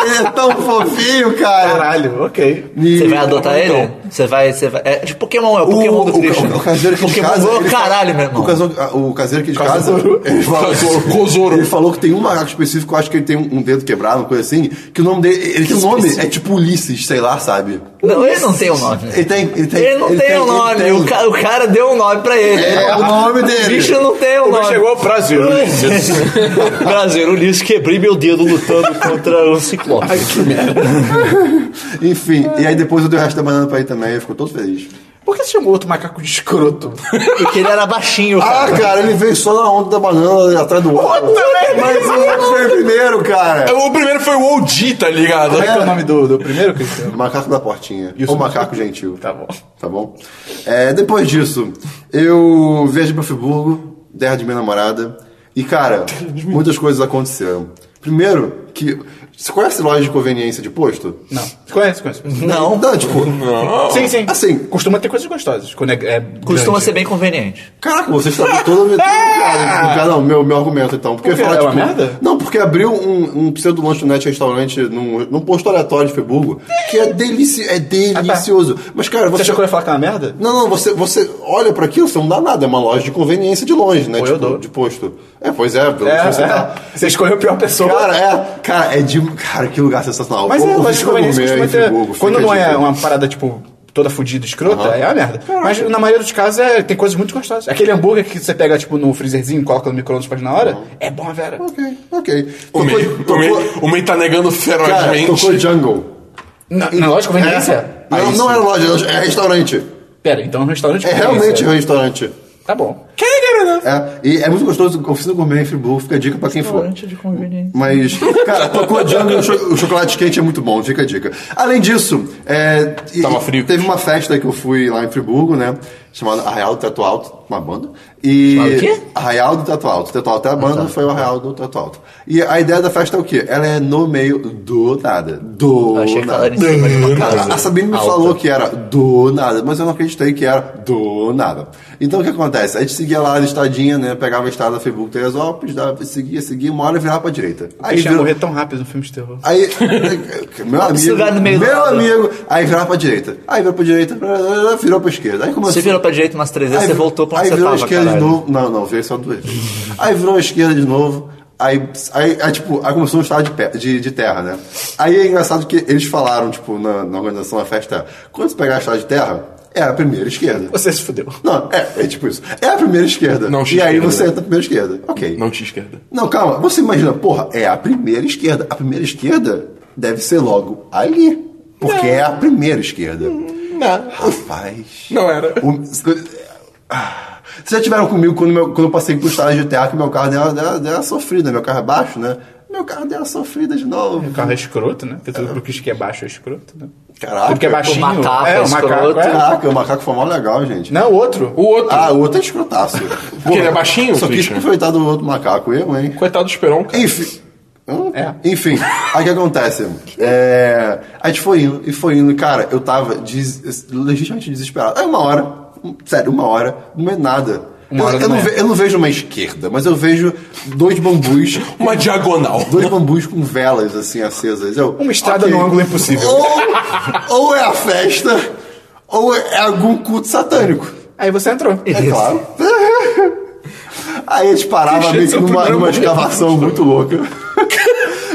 [SPEAKER 2] ele é tão fofinho, cara. Então,
[SPEAKER 1] Caralho, ok.
[SPEAKER 2] E-
[SPEAKER 4] Você vai adotar ele? Você vai, você vai. É tipo Pokémon, é o Pokémon do Christian.
[SPEAKER 2] o, o caseiro aqui de
[SPEAKER 4] Pokémon
[SPEAKER 2] casa.
[SPEAKER 4] Go é o
[SPEAKER 2] ele fala-
[SPEAKER 4] caralho, meu irmão.
[SPEAKER 2] O, caso- a- o caseiro aqui de casa.
[SPEAKER 1] Caseiro.
[SPEAKER 2] Ele falou, assim,
[SPEAKER 3] Caseiro, cosouro.
[SPEAKER 2] ele falou que tem um macaco específico, eu acho que ele tem um, um dedo quebrado, uma coisa assim. Que o nome dele. Ele tem um nome, é tipo Ulisses, sei lá, sabe?
[SPEAKER 4] Não, ele não tem o nome.
[SPEAKER 2] Ele tem. Ele, tem,
[SPEAKER 4] Ele não tem o nome.
[SPEAKER 2] ele tem-
[SPEAKER 4] o, ca- o cara deu um nome pra ele.
[SPEAKER 2] É o nome dele.
[SPEAKER 4] O bicho não tem o
[SPEAKER 1] Quando
[SPEAKER 4] nome.
[SPEAKER 1] chegou o Brasil.
[SPEAKER 4] Prazer, Ulisses, quebrei meu dedo lutando contra o Ciclope.
[SPEAKER 2] Enfim, e aí depois eu dei o resto da banana pra ele também, ele ficou todo feliz.
[SPEAKER 1] Por que você chamou outro macaco de escroto?
[SPEAKER 4] Porque ele era baixinho,
[SPEAKER 2] Ah,
[SPEAKER 4] cara.
[SPEAKER 2] cara, ele veio só na onda da banana atrás do outro. Mas o outro veio primeiro, cara.
[SPEAKER 3] O primeiro foi o OG, tá ligado?
[SPEAKER 1] Como é que é o nome do, do primeiro, Cristiano?
[SPEAKER 2] Macaco da portinha.
[SPEAKER 1] E o
[SPEAKER 2] Ou
[SPEAKER 1] subtítulo?
[SPEAKER 2] macaco gentil.
[SPEAKER 1] Tá bom.
[SPEAKER 2] Tá bom? É, depois disso, eu viajei pra Friburgo, terra de minha namorada. E, cara, muitas coisas aconteceram. Primeiro, que. Você conhece loja de conveniência de posto?
[SPEAKER 1] Não. Conhece, conhece.
[SPEAKER 4] Não,
[SPEAKER 2] Não, tipo.
[SPEAKER 1] Sim, sim.
[SPEAKER 2] Assim.
[SPEAKER 1] Costuma ter coisas gostosas. Quando é, é
[SPEAKER 4] costuma
[SPEAKER 1] grande.
[SPEAKER 4] ser bem conveniente.
[SPEAKER 2] Caraca, você está toda metendo tipo, cara. cara, Não, meu, meu argumento então. Porque
[SPEAKER 1] Por quê?
[SPEAKER 2] falar,
[SPEAKER 1] É uma
[SPEAKER 2] tipo,
[SPEAKER 1] merda?
[SPEAKER 2] Não, porque abriu um, um pseudo lanchonete restaurante num, num posto aleatório de Friburgo que é, delici é delicioso. Mas,
[SPEAKER 1] Ah,
[SPEAKER 2] cara,
[SPEAKER 1] tá. Você
[SPEAKER 2] você.
[SPEAKER 1] achou que eu ia falar que é uma merda?
[SPEAKER 2] Não, não, você, você olha pra aquilo, você não dá nada, é uma loja de conveniência de longe, né?
[SPEAKER 1] Pô, eu dou.
[SPEAKER 2] de posto. É, pois é, pelo
[SPEAKER 1] É,
[SPEAKER 2] que você tá.
[SPEAKER 1] é. Você escolheu a pior pessoa.
[SPEAKER 2] Cara, é, cara, é de. Cara, que lugar sensacional.
[SPEAKER 1] Mas
[SPEAKER 2] Ou-
[SPEAKER 1] é,
[SPEAKER 2] ou
[SPEAKER 1] loja de
[SPEAKER 2] fica
[SPEAKER 1] conveniência
[SPEAKER 2] gourmet
[SPEAKER 1] costuma
[SPEAKER 2] em
[SPEAKER 1] ter.
[SPEAKER 2] Friburgo,
[SPEAKER 1] Quando
[SPEAKER 2] fica
[SPEAKER 1] não
[SPEAKER 2] de
[SPEAKER 1] é
[SPEAKER 2] boa.
[SPEAKER 1] uma parada, tipo, toda fodida, escrota, é uma merda. Mas na maioria dos casos é, tem coisas muito gostosas. Aquele hambúrguer que você pega, tipo, no freezerzinho, coloca no micro-ondas faz na hora, é bom, Vera.
[SPEAKER 2] Ok, ok.
[SPEAKER 3] O May, o, May, o May tá negando
[SPEAKER 2] cara,
[SPEAKER 3] ferozmente.
[SPEAKER 2] tocou Jungle.
[SPEAKER 1] Na, na loja de conveniência?
[SPEAKER 2] Não, não é loja, é restaurante.
[SPEAKER 1] Pera, então é um restaurante de
[SPEAKER 2] É realmente
[SPEAKER 1] conveniência.
[SPEAKER 2] um restaurante.
[SPEAKER 1] Tá bom.
[SPEAKER 3] né?
[SPEAKER 2] É, e é muito gostoso, oficina gourmet em Friburgo, fica a dica pra quem for.
[SPEAKER 4] de conveniência.
[SPEAKER 2] Mas, cara, tocou Django e o cho- o chocolate quente é muito bom, fica a dica. Além disso, é, e-
[SPEAKER 3] Tava frio.
[SPEAKER 2] teve uma festa que eu fui lá em Friburgo, né? Chamada Arraial do Teto Alto, uma banda. E
[SPEAKER 4] Chamada o quê? Ah, tá.
[SPEAKER 2] Arraial do Teto Alto. Teto Alto é a banda, foi o Arraial do Teto Alto. E a ideia da festa é o quê? Ela é no meio do nada. Do
[SPEAKER 4] Eu achei que
[SPEAKER 2] nada.
[SPEAKER 4] falaram em cima de uma casa.
[SPEAKER 2] Cara, a Sabine me
[SPEAKER 4] alta.
[SPEAKER 2] falou que era do nada, mas eu não acreditei que era do nada. Então o que acontece? A gente seguia lá a estadinha, né? Pegava a estrada Facebook Teresópolis, dava, seguia, seguia, uma hora e virava pra direita.
[SPEAKER 1] Aí
[SPEAKER 2] Aí
[SPEAKER 1] Deixa eu
[SPEAKER 2] virou.
[SPEAKER 1] morrer tão rápido no filme de terror.
[SPEAKER 2] Aí, meu amigo,
[SPEAKER 4] lugar no meio do
[SPEAKER 2] meu
[SPEAKER 4] nada.
[SPEAKER 2] amigo, aí virava pra direita, aí virou pra direita, virou pra esquerda, aí começou.
[SPEAKER 4] Você virou pra direita umas três vezes,
[SPEAKER 2] Aí
[SPEAKER 4] você
[SPEAKER 2] vi-
[SPEAKER 4] voltou pra
[SPEAKER 2] aí
[SPEAKER 4] onde você
[SPEAKER 2] virou
[SPEAKER 4] tava,
[SPEAKER 2] a esquerda
[SPEAKER 4] caralho.
[SPEAKER 2] de novo. Não, não, veio só duas vezes. aí virou a esquerda de novo. Aí, aí, aí, tipo, aí começou um estado de, pe- de, de terra, né? Aí é engraçado que eles falaram, tipo, na, na organização da festa, quando você pegar a estrada de terra, é a primeira esquerda.
[SPEAKER 1] Você se fudeu.
[SPEAKER 2] Não, é, é tipo isso. É a primeira esquerda.
[SPEAKER 3] Não,
[SPEAKER 2] e aí
[SPEAKER 3] esquerda.
[SPEAKER 2] você entra na primeira esquerda. Ok.
[SPEAKER 3] Não tinha esquerda.
[SPEAKER 2] Não, calma. Você imagina, porra, é a primeira esquerda. A primeira esquerda deve ser logo ali. Porque é a primeira esquerda.
[SPEAKER 3] Não.
[SPEAKER 2] Rapaz.
[SPEAKER 3] Não era.
[SPEAKER 2] O- Ah, Vocês já tiveram comigo quando, meu- quando eu passei por estrada de terra que meu carro deu, uma- deu, uma- deu uma sofrida, meu carro é baixo, né? Meu carro deu uma sofrida de novo.
[SPEAKER 1] O carro é escroto, né? Porque tudo pro que é baixo é escroto, né?
[SPEAKER 2] Caraca,
[SPEAKER 1] Tudo que é baixinho.
[SPEAKER 4] macaco é
[SPEAKER 1] o macaco
[SPEAKER 4] escroto.
[SPEAKER 1] é.
[SPEAKER 2] Caraca, o macaco foi mó legal, gente.
[SPEAKER 1] Não, o outro.
[SPEAKER 3] O outro,
[SPEAKER 2] Ah, o outro é escrotaço. Porque
[SPEAKER 3] ele é baixinho,
[SPEAKER 2] Só quis
[SPEAKER 3] Christian?
[SPEAKER 2] aproveitar do outro macaco, eu, hein?
[SPEAKER 3] coitado do Esperon, cara.
[SPEAKER 2] Enfim. Hum?
[SPEAKER 1] É.
[SPEAKER 2] Enfim, aí o que acontece? É, a gente foi indo e foi indo, cara, eu tava des- legitimamente desesperado. Aí uma hora, um- sério, uma hora, não é nada.
[SPEAKER 1] Uma
[SPEAKER 2] eu,
[SPEAKER 1] hora da
[SPEAKER 2] eu não
[SPEAKER 1] manhã.
[SPEAKER 2] ve- eu não vejo uma esquerda, mas eu vejo dois bambus.
[SPEAKER 3] Uma diagonal.
[SPEAKER 2] dois bambus com velas assim acesas. Eu,
[SPEAKER 1] Uma estrada
[SPEAKER 2] ok.
[SPEAKER 1] num ângulo impossível.
[SPEAKER 2] Ou, ou é a festa, ou é algum culto satânico.
[SPEAKER 1] Aí você entrou.
[SPEAKER 2] É claro. Aí eles paravam
[SPEAKER 3] Christian,
[SPEAKER 2] meio que
[SPEAKER 3] seu
[SPEAKER 2] numa,
[SPEAKER 3] primeiro
[SPEAKER 2] numa
[SPEAKER 3] momento.
[SPEAKER 2] escavação muito louca.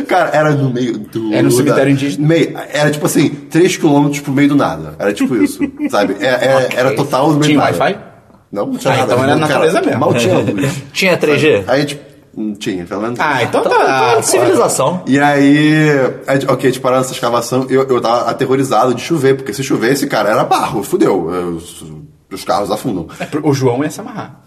[SPEAKER 2] Cara, era no meio do.
[SPEAKER 1] Era no cemitério
[SPEAKER 2] da-
[SPEAKER 1] indígena?
[SPEAKER 2] Meio, era tipo assim, 3km pro meio do nada. Era tipo isso, sabe? É- é- Era total no meio
[SPEAKER 1] Tinha
[SPEAKER 2] do nada.
[SPEAKER 1] Wi-Fi?
[SPEAKER 2] Não, não tinha
[SPEAKER 1] Ah,
[SPEAKER 2] nada.
[SPEAKER 1] então era
[SPEAKER 2] Cara,
[SPEAKER 1] natureza mesmo.
[SPEAKER 2] Mal tinha luz.
[SPEAKER 4] Tinha 3G?
[SPEAKER 2] Aí tipo, não tinha, pelo menos.
[SPEAKER 1] Ah, então
[SPEAKER 4] Então,
[SPEAKER 1] tá.
[SPEAKER 4] então, civilização.
[SPEAKER 2] E aí, a gente- ok, a gente parou nessa escavação, eu, eu tava aterrorizado de chover, porque se chovesse, cara, era barro, fudeu. eu- Os, os carros afundam.
[SPEAKER 1] é O João ia se amarrar.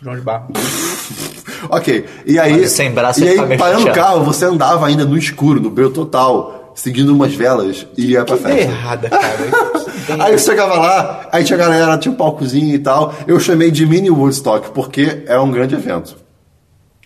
[SPEAKER 1] João de Barro.
[SPEAKER 2] Ok, e aí,
[SPEAKER 4] Mas sem braço
[SPEAKER 2] e
[SPEAKER 4] ele tá
[SPEAKER 2] aí
[SPEAKER 4] meio
[SPEAKER 2] parando o
[SPEAKER 4] chateado.
[SPEAKER 2] carro, você andava ainda no escuro, no breu total, seguindo umas velas e ia pra
[SPEAKER 1] Que ideia
[SPEAKER 2] festa.
[SPEAKER 1] errada, cara.
[SPEAKER 2] Aí você chegava lá, aí tinha a galera, tinha um palcozinho e tal. Eu chamei de mini Woodstock, porque é um grande evento.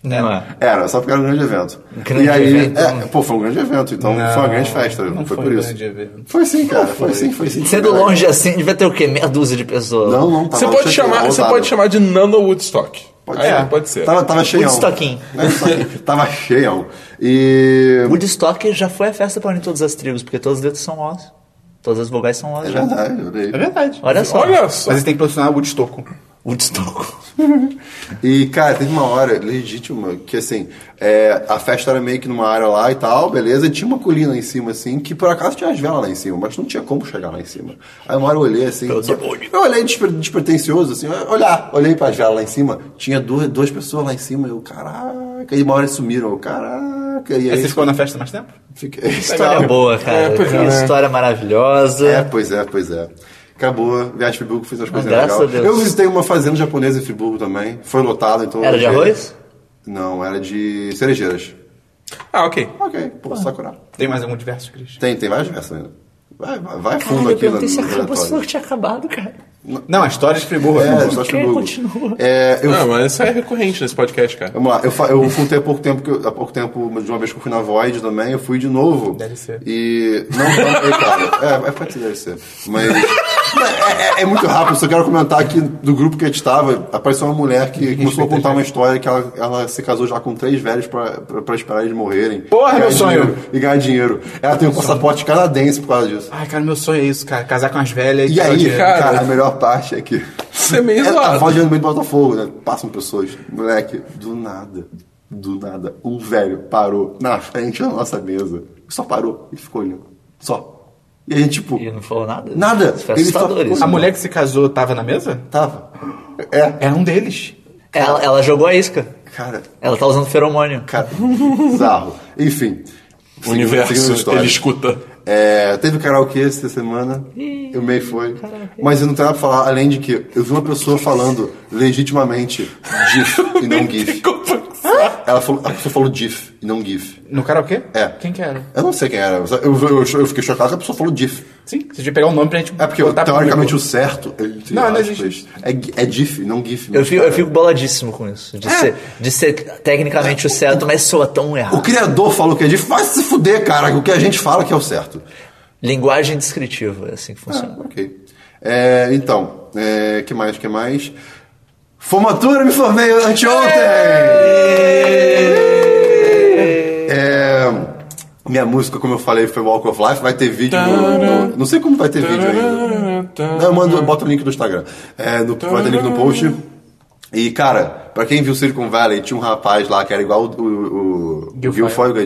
[SPEAKER 4] Não é.
[SPEAKER 2] Era, só porque era um grande evento.
[SPEAKER 4] grande
[SPEAKER 2] e aí,
[SPEAKER 4] evento. né?
[SPEAKER 2] é, pô, foi um grande evento, então foi uma grande festa.
[SPEAKER 1] não
[SPEAKER 2] foi,
[SPEAKER 1] foi
[SPEAKER 2] por
[SPEAKER 1] um
[SPEAKER 2] isso.
[SPEAKER 1] grande evento.
[SPEAKER 2] Foi sim, cara. Foi, sim, foi sim.
[SPEAKER 4] Sendo longe assim, devia ter o quê? Meia dúzia de pessoas.
[SPEAKER 2] Não, não, tava
[SPEAKER 3] Você pode,
[SPEAKER 2] cheio,
[SPEAKER 3] chamar, você
[SPEAKER 2] lotado.
[SPEAKER 3] pode chamar É. de Nano Woodstock. Pode,
[SPEAKER 2] ser. Tá,
[SPEAKER 3] pode ser.
[SPEAKER 2] Tava, tava cheião.
[SPEAKER 4] Woodstockinho.
[SPEAKER 2] Woodstockinho. tava cheião. E.
[SPEAKER 4] Woodstock já foi a festa para unir todas as tribos, porque todas as letras são Os. Todas as vogais são Os
[SPEAKER 2] É
[SPEAKER 4] já.
[SPEAKER 2] verdade, eu olhei.
[SPEAKER 1] É verdade.
[SPEAKER 4] Olha só.
[SPEAKER 3] Olha só.
[SPEAKER 1] Mas ele tem que posicionar o Woodstock.
[SPEAKER 4] Woodstock.
[SPEAKER 2] E, cara, teve uma hora legítima que, assim, é, a festa era meio que numa área lá e tal, beleza, e tinha uma colina em cima, assim, que por acaso tinha as velas lá em cima, mas não tinha como chegar lá em cima. Aí uma hora eu olhei, assim, só- eu olhei despre- despretensioso, assim, eu- olhar, olhei para as velas lá em cima, tinha duas, duas pessoas lá em cima, eu, caraca, e uma hora eles sumiram, eu, caraca, e
[SPEAKER 1] Aí você
[SPEAKER 2] aí
[SPEAKER 1] ficou na festa mais tempo?
[SPEAKER 2] fiquei...
[SPEAKER 4] História boa, né? cara.
[SPEAKER 3] É, pois é,
[SPEAKER 4] Que
[SPEAKER 3] né?
[SPEAKER 4] história maravilhosa.
[SPEAKER 2] É, pois é, pois é. Acabou, viagem a Friburgo, fiz as coisas
[SPEAKER 4] graças
[SPEAKER 2] legais.
[SPEAKER 4] a Deus.
[SPEAKER 2] Eu visitei uma fazenda japonesa em Friburgo também, foi lotada, então...
[SPEAKER 4] Era de arroz?
[SPEAKER 2] Não, era de cerejeiras.
[SPEAKER 3] Ah, ok.
[SPEAKER 2] Ok, pô, Sakura.
[SPEAKER 1] Tem mais algum diverso, Cris?
[SPEAKER 2] Tem, tem várias versões ainda. Vai, vai, vai fundo
[SPEAKER 4] Caralho, eu
[SPEAKER 2] aqui na
[SPEAKER 4] perguntei se acabou, se falou
[SPEAKER 2] relatório.
[SPEAKER 4] que tinha acabado, cara.
[SPEAKER 1] Não, a história de Friburgo é,
[SPEAKER 2] É,
[SPEAKER 1] boa.
[SPEAKER 2] só acho que
[SPEAKER 4] Ok,
[SPEAKER 2] Google.
[SPEAKER 4] continua.
[SPEAKER 2] É, eu,
[SPEAKER 3] Ah, mas isso é recorrente nesse podcast, cara.
[SPEAKER 2] Vamos lá, eu, fa- eu voltei há pouco tempo, que eu- há pouco tempo, de uma vez que eu fui na Void também, eu fui de novo.
[SPEAKER 1] Deve ser.
[SPEAKER 2] E. Não, não, é, cara. É, é pode ser, deve ser. Mas. É, é- é muito rápido, só quero comentar aqui do grupo que a gente estava, apareceu uma mulher que começou a contar uma história que ela, ela se casou já com três velhos pra, pra, pra esperar eles morrerem.
[SPEAKER 1] Porra,
[SPEAKER 2] E ganhar
[SPEAKER 1] meu sonho.
[SPEAKER 2] dinheiro- E ganhar dinheiro. Ela tem um passaporte canadense por causa disso.
[SPEAKER 1] Ai, cara, meu sonho é isso, cara. Casar com as velhas.
[SPEAKER 2] E
[SPEAKER 1] tirar o
[SPEAKER 2] aí,
[SPEAKER 1] dinheiro.
[SPEAKER 2] cara,
[SPEAKER 3] Cara.
[SPEAKER 2] a melhor parte é que.
[SPEAKER 3] Você é meio
[SPEAKER 2] É, a
[SPEAKER 3] zoado.
[SPEAKER 2] voz de meio do Botafogo, né? Passam pessoas. Moleque, do nada, do nada, um velho parou na frente da nossa mesa. Só parou e ficou olhando. Só. E a gente, tipo,
[SPEAKER 4] E não falou nada?
[SPEAKER 2] Nada.
[SPEAKER 4] Isso foi
[SPEAKER 2] Ele só-
[SPEAKER 4] assustador isso.
[SPEAKER 1] A mulher que se casou tava na mesa?
[SPEAKER 2] tava. É,
[SPEAKER 1] Era um deles.
[SPEAKER 4] É, Ela, ela jogou a isca.
[SPEAKER 2] cara,
[SPEAKER 4] Ela tá usando feromônio.
[SPEAKER 2] cara, bizarro. Enfim.
[SPEAKER 3] O universo,
[SPEAKER 2] seguindo a história.
[SPEAKER 3] ele escuta.
[SPEAKER 2] É, teve karaokê essa semana. eu meio foi. Mas eu não tenho nada pra falar, além de que eu vi uma pessoa falando legitimamente GIF e não GIF. Ela falou, a pessoa falou GIF e não GIF.
[SPEAKER 1] No karaokê?
[SPEAKER 2] É.
[SPEAKER 1] Quem que era?
[SPEAKER 2] Eu não sei quem era. Eu, eu, eu fiquei chocado que a pessoa falou GIF.
[SPEAKER 1] Sim, você devia pegar o nome pra gente.
[SPEAKER 2] É porque, eu,
[SPEAKER 4] tá
[SPEAKER 1] botar
[SPEAKER 2] teoricamente, o
[SPEAKER 1] público.
[SPEAKER 2] certo. é, entre
[SPEAKER 1] Não, não
[SPEAKER 2] aspas,
[SPEAKER 1] existe.
[SPEAKER 2] É, gi- é GIF, não GIF.
[SPEAKER 4] Eu
[SPEAKER 2] mas,
[SPEAKER 4] fico, eu
[SPEAKER 2] cara,
[SPEAKER 4] fico boladíssimo com isso. De, ser, de ser tecnicamente o certo, mas soa tão
[SPEAKER 2] O
[SPEAKER 4] errado.
[SPEAKER 2] criador falou que é GIF. Vai se fuder, cara. O que a gente fala que é o certo. Ah,
[SPEAKER 4] Linguagem descritiva, é assim que funciona.
[SPEAKER 2] Ok. É, então, é, que mais, que mais? Formatura, me formei anteontem! É, minha música, como eu falei, foi Walk of Life. Vai ter vídeo no, no- Não sei como vai ter vídeo ainda. Não, eu mando, bota o link do Instagram. É, no, vai ter link no post. E, cara, pra quem viu Silicon Valley, tinha um rapaz lá que era igual o, o, o
[SPEAKER 1] Gilfoyle.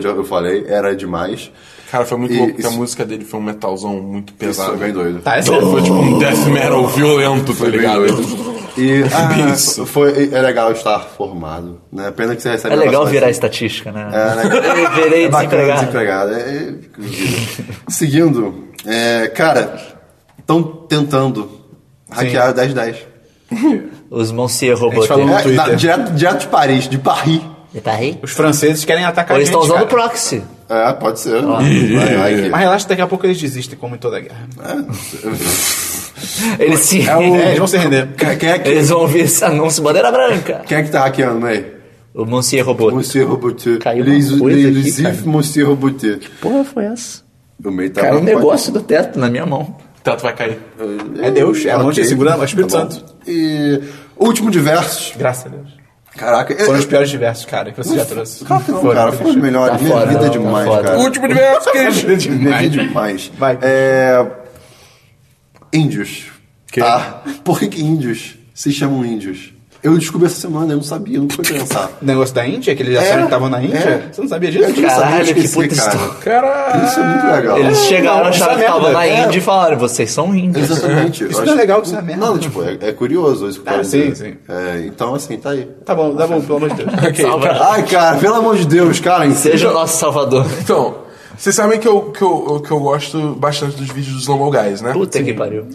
[SPEAKER 2] Gilfoyle, que eu falei, era demais.
[SPEAKER 3] Cara, foi muito
[SPEAKER 2] E
[SPEAKER 3] louco, porque a
[SPEAKER 2] isso-
[SPEAKER 3] música dele foi um metalzão muito
[SPEAKER 2] Isso
[SPEAKER 3] pesado.
[SPEAKER 2] é bem doido.
[SPEAKER 1] Tá, é sério.
[SPEAKER 3] Foi tipo um death metal violento, tá ligado?
[SPEAKER 2] E ah,
[SPEAKER 3] Isso.
[SPEAKER 2] foi, é legal estar formado, né? Pena que você recebe
[SPEAKER 4] É
[SPEAKER 2] uma
[SPEAKER 4] legal
[SPEAKER 2] notificação.
[SPEAKER 4] virar estatística, né?
[SPEAKER 2] É, né?
[SPEAKER 4] Eu virei
[SPEAKER 2] É bacana,
[SPEAKER 4] desempregado.
[SPEAKER 2] desempregado. É, é, é. Seguindo, é, cara, estão tentando hackear 1010.
[SPEAKER 4] Os Monsieur
[SPEAKER 1] A gente
[SPEAKER 4] Robotech.
[SPEAKER 1] falou no
[SPEAKER 2] É, na-
[SPEAKER 1] Twitter.
[SPEAKER 2] direto, direto de Paris, de Paris.
[SPEAKER 4] E tá aí?
[SPEAKER 1] Os franceses querem atacar
[SPEAKER 4] Ou
[SPEAKER 1] a
[SPEAKER 4] eles
[SPEAKER 1] gente,
[SPEAKER 4] estão usando
[SPEAKER 1] cara.
[SPEAKER 4] proxy.
[SPEAKER 2] É, pode ser. Vai, vai que-
[SPEAKER 1] Mas relaxa, daqui a pouco eles desistem, como em toda guerra.
[SPEAKER 4] Eles sim.
[SPEAKER 1] É, eles vão se render.
[SPEAKER 2] Quem, quem é que,
[SPEAKER 4] Eles vão ver esse anúncio bandeira branca.
[SPEAKER 2] quem é que tá hackeando aí?
[SPEAKER 4] O Monsieur Robotech.
[SPEAKER 2] Monsieur Robotier.
[SPEAKER 4] Caiu uma
[SPEAKER 2] Les-
[SPEAKER 4] coisa
[SPEAKER 2] Les-
[SPEAKER 4] aqui,
[SPEAKER 2] Les-
[SPEAKER 4] cara.
[SPEAKER 2] Monsieur Robotier.
[SPEAKER 4] Porra, foi essa?
[SPEAKER 2] O meio tá
[SPEAKER 4] Caiu um negócio do teto na minha mão.
[SPEAKER 3] O teto vai cair.
[SPEAKER 1] É Deus, é a mão
[SPEAKER 2] Ok.
[SPEAKER 1] que segura o Espírito
[SPEAKER 2] Tá bom.
[SPEAKER 1] Santo.
[SPEAKER 2] E último de versos.
[SPEAKER 1] Graças a Deus.
[SPEAKER 2] Caraca, eu-
[SPEAKER 1] Foram os piores diversos, cara, que você já trouxe.
[SPEAKER 2] Claro que não, cara. Foi
[SPEAKER 1] Christian.
[SPEAKER 2] melhor.
[SPEAKER 4] Tá
[SPEAKER 2] Minha
[SPEAKER 4] fora,
[SPEAKER 2] vida é
[SPEAKER 4] não,
[SPEAKER 2] demais,
[SPEAKER 4] tá fora.
[SPEAKER 2] cara.
[SPEAKER 3] Último universo, Christian.
[SPEAKER 2] Minha vida é demais.
[SPEAKER 1] Vai.
[SPEAKER 2] É... Índios. Tá? Por que, que índios se chamam índios? Eu descobri essa semana, eu não sabia, eu não fui pensar.
[SPEAKER 1] Negócio da Índia, que eles já sabem que estavam na Índia?
[SPEAKER 2] é.
[SPEAKER 1] Você não sabia disso?
[SPEAKER 2] Eu não sabia,
[SPEAKER 4] Caralho,
[SPEAKER 2] eu
[SPEAKER 4] que
[SPEAKER 2] esqueci,
[SPEAKER 4] puta
[SPEAKER 2] cara.
[SPEAKER 4] história.
[SPEAKER 3] Caralho.
[SPEAKER 2] Isso é muito legal.
[SPEAKER 4] Eles
[SPEAKER 1] não,
[SPEAKER 4] chegaram, acharam
[SPEAKER 1] isso
[SPEAKER 4] que
[SPEAKER 1] é
[SPEAKER 4] estavam
[SPEAKER 1] merda.
[SPEAKER 4] na
[SPEAKER 1] É.
[SPEAKER 4] Índia e falaram, vocês são índios.
[SPEAKER 2] Exatamente. eu
[SPEAKER 1] Isso não
[SPEAKER 2] acho
[SPEAKER 1] é legal, isso é merda.
[SPEAKER 2] Não, tipo, é, é curioso isso que eu
[SPEAKER 1] Ah,
[SPEAKER 2] quero
[SPEAKER 1] sim,
[SPEAKER 2] dizer.
[SPEAKER 1] sim.
[SPEAKER 2] É, então, assim, tá aí.
[SPEAKER 1] Tá bom, tá bom, pelo amor de Deus.
[SPEAKER 4] Salva-
[SPEAKER 2] Ai, cara, pelo amor de Deus, cara.
[SPEAKER 3] um
[SPEAKER 4] Seja o nosso salvador.
[SPEAKER 3] Então, vocês sabem que eu, que, eu, que eu gosto bastante dos vídeos dos Normal Guys, né?
[SPEAKER 4] Puta que pariu.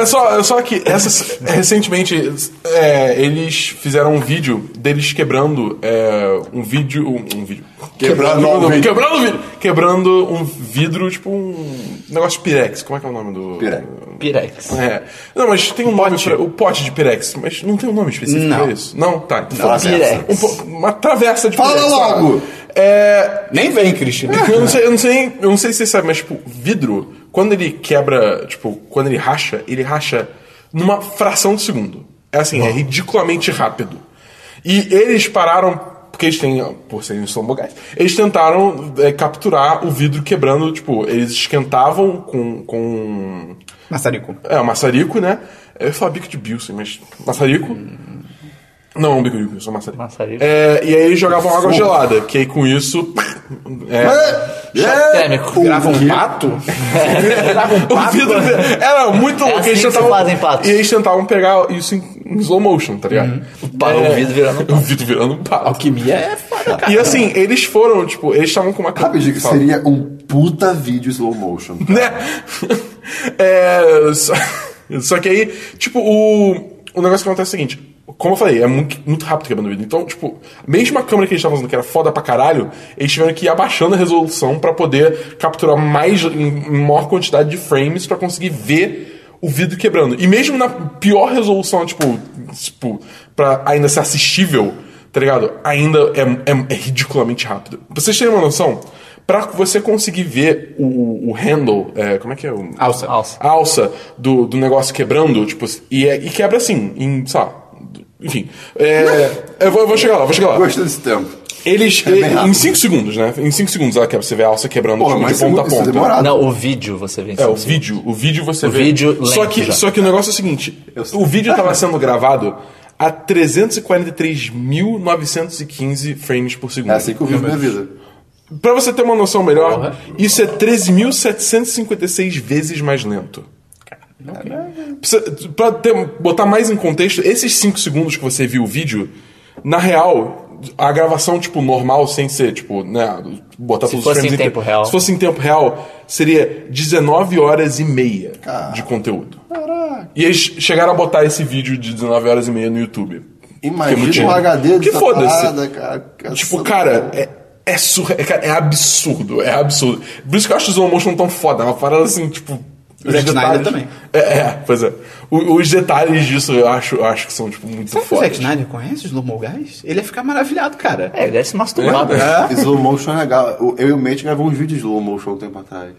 [SPEAKER 3] É só, é só que essas, recentemente é, eles fizeram um vídeo deles quebrando é, um vídeo. Um, um vídeo.
[SPEAKER 2] Quebrando um vídeo.
[SPEAKER 3] Quebrando um vidro. Quebrando um vidro, tipo um negócio de Pirex. Como é que é o nome do.
[SPEAKER 2] Pirex.
[SPEAKER 4] Pirex.
[SPEAKER 3] É. Não, mas tem um nome pra, O pote de Pirex, mas não tem um nome específico
[SPEAKER 1] Não.
[SPEAKER 3] pra isso. Não, tá. então
[SPEAKER 2] Fala
[SPEAKER 3] foda-se.
[SPEAKER 4] Pirex.
[SPEAKER 3] Um po- uma travessa de
[SPEAKER 2] Fala
[SPEAKER 3] Pirex. sabe?
[SPEAKER 2] logo!
[SPEAKER 3] É.
[SPEAKER 1] Nem vem, Christian.
[SPEAKER 2] É.
[SPEAKER 3] Eu não, sei, eu, não sei, eu não sei se vocês sabem, mas, tipo, vidro, quando ele quebra, tipo, quando ele racha, ele racha numa fração de segundo. É assim, é ridiculamente rápido. E eles pararam, porque eles têm, por serem os lambogais, eles tentaram é, capturar o vidro quebrando, tipo, eles esquentavam com. com
[SPEAKER 1] Maçarico.
[SPEAKER 3] é, o maçarico, né? Eu ia falar bico de Bilson, mas. Maçarico. Não, um bico de Bilson, maçarico.
[SPEAKER 4] Maçarico.
[SPEAKER 3] É, e aí eles jogavam água gelada, que aí com isso. É,
[SPEAKER 4] Choque térmico.
[SPEAKER 1] Grava um pato? Grava um
[SPEAKER 3] o
[SPEAKER 1] pato?
[SPEAKER 3] vidro era muito louco.
[SPEAKER 4] assim
[SPEAKER 3] eles
[SPEAKER 4] que se
[SPEAKER 3] tentavam,
[SPEAKER 4] fazem patos.
[SPEAKER 3] E eles tentavam pegar isso em, em slow motion, tá ligado?
[SPEAKER 4] Pa- o vidro virando um
[SPEAKER 3] O vidro virando um pato.
[SPEAKER 1] Alquimia é foda, cara.
[SPEAKER 3] E assim, eles foram, tipo, eles estavam com uma
[SPEAKER 2] Rapidinho, que
[SPEAKER 3] Fala.
[SPEAKER 2] seria um puta vídeo slow motion.
[SPEAKER 3] né? É, só, só que aí, tipo, o, o negócio que acontece é o seguinte. Como eu falei, é muito, muito rápido quebrando o vídeo. Então, tipo, mesmo a câmera que eles estavam usando, que era foda pra caralho, eles tiveram que ir abaixando a resolução pra poder capturar mais, em em maior quantidade de frames pra conseguir ver o vidro quebrando. E mesmo na pior resolução, tipo, tipo pra ainda ser assistível, tá ligado? Ainda é, é, é ridiculamente rápido. Pra vocês terem uma noção, pra você conseguir ver o, o handle, é, como é que é o...
[SPEAKER 1] Alça.
[SPEAKER 4] Alça.
[SPEAKER 3] A alça do, do negócio quebrando, tipo, e, é- e quebra assim, em, sei lá, enfim. É, eu, vou, eu vou chegar lá, vou chegar lá.
[SPEAKER 2] Gostei desse tempo.
[SPEAKER 3] Eles,
[SPEAKER 2] É bem rápido.
[SPEAKER 3] em 5 segundos, né? Em 5 segundos ela quebra, você vê a alça quebrando
[SPEAKER 2] Pô,
[SPEAKER 3] tipo,
[SPEAKER 2] mas
[SPEAKER 3] de
[SPEAKER 2] isso é
[SPEAKER 3] ponta a
[SPEAKER 2] muito- isso é
[SPEAKER 3] ponta.
[SPEAKER 2] demorado.
[SPEAKER 4] Não, o vídeo você vê. em
[SPEAKER 3] É, o
[SPEAKER 4] cima.
[SPEAKER 3] vídeo. O vídeo você
[SPEAKER 4] O
[SPEAKER 3] vê.
[SPEAKER 4] vídeo lento
[SPEAKER 3] só, que,
[SPEAKER 4] já.
[SPEAKER 3] só que o negócio é o seguinte: o vídeo estava sendo gravado a 343.915 frames por segundo.
[SPEAKER 2] É assim que eu vivo minha vida.
[SPEAKER 3] Pra você ter uma noção melhor, isso é 13.756 vezes mais lento. Pra, pra ter- botar mais em contexto, esses 5 segundos que você viu o vídeo, na real, a gravação, tipo, normal, sem ser, tipo, né, botar
[SPEAKER 4] Se
[SPEAKER 3] todos os
[SPEAKER 4] fosse
[SPEAKER 3] frames
[SPEAKER 4] em tempo real.
[SPEAKER 3] Se fosse em tempo real, seria 19 horas e meia de conteúdo. E eles chegaram a botar esse vídeo de 19 horas e meia no YouTube. Porque
[SPEAKER 2] Imagina
[SPEAKER 3] não
[SPEAKER 2] um
[SPEAKER 3] tinha.
[SPEAKER 2] HD
[SPEAKER 3] Que
[SPEAKER 2] dessa
[SPEAKER 3] foda-se.
[SPEAKER 2] parada, cara.
[SPEAKER 3] Tipo, cara, é, é surra. É, cara, é absurdo, é absurdo. Por isso que eu acho o slow motion tão foda. É uma parada assim, tipo. os
[SPEAKER 1] Zack Snyder
[SPEAKER 3] detalhes-
[SPEAKER 1] também.
[SPEAKER 3] É, é, pois é. O- os detalhes disso eu acho, eu acho que são, tipo, muito
[SPEAKER 1] Será que o
[SPEAKER 3] foda.
[SPEAKER 1] Zack Snyder conhece os Lomogás? Ele ia ficar maravilhado, cara.
[SPEAKER 4] É, ele deve se masturbar. né?
[SPEAKER 2] Slow motion é legal. Eu- Eu e o Mate gravamos uns vídeos de slow motion um tempo atrás.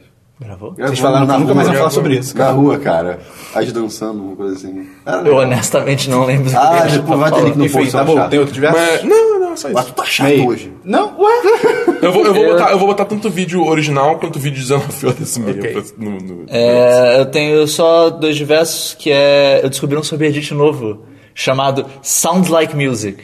[SPEAKER 4] Gravou?
[SPEAKER 1] É, Vocês falaram que
[SPEAKER 2] na
[SPEAKER 1] nunca
[SPEAKER 2] rua,
[SPEAKER 1] mais iam
[SPEAKER 2] cara.
[SPEAKER 1] falar sobre isso.
[SPEAKER 2] Na rua, cara. A gente dançando, uma coisa assim. Era
[SPEAKER 4] Eu
[SPEAKER 2] legal.
[SPEAKER 4] honestamente não lembro. do
[SPEAKER 2] Ah,
[SPEAKER 4] que a gente
[SPEAKER 2] depois
[SPEAKER 4] tá
[SPEAKER 2] vai ter
[SPEAKER 4] falando.
[SPEAKER 2] link no
[SPEAKER 1] Enfim,
[SPEAKER 2] post.
[SPEAKER 1] tá bom, tem outro diverso?
[SPEAKER 3] Mas, Tipo, é, não, não, só
[SPEAKER 2] Mas
[SPEAKER 3] isso.
[SPEAKER 2] tu tá chato
[SPEAKER 1] Meio.
[SPEAKER 2] hoje.
[SPEAKER 1] Não, ué?
[SPEAKER 3] Eu vou, eu, vou botar, eu vou botar tanto vídeo original quanto vídeo de 19 horas e meia.
[SPEAKER 1] Ok.
[SPEAKER 3] pra- No, no-
[SPEAKER 4] É, eu tenho só dois diversos que é. Eu descobri um subreddit novo chamado Sounds Like Music.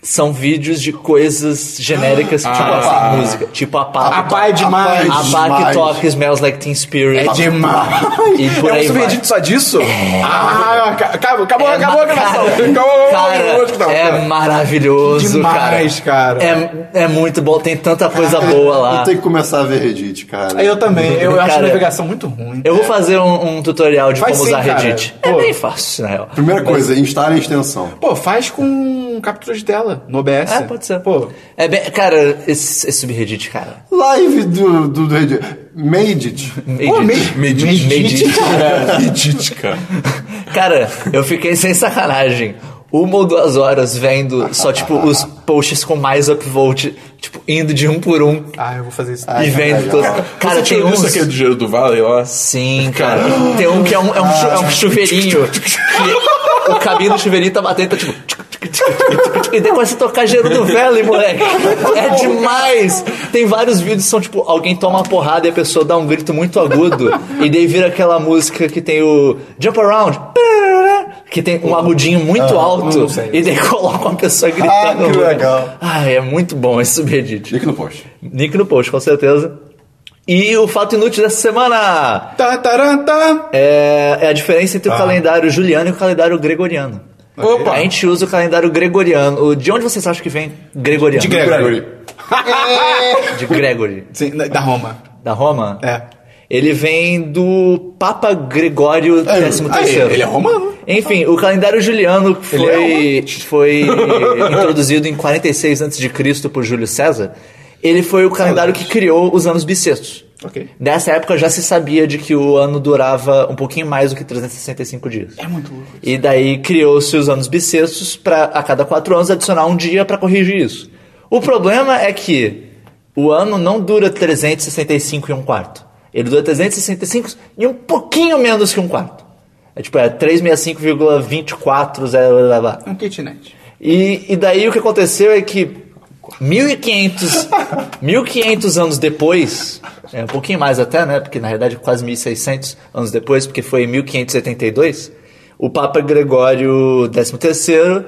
[SPEAKER 4] São vídeos de coisas genéricas que parecem música. Tipo a pá.
[SPEAKER 1] Ah, A pá é demais.
[SPEAKER 4] A pá que
[SPEAKER 2] demais.
[SPEAKER 4] toca Smells Like Teen Spirit.
[SPEAKER 1] É demais.
[SPEAKER 4] E por
[SPEAKER 1] é um
[SPEAKER 4] aí vai.
[SPEAKER 1] subreddito só disso? Ah, ca- acabou, acabou, acabou a
[SPEAKER 4] É ma-
[SPEAKER 1] gravação.
[SPEAKER 4] cara,
[SPEAKER 1] Acabou,
[SPEAKER 4] cara,
[SPEAKER 1] acabou, acabou.
[SPEAKER 4] é maravilhoso,
[SPEAKER 1] Demais, cara.
[SPEAKER 4] É, é muito bom, tem tanta coisa boa lá.
[SPEAKER 2] Eu tenho que começar a ver Reddit, cara.
[SPEAKER 1] Eu também, eu acho a
[SPEAKER 4] Cara,
[SPEAKER 1] navegação muito ruim.
[SPEAKER 4] Eu vou fazer um, um tutorial de
[SPEAKER 1] Faz
[SPEAKER 4] como
[SPEAKER 1] sim,
[SPEAKER 4] usar
[SPEAKER 1] cara.
[SPEAKER 4] Reddit.
[SPEAKER 1] Pô.
[SPEAKER 4] É bem fácil, na real.
[SPEAKER 2] Primeira coisa, instale a extensão.
[SPEAKER 1] Pô, faz com captura de tela no OBS.
[SPEAKER 4] É, pode ser.
[SPEAKER 1] Pô,
[SPEAKER 4] É bem, cara, esse, esse subreddit, cara.
[SPEAKER 2] Live do, do, do Reddit. Made it.
[SPEAKER 1] pô
[SPEAKER 4] Medit.
[SPEAKER 1] Medit.
[SPEAKER 4] Medit.
[SPEAKER 1] Medit, cara.
[SPEAKER 3] Edit, cara.
[SPEAKER 4] Cara, eu fiquei sem sacanagem. Uma ou duas horas vendo só, tipo, os posts com mais upvote, tipo, indo de um por um
[SPEAKER 1] Ah, eu vou fazer isso.
[SPEAKER 4] e vendo todos. Cara,
[SPEAKER 3] Você tinha
[SPEAKER 4] tem
[SPEAKER 3] visto
[SPEAKER 4] uns...
[SPEAKER 3] aquele do dinheiro do Vale lá?
[SPEAKER 4] Sim, cara. Tem um que é um, é um, chu- é um chuveirinho. que o cabinho do chuveirinho tá batendo, tá tipo... aprender quase a tocar Gerudo Valley, moleque. É demais. Tem vários vídeos que são tipo, alguém toma uma porrada e a pessoa dá um grito muito agudo. E daí vira aquela música que tem o Jump Around. Que tem um agudinho muito
[SPEAKER 2] Ah,
[SPEAKER 4] alto. E daí coloca uma pessoa gritando.
[SPEAKER 2] que legal.
[SPEAKER 4] Ai, é muito bom esse subreddit.
[SPEAKER 2] Clique no post.
[SPEAKER 4] Nick no post, com certeza. E o fato inútil dessa semana
[SPEAKER 1] Tá, tará, tá.
[SPEAKER 4] é, é a diferença
[SPEAKER 1] Ah.
[SPEAKER 4] entre o calendário juliano e o calendário gregoriano.
[SPEAKER 3] Opa.
[SPEAKER 4] A gente usa o calendário gregoriano. De onde vocês acham que vem gregoriano?
[SPEAKER 1] De Gregory.
[SPEAKER 4] De Gregory.
[SPEAKER 1] Sim, na- da Roma.
[SPEAKER 4] Da Roma?
[SPEAKER 1] É.
[SPEAKER 4] Ele vem do Papa Gregório
[SPEAKER 1] Aí,
[SPEAKER 4] XIII.
[SPEAKER 1] ele é romano.
[SPEAKER 4] Enfim, o calendário juliano foi, foi introduzido em 46 a.C. por Júlio César. Ele foi o calendário que criou os anos bissextos.
[SPEAKER 1] Ok.
[SPEAKER 4] Nessa época já se sabia de que o ano durava um pouquinho mais do que 365 dias.
[SPEAKER 1] É muito louco.
[SPEAKER 4] E daí criou-se os anos bissextos para a cada quatro anos adicionar um dia para corrigir isso. O problema é que o ano não dura 365 e um quarto. Ele dura 365 e um pouquinho menos que um quarto. É tipo, é 365,24. zero, blá, blá, blá.
[SPEAKER 1] É um kitnet.
[SPEAKER 4] E, e daí o que aconteceu é que 1500, 1500 anos depois, é, um pouquinho mais até, né? Porque na realidade quase 1600 anos depois, porque foi em 1572, o Papa Gregório XIII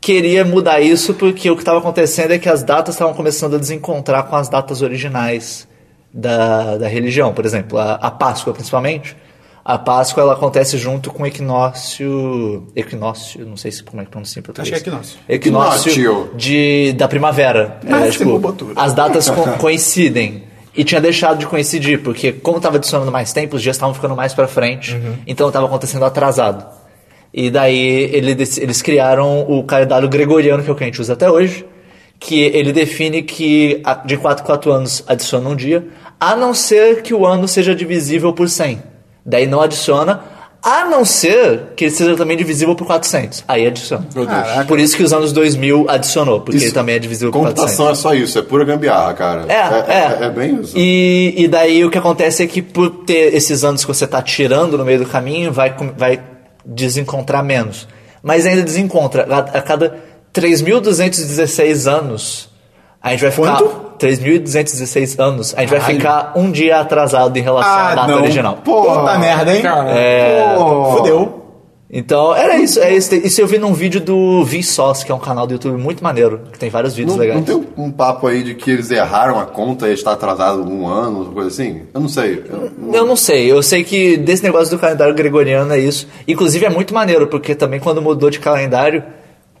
[SPEAKER 4] queria mudar isso porque o que estava acontecendo é que as datas estavam começando a desencontrar com as datas originais da, da religião. Por exemplo, a, a Páscoa principalmente. A Páscoa ela acontece junto com o equinócio. Equinócio, não sei se como é que pronuncia em português.
[SPEAKER 1] que é equinócio.
[SPEAKER 4] Equinócio
[SPEAKER 2] Equinócio.
[SPEAKER 4] de, da primavera.
[SPEAKER 1] Ah,
[SPEAKER 4] É,
[SPEAKER 1] você roubou tudo.
[SPEAKER 4] as datas co- coincidem. E tinha deixado de coincidir, porque como tava adicionando mais tempo, os dias estavam ficando mais pra frente,
[SPEAKER 1] Uhum.
[SPEAKER 4] então tava acontecendo atrasado. E daí ele dec- eles criaram o calendário gregoriano, que é o que a gente usa até hoje, que ele define que a- de 4 em 4 anos adiciona um dia, a não ser que o ano seja divisível por 100. Daí não adiciona, a não ser que ele seja também divisível por 400. Aí adiciona.
[SPEAKER 1] Caraca.
[SPEAKER 4] Por isso que os anos 2000 adicionou, porque ele também é divisível por 400.
[SPEAKER 2] Computação é só isso, é pura gambiarra, cara.
[SPEAKER 4] É, é.
[SPEAKER 2] É, bem isso.
[SPEAKER 4] E, e daí o que acontece é que por ter esses anos que você tá tirando no meio do caminho, vai, com- vai desencontrar menos. Mas ainda desencontra. A, a cada 3.216 anos, a gente vai ficar...
[SPEAKER 1] Quanto?
[SPEAKER 4] 3.216 anos, a gente vai ficar um dia atrasado em relação
[SPEAKER 2] Ah,
[SPEAKER 4] à data original.
[SPEAKER 1] Ah,
[SPEAKER 4] É,
[SPEAKER 1] Puta merda, hein?
[SPEAKER 3] Cara.
[SPEAKER 1] Pô. Fudeu.
[SPEAKER 4] Então, era isso, era isso. Isso eu vi num vídeo do Vsauce, que é um canal do YouTube muito maneiro, que tem vários vídeos
[SPEAKER 2] Não,
[SPEAKER 4] legais.
[SPEAKER 2] não tem um, um papo aí de que eles erraram a conta e está atrasado um ano, alguma coisa assim? Eu não sei. Eu-
[SPEAKER 4] Eu não sei, eu sei que desse negócio do calendário gregoriano é isso. Inclusive é muito maneiro, porque também quando mudou de calendário,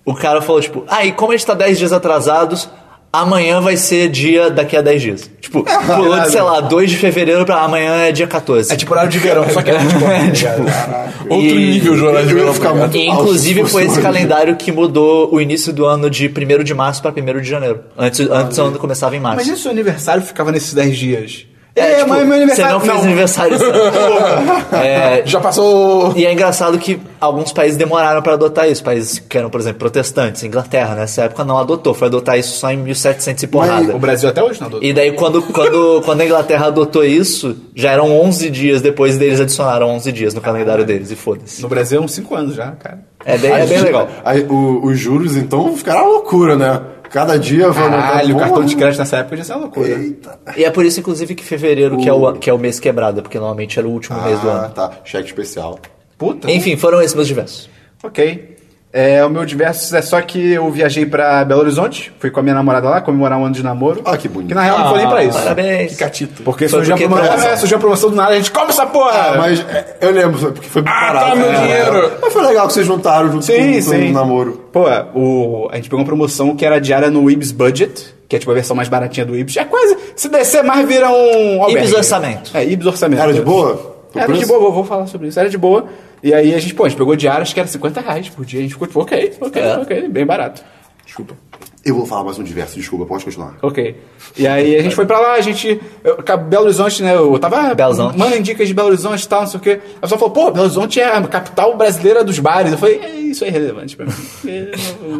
[SPEAKER 4] o cara falou, tipo, ah, e como a gente tá 10 dias atrasados, amanhã vai ser dia daqui a 10 dias. Tipo, pulou de, sei lá, 2 de fevereiro pra amanhã é dia 14.
[SPEAKER 1] É tipo horário de verão, só que é muito bom. Caraca.
[SPEAKER 3] Outro
[SPEAKER 4] E-
[SPEAKER 3] nível de horário de
[SPEAKER 2] Eu ia
[SPEAKER 3] verão,
[SPEAKER 2] ficar
[SPEAKER 3] tá
[SPEAKER 1] é
[SPEAKER 3] ligado?
[SPEAKER 2] muito-
[SPEAKER 4] E,
[SPEAKER 2] alto,
[SPEAKER 4] inclusive
[SPEAKER 2] se
[SPEAKER 4] foi
[SPEAKER 2] fosse
[SPEAKER 4] esse
[SPEAKER 2] hoje.
[SPEAKER 4] calendário que mudou o início do ano de 1 de março pra 1 de janeiro. Antes, antes o ano começava em março.
[SPEAKER 1] Imagina se o aniversário ficava nesses 10 dias.
[SPEAKER 4] É, tipo,
[SPEAKER 1] mas meu
[SPEAKER 4] Você
[SPEAKER 1] aniversário
[SPEAKER 4] não fez aniversário. esse ano. é,
[SPEAKER 3] Já passou...
[SPEAKER 4] E é engraçado que alguns países demoraram para adotar isso. Países que eram, por exemplo, protestantes. Inglaterra, nessa época, não adotou. Foi adotar isso só em 1700 e porrada.
[SPEAKER 1] O Brasil até hoje não adotou.
[SPEAKER 4] E daí, quando, quando, quando a Inglaterra adotou isso, já eram 11 dias depois deles adicionaram 11 dias no calendário deles. E foda-se.
[SPEAKER 1] No Brasil é uns 5 anos já, cara.
[SPEAKER 4] É bem, é bem legal.
[SPEAKER 2] Aí, o- os juros, então, ficaram uma loucura, né? Cada dia vai aumentar. um
[SPEAKER 1] Caralho, o
[SPEAKER 2] Porra.
[SPEAKER 1] cartão de crédito nessa época já é uma loucura.
[SPEAKER 2] Eita.
[SPEAKER 4] E é por isso, inclusive, que fevereiro, que, é o, an- que é o mês quebrado, porque normalmente era o último mês do
[SPEAKER 2] Ah,
[SPEAKER 4] ano.
[SPEAKER 2] tá. Cheque especial.
[SPEAKER 1] Puta.
[SPEAKER 4] Enfim, foram esses meus diversos.
[SPEAKER 1] Ok. É, o meu diversos é só que eu viajei pra Belo Horizonte, fui com a minha namorada lá, comemorar um ano de namoro.
[SPEAKER 2] Ah, que bonito.
[SPEAKER 1] Que na real não foi nem pra isso.
[SPEAKER 4] Parabéns.
[SPEAKER 3] Catito.
[SPEAKER 1] Porque
[SPEAKER 4] Foi
[SPEAKER 1] surgiu a
[SPEAKER 4] porque
[SPEAKER 1] promoção.
[SPEAKER 4] tava-
[SPEAKER 1] É, surgiu a promoção do nada, a gente come essa porra!
[SPEAKER 2] Ah, mas é, eu lembro, foi- porque foi
[SPEAKER 3] Ah,
[SPEAKER 2] parado.
[SPEAKER 3] tá, meu
[SPEAKER 2] né?
[SPEAKER 3] dinheiro.
[SPEAKER 2] Mas foi legal que vocês juntaram junto
[SPEAKER 1] Sim,
[SPEAKER 2] com,
[SPEAKER 1] sim.
[SPEAKER 2] com o namoro.
[SPEAKER 1] Pô, o, a gente pegou uma promoção que era diária no Ibs Budget, que é tipo a versão mais baratinha do Ibs. É quase. Se descer mais, vira um. albergue.
[SPEAKER 4] Orçamento.
[SPEAKER 1] É, Ibs Orçamento.
[SPEAKER 2] Era de boa? O
[SPEAKER 1] Era
[SPEAKER 2] preço?
[SPEAKER 1] de boa, vou, vou falar sobre isso. Era de boa. E aí a gente, pô, a gente pegou diária, acho que era 50 reais por dia. A gente ficou tipo, ok, ok,
[SPEAKER 4] É.
[SPEAKER 1] ok, bem barato.
[SPEAKER 3] Desculpa.
[SPEAKER 2] Eu vou falar mais um diverso, desculpa, pode continuar.
[SPEAKER 1] Ok. E aí a gente foi pra lá, a gente. eu- ca- Belo Horizonte, né? Eu tava. ah,
[SPEAKER 4] Belo Horizonte.
[SPEAKER 1] Mandem dicas de Belo Horizonte e tal, não sei o quê. A pessoa falou, pô, Belo Horizonte é a capital brasileira dos bares. Eu falei, é, isso é irrelevante pra mim.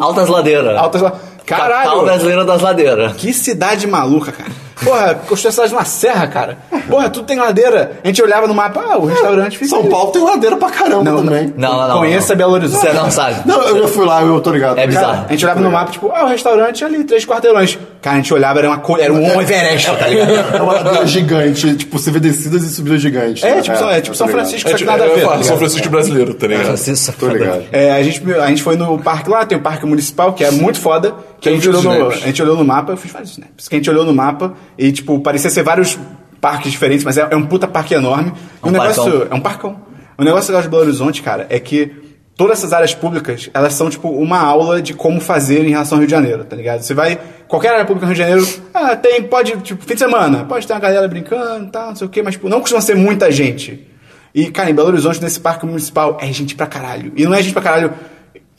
[SPEAKER 4] Altas Ladeiras.
[SPEAKER 1] Altas lá. Caralho!
[SPEAKER 4] Capital brasileira das ladeiras.
[SPEAKER 1] Que cidade maluca, cara. Porra, construiu a cidade de uma serra, cara. Porra, tudo tem ladeira. A gente olhava no mapa, ah, o restaurante fica.
[SPEAKER 2] São Paulo tem ladeira pra caramba
[SPEAKER 1] Não,
[SPEAKER 2] também.
[SPEAKER 4] Não, não, não.
[SPEAKER 1] Conheça
[SPEAKER 4] não.
[SPEAKER 1] Belo Horizonte.
[SPEAKER 4] Você não sabe.
[SPEAKER 2] Não, eu já fui lá, eu tô ligado.
[SPEAKER 4] É bizarro.
[SPEAKER 1] Cara, a gente olhava no mapa, tipo, ah, o restaurante ali, três quarteirões. Cara, a gente olhava, era, uma, co- era um Everest, tá ligado?
[SPEAKER 2] É uma ladeira gigante, tipo, você vê descidas e subidas gigantes.
[SPEAKER 1] É, tipo, São- é, tipo
[SPEAKER 2] eu tô
[SPEAKER 1] São
[SPEAKER 2] ligado.
[SPEAKER 1] Francisco,
[SPEAKER 3] É,
[SPEAKER 1] só que
[SPEAKER 3] tipo,
[SPEAKER 1] nada a
[SPEAKER 3] eu ia
[SPEAKER 1] ver.
[SPEAKER 3] falar,
[SPEAKER 1] tá ligado?
[SPEAKER 3] São Francisco brasileiro, tá ligado?
[SPEAKER 4] Francisco,
[SPEAKER 2] Tô ligado.
[SPEAKER 1] É, a gente, a gente foi no parque lá, tem um parque municipal que é muito foda. Que a gente,
[SPEAKER 3] Tem
[SPEAKER 1] olhou
[SPEAKER 3] vários
[SPEAKER 1] no, a
[SPEAKER 3] snaps.
[SPEAKER 1] gente olhou no mapa, eu fiz vários snaps. Que a gente olhou no mapa e, tipo, parecia ser vários parques diferentes, mas é, é um puta parque enorme.
[SPEAKER 4] É um
[SPEAKER 1] o negócio
[SPEAKER 4] parcão.
[SPEAKER 1] é um parcão. O negócio legal de Belo Horizonte, cara, é que todas essas áreas públicas, elas são, tipo, uma aula de como fazer em relação ao Rio de Janeiro, tá ligado? Você vai. Qualquer área pública no Rio de Janeiro, ah, tem, pode, tipo, fim de semana, pode ter uma galera brincando e tal, não sei o quê, mas, tipo, não costuma ser muita gente. E, cara, em Belo Horizonte, nesse parque municipal, é gente pra caralho. E não é gente pra caralho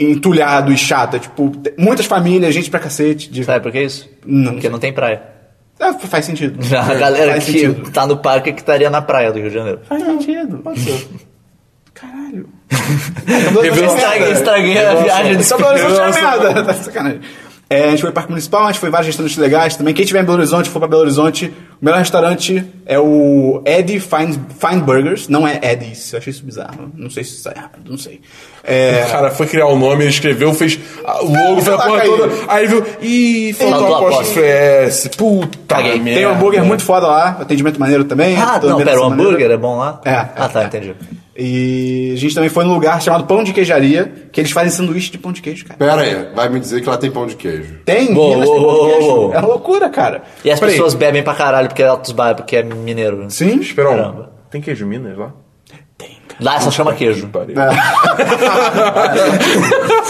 [SPEAKER 1] entulhado e chata. Tipo, te- muitas famílias, gente pra cacete. de-
[SPEAKER 4] Sabe por que é isso?
[SPEAKER 1] Não.
[SPEAKER 4] Porque não tem praia.
[SPEAKER 1] Ah, faz sentido.
[SPEAKER 4] A galera
[SPEAKER 1] faz
[SPEAKER 4] que
[SPEAKER 1] sentido.
[SPEAKER 4] tá no parque é que estaria na praia do Rio de Janeiro.
[SPEAKER 1] Faz sentido. Pode ser. Caralho. Então, Belo
[SPEAKER 3] Revelou
[SPEAKER 1] Horizonte é
[SPEAKER 4] Estraguei,
[SPEAKER 1] merda.
[SPEAKER 4] estraguei a viagem de
[SPEAKER 1] Só Belo Horizonte é merda. Tá de sacanagem. É, a gente foi pro Parque Municipal, a gente foi em vários restaurantes legais também. Quem tiver em Belo Horizonte, for pra Belo Horizonte, o melhor restaurante é o Eddie Fine, Fine Burgers. Não é Eddie's, eu achei isso bizarro. Não sei se isso é errado, não sei. É,
[SPEAKER 3] O cara foi criar o nome, ele escreveu, fez a- o logo, fez a porra
[SPEAKER 1] Caraca,
[SPEAKER 3] toda.
[SPEAKER 1] aí.
[SPEAKER 3] Aí viu, ih, faltou
[SPEAKER 4] Faltou
[SPEAKER 3] a
[SPEAKER 4] a
[SPEAKER 3] aposta
[SPEAKER 4] aposta.
[SPEAKER 3] FS. Puta
[SPEAKER 4] Caguei.
[SPEAKER 3] merda.
[SPEAKER 1] Tem um hambúrguer muito foda lá, atendimento maneiro também.
[SPEAKER 4] É. Ah,
[SPEAKER 1] toda
[SPEAKER 4] não, pera, o
[SPEAKER 1] maneira.
[SPEAKER 4] hambúrguer é bom lá?
[SPEAKER 1] É.
[SPEAKER 4] Ah, tá, entendi.
[SPEAKER 1] E a gente também foi num lugar chamado Pão de Queijaria, que eles fazem sanduíche de pão de queijo, cara.
[SPEAKER 2] Pera aí, vai me dizer que lá tem pão de queijo.
[SPEAKER 1] Tem,
[SPEAKER 4] Uou,
[SPEAKER 1] Minas tem
[SPEAKER 4] uou,
[SPEAKER 1] pão de queijo.
[SPEAKER 4] uou, uou.
[SPEAKER 1] É uma loucura, cara.
[SPEAKER 4] E as
[SPEAKER 3] Peraí.
[SPEAKER 4] pessoas bebem pra caralho porque é altos bar, porque é mineiro.
[SPEAKER 1] Sim?
[SPEAKER 3] Esperão,
[SPEAKER 4] Caramba.
[SPEAKER 3] tem queijo Minas lá?
[SPEAKER 4] Lá só chama queijo.
[SPEAKER 3] Pariu.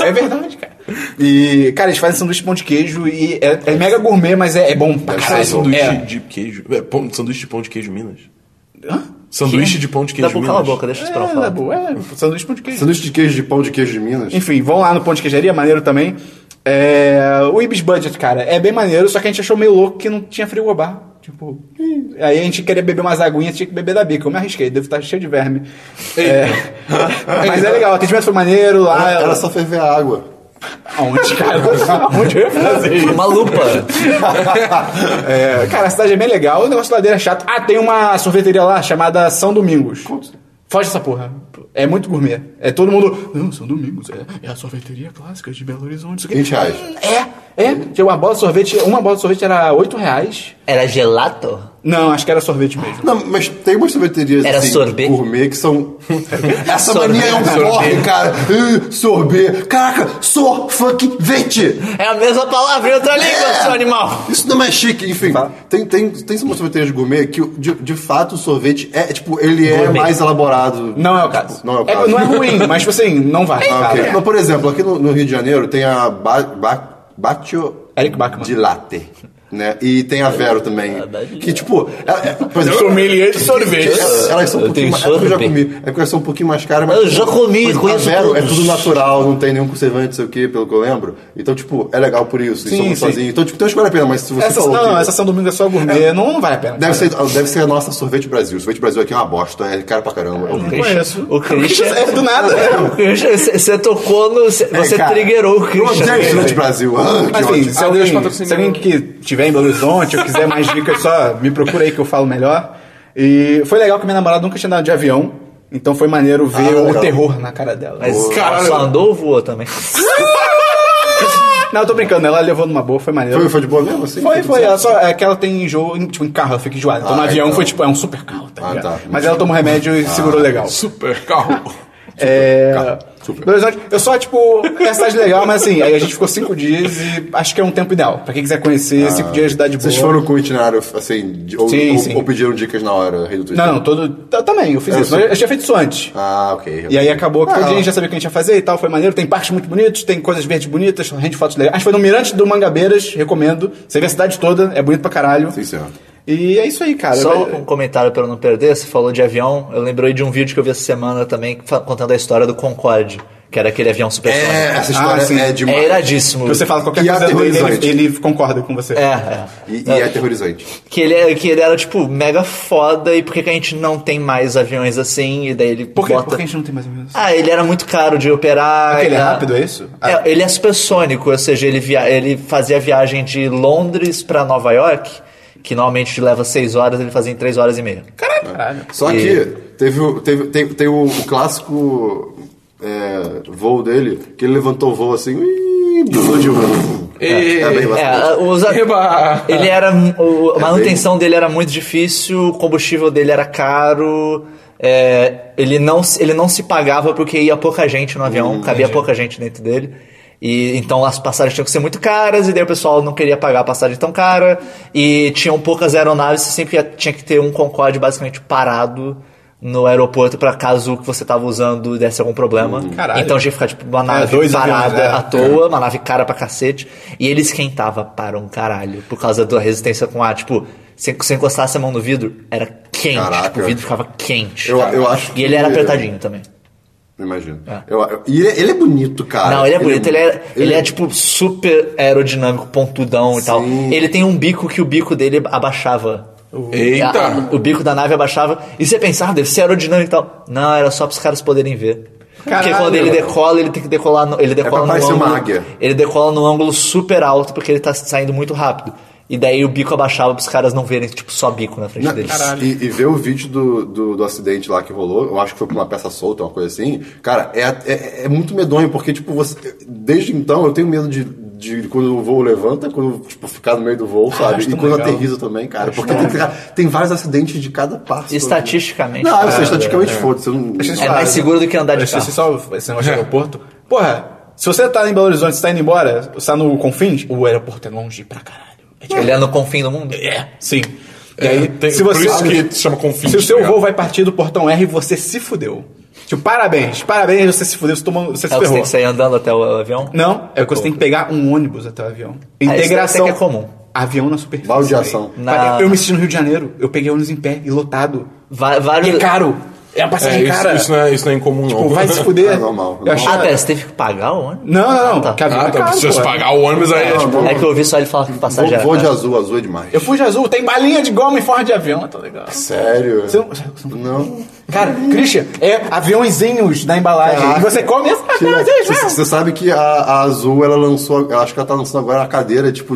[SPEAKER 1] É verdade, cara. E, cara, eles fazem sanduíche de pão de queijo e é, é mega gourmet, mas é, é bom pra
[SPEAKER 3] Cara,
[SPEAKER 1] caralho.
[SPEAKER 3] sanduíche
[SPEAKER 1] É.
[SPEAKER 3] de queijo. É, pão- sanduíche de pão de queijo Minas.
[SPEAKER 1] Hã?
[SPEAKER 3] Sanduíche de pão de
[SPEAKER 4] Dá
[SPEAKER 3] queijo
[SPEAKER 4] pra
[SPEAKER 3] Minas.
[SPEAKER 4] cala a boca, né? deixa o Esperão
[SPEAKER 1] É,
[SPEAKER 4] falar.
[SPEAKER 1] Dabu, é, sanduíche de pão de queijo.
[SPEAKER 2] Sanduíche de queijo de pão de queijo de Minas?
[SPEAKER 1] Enfim, vão lá no Pão de Queijaria, maneiro também. É, o Ibis Budget, cara, é bem maneiro, só que a gente achou meio louco que não tinha frigobar. Tipo, hum, aí a gente queria beber umas aguinhas, tinha que beber da bica. Eu me arrisquei, devo estar cheio de verme. É, mas é legal, o atendimento foi maneiro lá.
[SPEAKER 2] Era Ah, só ferver a água.
[SPEAKER 1] Aonde, cara? Aonde eu ia fazer isso?
[SPEAKER 4] Uma lupa.
[SPEAKER 1] É, cara, a cidade é bem legal, o negócio da ladeira é chato. Ah, tem uma sorveteria lá chamada São Domingos. Foge dessa porra. É muito gourmet. É todo mundo. Não, São Domingos, é, é a sorveteria clássica de Belo Horizonte. isso aqui."
[SPEAKER 2] 20 reais.
[SPEAKER 1] É, é. Tinha uma bola de sorvete, uma bola de sorvete era 8 reais.
[SPEAKER 4] Era gelato?
[SPEAKER 1] Não, acho que era sorvete mesmo.
[SPEAKER 2] Não, mas tem umas sorveterias
[SPEAKER 4] Era
[SPEAKER 2] assim,
[SPEAKER 4] sorvete?
[SPEAKER 2] gourmet que são. Essa
[SPEAKER 4] Sorvete,
[SPEAKER 2] mania é um
[SPEAKER 4] sorvete.
[SPEAKER 2] porre, cara. Uh, sorvete. Caraca, sor fucking vete. É.
[SPEAKER 4] É a mesma palavra em outra língua,
[SPEAKER 1] É.
[SPEAKER 4] seu animal.
[SPEAKER 2] Isso não é chique, enfim.
[SPEAKER 1] Tá.
[SPEAKER 2] Tem, tem, tem umas sorveterias gourmet que, de, de fato, o sorvete é, tipo, ele é
[SPEAKER 4] Gourmet.
[SPEAKER 2] mais elaborado.
[SPEAKER 1] Não é o caso.
[SPEAKER 2] não é o caso.
[SPEAKER 1] não é ruim, mas tipo assim, não vai.
[SPEAKER 2] Ah, ok.
[SPEAKER 1] cara.
[SPEAKER 2] Mas, por exemplo, aqui no, no Rio de Janeiro tem a ba ba Bacio
[SPEAKER 1] Eric Bachmann.
[SPEAKER 2] de Latte. Né? E tem a Vero também. Que, tipo, ela- é- por exemplo,
[SPEAKER 3] Sommelier de sorvete.
[SPEAKER 2] Elas- Elas são um
[SPEAKER 4] Eu
[SPEAKER 2] pouquinho
[SPEAKER 4] tenho
[SPEAKER 2] mais. É porque eu já
[SPEAKER 4] sorvete.
[SPEAKER 2] comi. É porque elas são um pouquinho mais caras, mas.
[SPEAKER 4] Eu já comi,
[SPEAKER 2] Mas a
[SPEAKER 4] conheço
[SPEAKER 2] Vero
[SPEAKER 4] todos.
[SPEAKER 2] É tudo natural, não tem nenhum conservante, não sei o que, pelo que eu lembro. Então, tipo, é legal por isso.
[SPEAKER 1] Sim,
[SPEAKER 2] Eles são
[SPEAKER 1] sim.
[SPEAKER 2] sozinhos. Então, tipo, tem uma escolha a pena, mas se você
[SPEAKER 1] Essa,
[SPEAKER 2] falou
[SPEAKER 1] não,
[SPEAKER 2] que-
[SPEAKER 1] essa São Domingos é só gourmet, não, não vale a pena.
[SPEAKER 2] Deve ser, ah, deve ser a nossa Sorvete Brasil. Sorvete Brasil aqui é uma bosta, é cara pra caramba. É horrível.
[SPEAKER 1] Não conheço.
[SPEAKER 4] O Christian.
[SPEAKER 1] É do nada.
[SPEAKER 4] O Christian, você tocou no. cê- Você
[SPEAKER 2] cara,
[SPEAKER 4] triggerou o
[SPEAKER 2] Eu
[SPEAKER 4] Christian.
[SPEAKER 2] odeio Sorvete Brasil. Ah, que
[SPEAKER 1] Assim,
[SPEAKER 2] ótimo.
[SPEAKER 1] se
[SPEAKER 3] Adeus,
[SPEAKER 1] alguém,
[SPEAKER 3] patrocínio.
[SPEAKER 1] se alguém que tiver em Belo Horizonte ou quiser mais dicas, só me procura aí que eu falo melhor. E foi legal que minha namorada nunca tinha andado de avião, então foi maneiro ver
[SPEAKER 2] Ah,
[SPEAKER 1] o
[SPEAKER 2] legal.
[SPEAKER 1] terror na cara dela.
[SPEAKER 4] Mas
[SPEAKER 3] Caralho.
[SPEAKER 4] só andou ou voou também?
[SPEAKER 1] Não, eu tô brincando, ela levou numa boa, foi maneiro.
[SPEAKER 2] Foi, foi de boa mesmo? Assim?
[SPEAKER 1] Foi,
[SPEAKER 2] Tudo
[SPEAKER 1] foi.
[SPEAKER 2] certo?
[SPEAKER 1] Ela só, é que ela tem enjoo, em- tipo, em carro, ela fica enjoada. Então
[SPEAKER 2] Ah,
[SPEAKER 1] no avião
[SPEAKER 2] então.
[SPEAKER 1] foi tipo, é um super carro, tá
[SPEAKER 2] Ah,
[SPEAKER 1] ligado?
[SPEAKER 2] tá. Ah,
[SPEAKER 1] Mas ela tomou remédio e segurou legal.
[SPEAKER 3] Super carro.
[SPEAKER 1] É.
[SPEAKER 2] super.
[SPEAKER 1] Belo Horizonte, eu só, tipo, é cidade legal, mas assim, aí a gente ficou cinco dias e acho que é um tempo ideal. Pra quem quiser conhecer, cinco dias dá de boa.
[SPEAKER 2] Ah, Vocês foram com o itinerário, assim, de- ou,
[SPEAKER 1] Sim,
[SPEAKER 2] ou-
[SPEAKER 1] sim.
[SPEAKER 2] ou pediram dicas na hora, rei do Twitter?
[SPEAKER 1] Não, não, todo. eu também, eu fiz
[SPEAKER 2] Eu
[SPEAKER 1] isso.
[SPEAKER 2] sei.
[SPEAKER 1] mas Eu tinha feito isso antes.
[SPEAKER 2] Ah, ok.
[SPEAKER 1] E aí acabou que
[SPEAKER 2] Ah,
[SPEAKER 1] todo dia a gente já sabia o que a gente ia fazer e tal, foi maneiro. Tem parques muito bonitos, tem coisas verdes bonitas, rende fotos legais. A gente foi no Mirante do Mangabeiras, recomendo. Você vê a cidade toda, é bonito pra caralho.
[SPEAKER 2] Sim, senhor.
[SPEAKER 1] E é isso aí, cara.
[SPEAKER 4] Só
[SPEAKER 1] Vai-
[SPEAKER 4] um comentário pra eu não perder, você falou de avião, eu lembrei de um vídeo que eu vi essa semana também fa- contando a história do Concorde, que era aquele avião supersônico.
[SPEAKER 2] É, essa história
[SPEAKER 1] Ah, sim.
[SPEAKER 2] é demais.
[SPEAKER 4] É iradíssimo.
[SPEAKER 1] Você fala qualquer
[SPEAKER 2] E
[SPEAKER 1] coisa dele,
[SPEAKER 2] aterrorizante.
[SPEAKER 1] ele, ele concorda com você.
[SPEAKER 4] É, é.
[SPEAKER 2] E, e é aterrorizante.
[SPEAKER 4] Que ele, é- que ele era, tipo, mega foda e por que que a gente não tem mais aviões assim? E daí ele
[SPEAKER 1] Por quê?
[SPEAKER 4] bota...
[SPEAKER 1] Por que a gente não tem mais ou menos?
[SPEAKER 4] Ah, ele era muito caro de operar.
[SPEAKER 1] Porque ele é
[SPEAKER 4] era-
[SPEAKER 1] rápido, é isso?
[SPEAKER 4] É, ele é supersônico, ou seja, ele, via... ele fazia viagem de Londres pra Nova York, que normalmente leva 6 horas, ele fazia em 3 horas e meia.
[SPEAKER 1] Caralho.
[SPEAKER 2] Só
[SPEAKER 4] E-
[SPEAKER 2] que teve, o- teve, tem, tem o, o clássico é, voo dele, que ele levantou o voo assim e pulou de voo.
[SPEAKER 3] Ei,
[SPEAKER 2] é bem bastante.
[SPEAKER 4] É, os a-
[SPEAKER 3] Eba!
[SPEAKER 4] ele era o- a manutenção dele era muito difícil, o combustível dele era caro, é, ele não se- ele não se pagava porque ia pouca gente no avião, cabia pouca gente dentro dele. E então as passagens tinham que ser muito caras e daí o pessoal não queria pagar a passagem tão cara e tinham poucas aeronaves, você sempre ia- tinha que ter um Concorde basicamente parado no aeroporto para caso que você tava usando desse algum problema.
[SPEAKER 1] Hum, Caralho.
[SPEAKER 4] Então tinha que ficar tipo uma
[SPEAKER 1] É,
[SPEAKER 4] nave
[SPEAKER 1] dois aviões,
[SPEAKER 4] parada
[SPEAKER 1] é.
[SPEAKER 4] à toa, uma nave cara pra cacete, e ele esquentava para um caralho, por causa da resistência com ar. Tipo, se você encostasse a mão no vidro, era quente.
[SPEAKER 2] Caraca.
[SPEAKER 4] Tipo, o vidro ficava quente.
[SPEAKER 2] Eu- eu acho
[SPEAKER 4] E ele era
[SPEAKER 2] que-
[SPEAKER 4] apertadinho também.
[SPEAKER 2] Imagino. Eu- eu- e ele, ele é bonito, cara.
[SPEAKER 4] Não, ele é bonito, ele, é, ele é tipo super aerodinâmico, pontudão e tal. Ele tem um bico que o bico dele abaixava.
[SPEAKER 3] Eita!
[SPEAKER 4] A- a- o bico da nave abaixava. E você pensava, "Ah, deve ser aerodinâmico e tal. Não, era só pros caras poderem ver.
[SPEAKER 1] Caralho!
[SPEAKER 4] Porque quando ele decola, ele tem que decolar no, ele
[SPEAKER 2] pra
[SPEAKER 4] decola no
[SPEAKER 2] parecer
[SPEAKER 4] ângulo.
[SPEAKER 2] uma águia.
[SPEAKER 4] Ele decola num ângulo super alto porque ele tá saindo muito rápido. E daí o bico abaixava pros caras não verem, tipo, só bico na frente
[SPEAKER 2] Na-
[SPEAKER 4] deles.
[SPEAKER 1] Caralho.
[SPEAKER 2] E, e ver o vídeo do, do, do acidente lá que rolou, eu acho que foi com uma peça solta, uma coisa assim, cara, é, é, é muito medonho, porque, tipo, você. Desde então eu tenho medo de, de quando o voo levanta, quando, tipo, ficar no meio do voo, sabe?
[SPEAKER 1] Ah, acho
[SPEAKER 2] E
[SPEAKER 1] tão
[SPEAKER 2] quando
[SPEAKER 1] legal.
[SPEAKER 2] aterriza também, cara. Porque tem, cara, tem vários acidentes de cada passo.
[SPEAKER 4] Estatisticamente.
[SPEAKER 2] Não, eu
[SPEAKER 4] cara,
[SPEAKER 2] sei, estatisticamente foda-se. eu não-
[SPEAKER 1] É, Deixa eu te
[SPEAKER 4] É
[SPEAKER 1] falar,
[SPEAKER 4] mais seguro do que andar de
[SPEAKER 1] esse-
[SPEAKER 4] carro.
[SPEAKER 1] esse só esse negócio de aeroporto. Porra, se você tá em Belo Horizonte, você tá indo embora, você tá no Confins, o aeroporto é longe pra caralho. É tipo,
[SPEAKER 4] Ele é no confim do mundo.
[SPEAKER 1] é, sim. E
[SPEAKER 3] É,
[SPEAKER 1] aí,
[SPEAKER 3] tem-
[SPEAKER 1] se você...
[SPEAKER 3] por isso que se chama confins,
[SPEAKER 1] Se o seu
[SPEAKER 3] tá ligado?
[SPEAKER 1] voo vai partir do portão R, você se fudeu. Tipo, parabéns, parabéns, você se fudeu, você, tomou, você se
[SPEAKER 4] É o que você
[SPEAKER 1] ferrou.
[SPEAKER 4] tem que sair andando até o avião?
[SPEAKER 1] Não, é que você tem que pegar um ônibus até o avião.
[SPEAKER 4] isso até
[SPEAKER 1] Integração.
[SPEAKER 4] que é comum.
[SPEAKER 1] Avião na superfície.
[SPEAKER 2] Baldeação.
[SPEAKER 1] velho.
[SPEAKER 4] Na-
[SPEAKER 1] Eu, me senti no Rio de Janeiro, eu peguei ônibus em pé e lotado.
[SPEAKER 4] Va-
[SPEAKER 1] E
[SPEAKER 4] vários...
[SPEAKER 1] é caro. É uma
[SPEAKER 4] Assim,
[SPEAKER 3] É,
[SPEAKER 1] passagem
[SPEAKER 3] isso,
[SPEAKER 1] cara.
[SPEAKER 3] isso não é, isso não é incomum,
[SPEAKER 4] tipo,
[SPEAKER 1] Pô,
[SPEAKER 3] não.
[SPEAKER 1] vai se fuder.
[SPEAKER 2] É normal.
[SPEAKER 1] Eu achei-
[SPEAKER 4] Ah, pera, você teve que pagar o ônibus?
[SPEAKER 1] Não, não, não.
[SPEAKER 4] Ah, tá.
[SPEAKER 1] que avião
[SPEAKER 3] Ah,
[SPEAKER 1] é
[SPEAKER 3] tá.
[SPEAKER 1] caro,
[SPEAKER 3] Se você
[SPEAKER 1] pô.
[SPEAKER 3] pagar o ônibus, aí é tipo.
[SPEAKER 4] É que eu ouvi só ele falar que né? passagem
[SPEAKER 2] Vou,
[SPEAKER 4] era
[SPEAKER 2] vou de
[SPEAKER 4] cara.
[SPEAKER 2] azul, azul é demais.
[SPEAKER 1] Eu fui de azul, tem balinha de goma em forma de avião, tá legal.
[SPEAKER 2] Sério?
[SPEAKER 1] Você não- você não-
[SPEAKER 2] Não.
[SPEAKER 1] Cara, Christian, é aviãozinhos na embalagem.
[SPEAKER 2] Caraca.
[SPEAKER 1] É. E você come essa
[SPEAKER 2] Ah, Tira- Você
[SPEAKER 4] é
[SPEAKER 1] aviãozinhos.
[SPEAKER 2] você sabe que a, a Azul, ela lançou, eu acho que ela tá lançando agora a cadeira, tipo,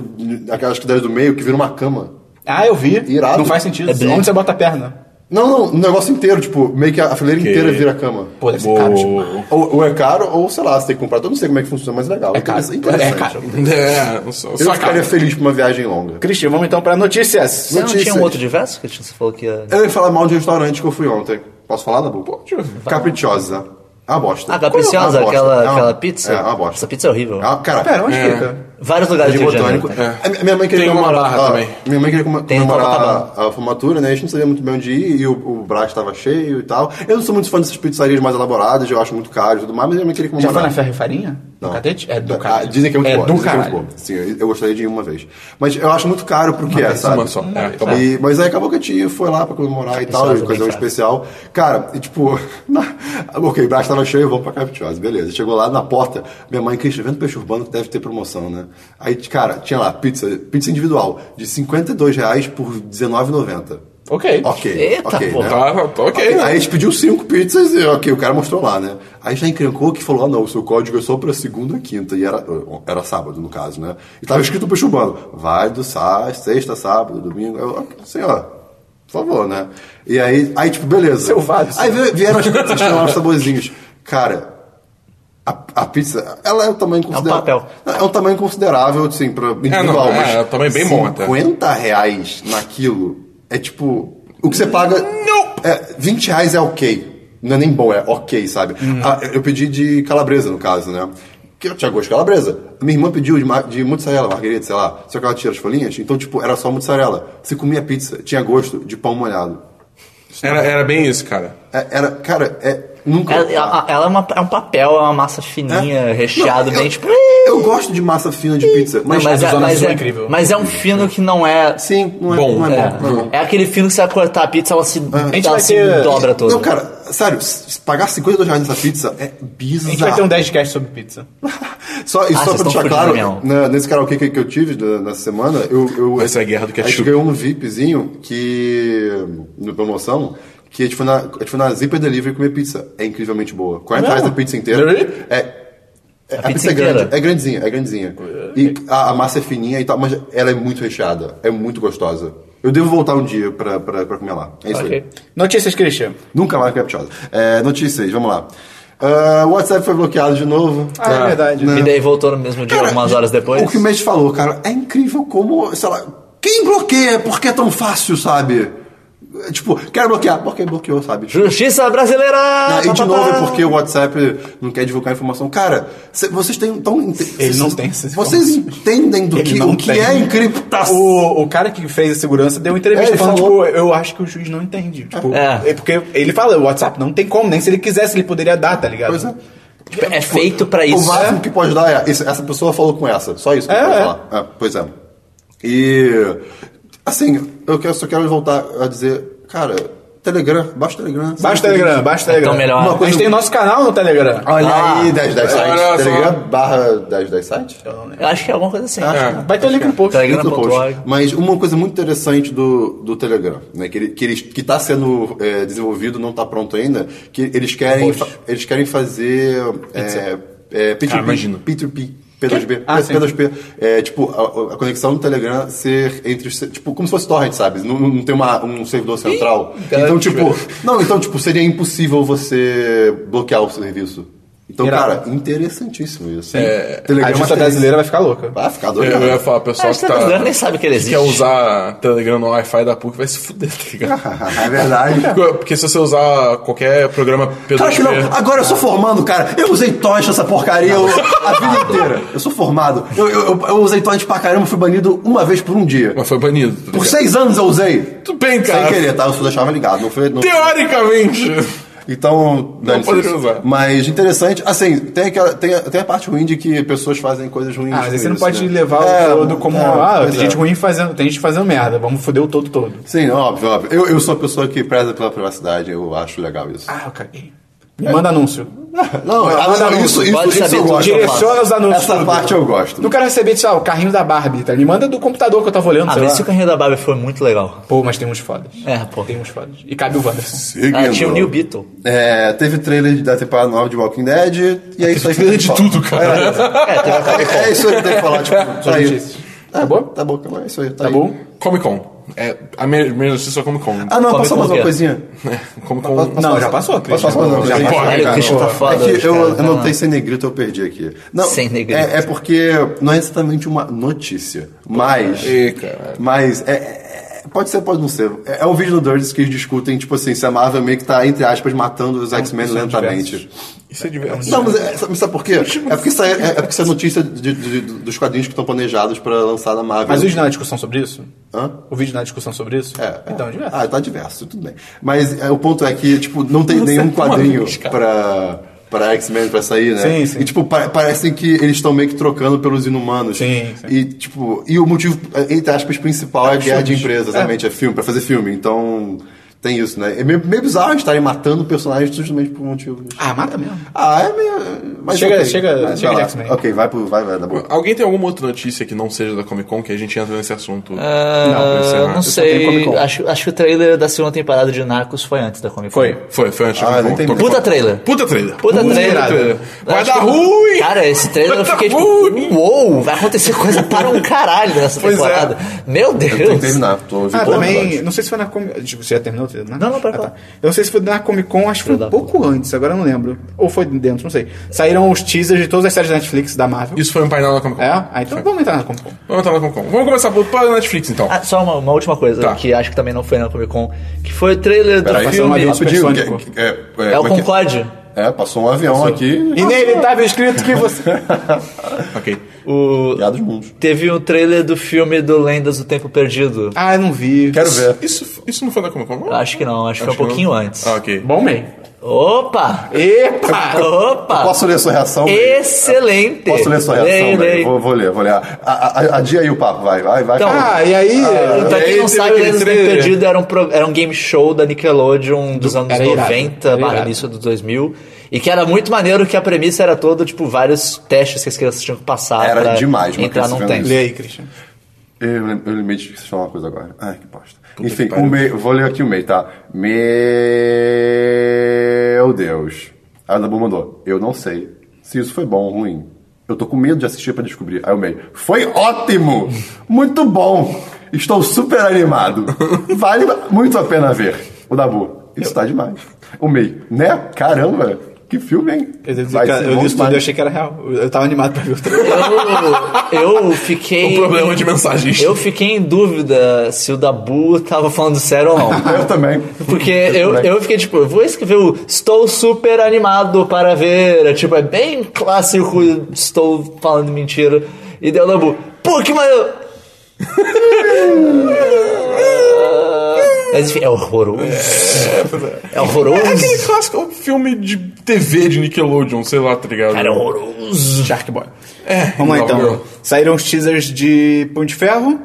[SPEAKER 2] aquelas cadeiras do meio que vira uma cama.
[SPEAKER 1] Ah, eu vi.
[SPEAKER 2] Irado.
[SPEAKER 1] Não faz sentido.
[SPEAKER 4] É bem-
[SPEAKER 1] Onde você bota a perna?
[SPEAKER 2] Não, não, o negócio inteiro, tipo, meio que a a fileira inteira vira cama.
[SPEAKER 1] Pô, deve ser caro demais.
[SPEAKER 2] Ou, ou é caro, ou sei lá, você tem que comprar. Eu não sei como é que funciona, mas é legal. É
[SPEAKER 1] caro. É caro.
[SPEAKER 3] É, só,
[SPEAKER 2] Eu
[SPEAKER 3] só
[SPEAKER 2] ficaria
[SPEAKER 3] cara.
[SPEAKER 2] feliz pra uma viagem longa.
[SPEAKER 1] Christian, vamos então pra notícias.
[SPEAKER 4] Você não tinha
[SPEAKER 2] notícias.
[SPEAKER 4] um outro diverso, Cristian? Você falou que ia...
[SPEAKER 2] Eu ia falar mal de um restaurante que eu fui ontem. Posso falar, Dabu? Pode. Caprichosa. É uma bosta.
[SPEAKER 4] Ah, caprichosa,
[SPEAKER 2] É uma bosta.
[SPEAKER 4] aquela,
[SPEAKER 2] É uma-
[SPEAKER 4] aquela pizza?
[SPEAKER 2] É, uma bosta.
[SPEAKER 4] Essa pizza é horrível.
[SPEAKER 2] Ah, cara,
[SPEAKER 1] Pera, onde
[SPEAKER 3] É.
[SPEAKER 1] fica?
[SPEAKER 4] Vários lugares
[SPEAKER 2] de
[SPEAKER 4] do Rio de Janeiro. tá.
[SPEAKER 2] botânico. é. A minha- minha mãe queria
[SPEAKER 3] Tem uma
[SPEAKER 2] comemorar-
[SPEAKER 3] barra
[SPEAKER 2] ah,
[SPEAKER 3] também.
[SPEAKER 2] Minha mãe queria come-
[SPEAKER 4] Tem
[SPEAKER 2] comemorar
[SPEAKER 4] Copacabana.
[SPEAKER 2] a, a formatura, né? A gente não sabia muito bem onde ir e o, o Brás estava cheio e tal. Eu não sou muito fã dessas pizzarias mais elaboradas, eu acho muito caro e tudo mais, mas minha mãe queria
[SPEAKER 1] Já foi
[SPEAKER 2] comemorar.
[SPEAKER 1] na Ferro e Farinha? No Catete? É do
[SPEAKER 2] Ah,
[SPEAKER 1] caralho.
[SPEAKER 2] Dizem que é muito
[SPEAKER 1] é
[SPEAKER 2] boa.
[SPEAKER 1] do
[SPEAKER 2] dizem que é muito
[SPEAKER 1] caralho.
[SPEAKER 2] boa. Sim, eu- eu gostaria de ir uma vez. Mas eu acho muito caro pro que é,
[SPEAKER 3] vez,
[SPEAKER 2] sabe?
[SPEAKER 3] uma só. É, tá bom.
[SPEAKER 2] E- mas aí acabou que a tia foi lá pra comemorar e tal,
[SPEAKER 4] Caprichosa,
[SPEAKER 2] e coisa
[SPEAKER 4] bem
[SPEAKER 2] especial. Cara, e tipo, na- ok, o braço tava cheio, vamos pra Caprichosa, beleza. Chegou lá na porta, minha mãe, Cristian, vendo peixe urbano que deve ter promoção, né? Aí, cara, tinha lá pizza, pizza individual, de R$ 52 reais por R$19,90.
[SPEAKER 1] Ok.
[SPEAKER 2] Ok.
[SPEAKER 4] Eita,
[SPEAKER 2] ok,
[SPEAKER 4] porra.
[SPEAKER 2] né?
[SPEAKER 3] Tá, tá ok.
[SPEAKER 2] Aí a gente pediu cinco pizzas e ok, o cara mostrou lá, né? Aí já encrencou que falou, ah não, o seu código é só pra segunda, quinta, e era, era sábado no caso, né? E tava escrito peixe urbano, vai do sá, sexta, sábado, domingo, eu, ok, senhor, por favor, né? E aí, aí tipo, beleza.
[SPEAKER 1] Selvado,
[SPEAKER 2] Aí vi- vieram as pizzas, tinham lá os saborzinhos. Cara... A, a pizza, ela é um tamanho considerável.
[SPEAKER 4] papel.
[SPEAKER 2] É um tamanho considerável, assim, pra individual.
[SPEAKER 3] é,
[SPEAKER 2] mas
[SPEAKER 3] é um tamanho bem bom até.
[SPEAKER 2] 50 reais naquilo é tipo. O que você paga. Não! É, 20 reais é ok. Não é nem bom, é ok, sabe?
[SPEAKER 3] Uhum.
[SPEAKER 2] Ah, eu pedi de calabresa, no caso, né? Que eu tinha gosto de calabresa. Minha irmã pediu de, ma- de mussarela, margarita, sei lá. Só que ela tira as folhinhas, então, tipo, era só mussarela. Você comia pizza, tinha gosto de pão molhado.
[SPEAKER 3] Era, era bem isso, cara.
[SPEAKER 2] É- Era, cara, é. Nunca.
[SPEAKER 4] Ela, ela- ela é, uma- é um papel, é uma massa fininha, recheada, bem tipo.
[SPEAKER 2] É. Eu gosto de massa fina de pizza,
[SPEAKER 4] Não,
[SPEAKER 2] mas,
[SPEAKER 4] mas, é,
[SPEAKER 1] Zona
[SPEAKER 4] mas
[SPEAKER 1] Sul é
[SPEAKER 4] é-
[SPEAKER 1] incrível.
[SPEAKER 4] mas é um fino que não é.
[SPEAKER 2] sim, não é
[SPEAKER 3] Bom,
[SPEAKER 2] não é
[SPEAKER 4] é,
[SPEAKER 2] bom. Não é bom.
[SPEAKER 4] é aquele fino que você vai cortar a pizza, ela se,
[SPEAKER 1] gente
[SPEAKER 4] ela
[SPEAKER 1] vai
[SPEAKER 4] se
[SPEAKER 1] ter-
[SPEAKER 4] dobra toda.
[SPEAKER 2] Não, cara, sério, se pagar 52 reais nessa pizza é bizarro.
[SPEAKER 1] A gente vai ter um 10 cast sobre pizza.
[SPEAKER 2] Só, e
[SPEAKER 4] Ah,
[SPEAKER 2] só
[SPEAKER 4] vocês
[SPEAKER 2] pra
[SPEAKER 4] estão
[SPEAKER 2] deixar
[SPEAKER 4] fudidos
[SPEAKER 2] claro,
[SPEAKER 4] mesmo.
[SPEAKER 2] na- nesse karaokê que, que eu tive na, na semana, eu, eu
[SPEAKER 3] Essa é a guerra do
[SPEAKER 2] A gente
[SPEAKER 3] ketchup.
[SPEAKER 2] ganhou um VIPzinho que. na promoção. Que a gente, foi na, a gente foi na Zipper Delivery comer pizza. É incrivelmente boa. 40 reais a pizza inteira.
[SPEAKER 1] Really?
[SPEAKER 2] É, é- a,
[SPEAKER 4] Ah,
[SPEAKER 2] pizza
[SPEAKER 4] pizza
[SPEAKER 2] é
[SPEAKER 4] inteira?
[SPEAKER 2] grande, é grandezinha, é grandezinha. E a, a massa é fininha e tal, mas ela é muito recheada, é muito gostosa. Eu devo voltar um dia pra, pra, pra comer lá. É isso aí.
[SPEAKER 4] Ok.
[SPEAKER 1] Notícias, Christian.
[SPEAKER 2] Nunca mais captiosa. É, notícias, vamos lá. Ah, o WhatsApp foi bloqueado de novo.
[SPEAKER 1] Ah, é verdade.
[SPEAKER 4] E daí voltou no mesmo dia,
[SPEAKER 2] Cara,
[SPEAKER 4] algumas horas depois.
[SPEAKER 2] O que o Mestre falou, cara, é incrível como, sei lá, quem bloqueia? Por que é tão fácil, sabe? É, Tipo, quero bloquear, porque bloqueou, sabe?
[SPEAKER 4] Justiça brasileira!
[SPEAKER 2] Ah, e de
[SPEAKER 4] Pá, pá,
[SPEAKER 2] novo,
[SPEAKER 4] pá.
[SPEAKER 2] é porque o WhatsApp não quer divulgar informação. Cara, cê- vocês têm tão. inte-
[SPEAKER 1] Ele
[SPEAKER 2] vocês-
[SPEAKER 1] não tem essa informação.
[SPEAKER 2] Vocês entendem do
[SPEAKER 1] Ele
[SPEAKER 2] que,
[SPEAKER 1] não
[SPEAKER 2] o que
[SPEAKER 1] tem.
[SPEAKER 2] é encriptação.
[SPEAKER 1] O, o cara que fez a segurança deu uma entrevista
[SPEAKER 2] É, ele
[SPEAKER 1] falando,
[SPEAKER 2] falou.
[SPEAKER 1] tipo, eu acho que o juiz não entende. Tipo,
[SPEAKER 4] É.
[SPEAKER 1] é porque ele fala, o WhatsApp não tem como, nem se ele quisesse, ele poderia dar, tá ligado?
[SPEAKER 2] Pois é.
[SPEAKER 4] É feito pra
[SPEAKER 2] O
[SPEAKER 4] isso.
[SPEAKER 2] máximo que pode dar é esse- essa pessoa falou com essa, só isso que
[SPEAKER 1] É,
[SPEAKER 2] pode
[SPEAKER 1] é.
[SPEAKER 2] falar. É, pois é. E assim, eu quero- só quero voltar a dizer, cara, Telegram, baixa o Telegram.
[SPEAKER 1] Baixa o Telegram, baixa o Telegram.
[SPEAKER 4] Então, melhor.
[SPEAKER 1] A gente tem o nosso canal no Telegram.
[SPEAKER 2] Olha
[SPEAKER 4] Ah.
[SPEAKER 2] aí, 1010
[SPEAKER 3] Olha
[SPEAKER 2] site.
[SPEAKER 3] só.
[SPEAKER 2] Telegram barra 1010 site.
[SPEAKER 4] Eu acho que é alguma coisa assim.
[SPEAKER 3] É.
[SPEAKER 1] Vai ter o link no post.
[SPEAKER 4] Telegram.
[SPEAKER 2] Link no post.
[SPEAKER 4] Telegram.org.
[SPEAKER 2] Mas uma coisa muito interessante do, do Telegram, né, que ele está que eles- que tá sendo é, desenvolvido, não está pronto ainda, que eles querem,
[SPEAKER 1] Post.
[SPEAKER 2] fa- eles querem fazer é, é, P2P,
[SPEAKER 3] Ah, imagino.
[SPEAKER 2] P2P, P2P,
[SPEAKER 1] Ah, sim.
[SPEAKER 2] P2P, é, tipo, a, a conexão do Telegram ser entre, os se- tipo, como se fosse torrent, sabe? Não, não tem uma, um servidor central. então, tipo, não, então, tipo, seria impossível você bloquear o serviço. Então,
[SPEAKER 1] Irado.
[SPEAKER 2] cara, interessantíssimo isso.
[SPEAKER 3] É,
[SPEAKER 1] A
[SPEAKER 2] é uma
[SPEAKER 1] justiça
[SPEAKER 2] tendência.
[SPEAKER 1] brasileira vai ficar louca.
[SPEAKER 2] Vai ficar doido.
[SPEAKER 3] Eu ia falar,
[SPEAKER 4] Ah,
[SPEAKER 3] pessoal
[SPEAKER 4] a
[SPEAKER 3] que
[SPEAKER 4] gente
[SPEAKER 3] tá.
[SPEAKER 4] brasileiro nem sabe que ele
[SPEAKER 3] que
[SPEAKER 4] existe.
[SPEAKER 2] é
[SPEAKER 3] quer usar Telegram no Wi-Fi da PUC vai se fuder, tá ligado?
[SPEAKER 2] é verdade. É.
[SPEAKER 3] Porque- Porque se você usar qualquer programa P2P.
[SPEAKER 2] Claro que não. Agora eu sou formando, cara. Eu usei tocha essa porcaria eu- a vida inteira. Eu sou formado. Eu, eu, eu- eu usei tocha pra caramba, fui banido uma vez por um dia.
[SPEAKER 3] Mas foi banido. tá
[SPEAKER 2] Por
[SPEAKER 3] ligado?
[SPEAKER 2] seis anos eu usei.
[SPEAKER 3] Tudo bem,
[SPEAKER 2] Sem
[SPEAKER 3] cara.
[SPEAKER 2] querer, tá? Eu só deixava ligado. Não foi, não-
[SPEAKER 3] Teoricamente.
[SPEAKER 2] Então, dane-se
[SPEAKER 3] poderia
[SPEAKER 2] isso.
[SPEAKER 3] usar.
[SPEAKER 2] Mas interessante, assim, tem, aquela, tem, a- tem a parte ruim de que pessoas fazem coisas ruins.
[SPEAKER 1] Ah, mas aí você
[SPEAKER 2] com
[SPEAKER 1] não
[SPEAKER 2] isso,
[SPEAKER 1] pode
[SPEAKER 2] né?
[SPEAKER 1] levar
[SPEAKER 2] É,
[SPEAKER 1] o todo como.
[SPEAKER 2] é,
[SPEAKER 1] ah,
[SPEAKER 2] pois
[SPEAKER 1] tem
[SPEAKER 2] é.
[SPEAKER 1] gente ruim fazendo, tem gente fazendo merda, vamos foder o todo todo.
[SPEAKER 2] Sim, óbvio, óbvio. Eu, eu sou a pessoa que preza pela privacidade, eu acho legal isso.
[SPEAKER 1] Ah, eu caguei. Me manda anúncio.
[SPEAKER 2] Não, ah, não,
[SPEAKER 1] anúncio.
[SPEAKER 2] isso, isso,
[SPEAKER 4] Pode
[SPEAKER 2] isso
[SPEAKER 4] saber
[SPEAKER 2] eu
[SPEAKER 4] tudo.
[SPEAKER 2] gosto. eu faço.
[SPEAKER 1] Direciona os anúncios.
[SPEAKER 2] Essa
[SPEAKER 1] tudo.
[SPEAKER 2] parte eu gosto.
[SPEAKER 1] Não quero receber, sei lá, o carrinho da Barbie, tá? Me manda do computador que eu tava olhando,
[SPEAKER 4] Ah,
[SPEAKER 1] sei
[SPEAKER 4] mas
[SPEAKER 1] lá.
[SPEAKER 4] esse carrinho da Barbie foi muito legal.
[SPEAKER 1] Pô, mas tem uns fodas.
[SPEAKER 4] É, pô.
[SPEAKER 1] Tem uns fodas. E cabe o Wanderson.
[SPEAKER 4] Ah, tinha o New Beetle.
[SPEAKER 2] É, teve trailer da temporada nova de Walking Dead, e é isso aí. que
[SPEAKER 3] Trailer
[SPEAKER 2] tem que
[SPEAKER 3] de
[SPEAKER 2] falar.
[SPEAKER 3] tudo, cara.
[SPEAKER 4] É, teve a Comic
[SPEAKER 2] É, é isso aí que tem que falar, tipo, tá aí.
[SPEAKER 1] notícias. Tá bom?
[SPEAKER 2] Tá bom, acabou, é isso aí. Tá,
[SPEAKER 1] Tá
[SPEAKER 2] aí.
[SPEAKER 1] bom?
[SPEAKER 3] Comic Con. É, a minha minha notícia é Comic Con.
[SPEAKER 2] Ah, não,
[SPEAKER 4] Come
[SPEAKER 2] passou
[SPEAKER 4] com
[SPEAKER 2] mais uma
[SPEAKER 4] quê?
[SPEAKER 2] coisinha.
[SPEAKER 3] Comic Con.
[SPEAKER 1] Não,
[SPEAKER 2] Posso
[SPEAKER 1] já
[SPEAKER 2] passar?
[SPEAKER 1] passou, Cris.
[SPEAKER 2] Posso passar? Não,
[SPEAKER 1] Já
[SPEAKER 2] já
[SPEAKER 1] passou,
[SPEAKER 3] passou.
[SPEAKER 4] Caralho,
[SPEAKER 1] cara.
[SPEAKER 4] o Christian tá
[SPEAKER 1] Pô,
[SPEAKER 2] É
[SPEAKER 4] foda.
[SPEAKER 2] que
[SPEAKER 4] hoje,
[SPEAKER 2] eu,
[SPEAKER 4] cara.
[SPEAKER 2] eu
[SPEAKER 4] Vai lá.
[SPEAKER 2] anotei sem negrito, eu perdi aqui. Não,
[SPEAKER 4] Sem negrito.
[SPEAKER 2] É, é porque não é exatamente uma notícia, mas.
[SPEAKER 3] Ih, caralho.
[SPEAKER 2] Mas é- é- é- Pode ser, pode não ser. É, é um vídeo do Dirties que eles discutem, tipo assim, se a Marvel meio que tá, entre aspas, matando os X-Men
[SPEAKER 1] são
[SPEAKER 2] lentamente.
[SPEAKER 3] Isso é diverso.
[SPEAKER 2] Não, mas é, sabe sabe por quê? É porque isso é, é porque isso é notícia de- de- de- dos quadrinhos que estão planejados pra lançar na Marvel.
[SPEAKER 1] Mas o vídeo não é discussão sobre isso?
[SPEAKER 2] Hã?
[SPEAKER 1] O vídeo não é discussão sobre isso?
[SPEAKER 2] É, é.
[SPEAKER 1] Então, diverso.
[SPEAKER 2] Ah, tá diverso, tudo bem. Mas é, o ponto é que, tipo, não tem nenhum quadrinho pra, pra X-Men pra sair, né?
[SPEAKER 1] Sim, sim.
[SPEAKER 2] E, tipo, pa- parece que eles estão meio que trocando pelos inumanos.
[SPEAKER 1] Sim, sim.
[SPEAKER 2] E, tipo, e o motivo, é, entre aspas, principal é a guerra de empresas, exatamente, é. filme, pra fazer filme. Então, tem isso, né? É meio, meio bizarro estarem matando personagens justamente por um motivos.
[SPEAKER 1] Ah, mata mesmo.
[SPEAKER 2] Ah, é meio. Mas
[SPEAKER 1] Chega-
[SPEAKER 2] ok.
[SPEAKER 1] chega-
[SPEAKER 2] Mas
[SPEAKER 1] chega
[SPEAKER 2] vai
[SPEAKER 1] de
[SPEAKER 2] lá.
[SPEAKER 1] X-Men.
[SPEAKER 2] Ok, vai pro. Vai, vai, dá bom.
[SPEAKER 3] Alguém tem alguma outra notícia que não seja da Comic Con que a gente entra nesse assunto?
[SPEAKER 4] Ah,
[SPEAKER 3] pra encerrar.
[SPEAKER 4] não
[SPEAKER 1] só tenho Comic
[SPEAKER 4] sei.
[SPEAKER 1] Con.
[SPEAKER 4] Acho, acho que o trailer da segunda temporada de Narcos foi antes da Comic Con.
[SPEAKER 1] Foi.
[SPEAKER 3] Foi, foi antes da
[SPEAKER 2] Ah,
[SPEAKER 3] Comic
[SPEAKER 2] não
[SPEAKER 3] Con.
[SPEAKER 2] tem
[SPEAKER 3] Comic
[SPEAKER 4] Puta
[SPEAKER 3] Con.
[SPEAKER 4] trailer.
[SPEAKER 3] Puta trailer.
[SPEAKER 4] Puta trailer.
[SPEAKER 3] trailer. Vai
[SPEAKER 4] Acho
[SPEAKER 3] dar
[SPEAKER 4] que-
[SPEAKER 3] ruim!
[SPEAKER 4] Cara, esse trailer eu
[SPEAKER 3] Vai dar
[SPEAKER 4] fiquei
[SPEAKER 3] ruim!
[SPEAKER 4] tipo, uou, vai acontecer coisa para um caralho nessa
[SPEAKER 3] Pois é.
[SPEAKER 4] temporada. Meu Deus.
[SPEAKER 2] Eu tenho que terminar, tô ouvindo
[SPEAKER 1] Ah,
[SPEAKER 2] todo
[SPEAKER 1] também,
[SPEAKER 2] episódio.
[SPEAKER 1] não sei se foi na Comic Tipo, você já terminou? Não,
[SPEAKER 4] Não, não, pode
[SPEAKER 1] ah,
[SPEAKER 4] falar.
[SPEAKER 1] tá. Eu não sei se foi na Comic Con, acho que foi
[SPEAKER 4] Filho
[SPEAKER 1] um
[SPEAKER 4] da
[SPEAKER 1] pouco antes, agora eu não lembro. Ou foi dentro, não sei. Saíram os teasers de todas as séries da Netflix da Marvel.
[SPEAKER 3] Isso foi um painel na Comic Con.
[SPEAKER 1] É? Ah, então vamos entrar na Comic Con.
[SPEAKER 3] Vamos entrar na Comic Con. Vamos começar pelo pelo Netflix, então.
[SPEAKER 4] Ah, só uma, uma última coisa,
[SPEAKER 3] Tá.
[SPEAKER 4] que acho que também não foi na Comic Con, que foi o trailer do
[SPEAKER 2] Peraí,
[SPEAKER 1] passou um
[SPEAKER 4] filme.
[SPEAKER 1] avião
[SPEAKER 2] rapidinho.
[SPEAKER 1] supersônico.
[SPEAKER 2] que- que- É,
[SPEAKER 4] É o
[SPEAKER 2] como que
[SPEAKER 4] Concorde.
[SPEAKER 2] É, passou um avião aqui.
[SPEAKER 1] E nele tava escrito que você.
[SPEAKER 3] Ok.
[SPEAKER 4] O...
[SPEAKER 2] Piadas mundos.
[SPEAKER 4] Teve o trailer do filme do Lendas do Tempo Perdido.
[SPEAKER 1] ah, eu não vi.
[SPEAKER 2] Quero ver.
[SPEAKER 3] Isso, isso não foi da Comic Con? não?
[SPEAKER 4] Eu Acho que não, acho, que foi um
[SPEAKER 3] Acho que
[SPEAKER 4] pouquinho
[SPEAKER 3] não.
[SPEAKER 4] antes.
[SPEAKER 3] Ah, ok.
[SPEAKER 1] Bom, man.
[SPEAKER 4] Opa!
[SPEAKER 1] Epa!
[SPEAKER 4] Opa!
[SPEAKER 2] Posso ler sua reação? Meire?
[SPEAKER 4] Excelente!
[SPEAKER 2] Posso ler sua reação?
[SPEAKER 4] Leio,
[SPEAKER 2] Meire?
[SPEAKER 4] leio.
[SPEAKER 2] Vou, vou ler, vou ler. A- a- a- Adia aí o papo, vai, vai, vai.
[SPEAKER 4] Então,
[SPEAKER 2] Ah,
[SPEAKER 1] Ah, e aí?
[SPEAKER 4] Pra
[SPEAKER 1] e aí
[SPEAKER 4] quem não
[SPEAKER 1] teve
[SPEAKER 4] sabe,
[SPEAKER 1] aquele
[SPEAKER 4] Lendas do Tempo
[SPEAKER 1] trailer.
[SPEAKER 4] Perdido era um, pro- era um game show da Nickelodeon dos anos
[SPEAKER 1] era é irado,
[SPEAKER 4] 90,
[SPEAKER 1] era
[SPEAKER 4] barra
[SPEAKER 1] irado.
[SPEAKER 4] início dos 2000, e que era muito maneiro que a premissa era toda, tipo, vários testes que as crianças tinham que passar
[SPEAKER 2] Era
[SPEAKER 4] pra
[SPEAKER 2] demais uma
[SPEAKER 4] entrar
[SPEAKER 2] criança
[SPEAKER 4] num
[SPEAKER 2] vendo
[SPEAKER 4] tempo.
[SPEAKER 2] isso.
[SPEAKER 1] Lê aí, Christian.
[SPEAKER 2] Eu, lem- eu lembrei de vocês falar uma coisa agora. Ai, que bosta. Enfim,
[SPEAKER 3] que pariu.
[SPEAKER 2] o meio, vou ler aqui o meio, tá? Meu Deus. A Dabu mandou. Eu não sei se isso foi bom ou ruim. Eu tô com medo de assistir pra descobrir. Aí o meio. Foi ótimo! Muito bom! Estou super animado. Vale muito a pena ver. O Dabu. Isso tá demais. O meio. Né? Caramba! Que filme, hein?
[SPEAKER 1] Quer dizer,
[SPEAKER 2] Vai
[SPEAKER 1] cara,
[SPEAKER 2] ser
[SPEAKER 1] eu
[SPEAKER 2] bom
[SPEAKER 1] li isso tudo e
[SPEAKER 2] demais.
[SPEAKER 1] achei que era real. Eu tava animado pra ver o trailer.
[SPEAKER 4] Eu, eu fiquei...
[SPEAKER 3] Um
[SPEAKER 1] é
[SPEAKER 3] problema de mensagens.
[SPEAKER 4] Eu fiquei em dúvida se o Dabu tava falando sério ou não.
[SPEAKER 2] Eu também.
[SPEAKER 4] Porque eu, eu fiquei tipo, eu vou escrever o Estou super animado para ver. É, Tipo, é bem clássico, estou falando mentira. E deu Lambu, pô, que maneiro! Mas enfim, é horroroso. É
[SPEAKER 3] É aquele
[SPEAKER 4] horroroso.
[SPEAKER 3] clássico filme de TV de Nickelodeon, sei lá, tá ligado? É,
[SPEAKER 4] Cara, é horroroso.
[SPEAKER 1] Sharkboy. Vamos lá
[SPEAKER 3] Não,
[SPEAKER 1] então.
[SPEAKER 3] não.
[SPEAKER 1] Saíram os teasers de Punho de Ferro.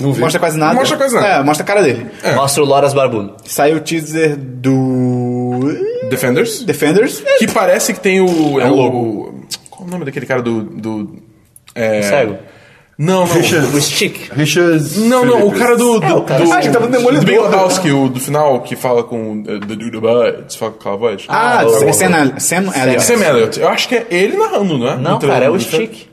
[SPEAKER 1] Não mostra quase nada.
[SPEAKER 3] Mostra quase nada.
[SPEAKER 1] É, mostra a cara dele.
[SPEAKER 4] Mostra o Loras Barbudo.
[SPEAKER 1] Saiu o teaser do.
[SPEAKER 3] Defenders?
[SPEAKER 1] Defenders.
[SPEAKER 3] Que parece que tem o. É
[SPEAKER 1] um
[SPEAKER 3] o-
[SPEAKER 1] lobo.
[SPEAKER 3] Qual o nome daquele cara do. do é...
[SPEAKER 4] Cego.
[SPEAKER 3] Não, não.
[SPEAKER 4] O Stick.
[SPEAKER 2] Richard.
[SPEAKER 3] Não, não, o
[SPEAKER 2] Phillips.
[SPEAKER 3] cara do. do,
[SPEAKER 4] É, o cara-
[SPEAKER 3] do
[SPEAKER 1] Ah, a gente
[SPEAKER 2] tá
[SPEAKER 1] tava no
[SPEAKER 3] do Big
[SPEAKER 1] Demolidor.
[SPEAKER 3] Lebowski, o do final, que fala com. eh, The Dude Buds, fala com aquela voz.
[SPEAKER 1] Ah,
[SPEAKER 4] Ah, o-
[SPEAKER 1] Sam, Al- Sam
[SPEAKER 3] É
[SPEAKER 1] Elliott.
[SPEAKER 3] Sam Elliott. Eu acho que é ele narrando, não é?
[SPEAKER 4] Não,
[SPEAKER 3] No trailer,
[SPEAKER 4] cara, é o
[SPEAKER 3] no trailer.
[SPEAKER 4] Stick.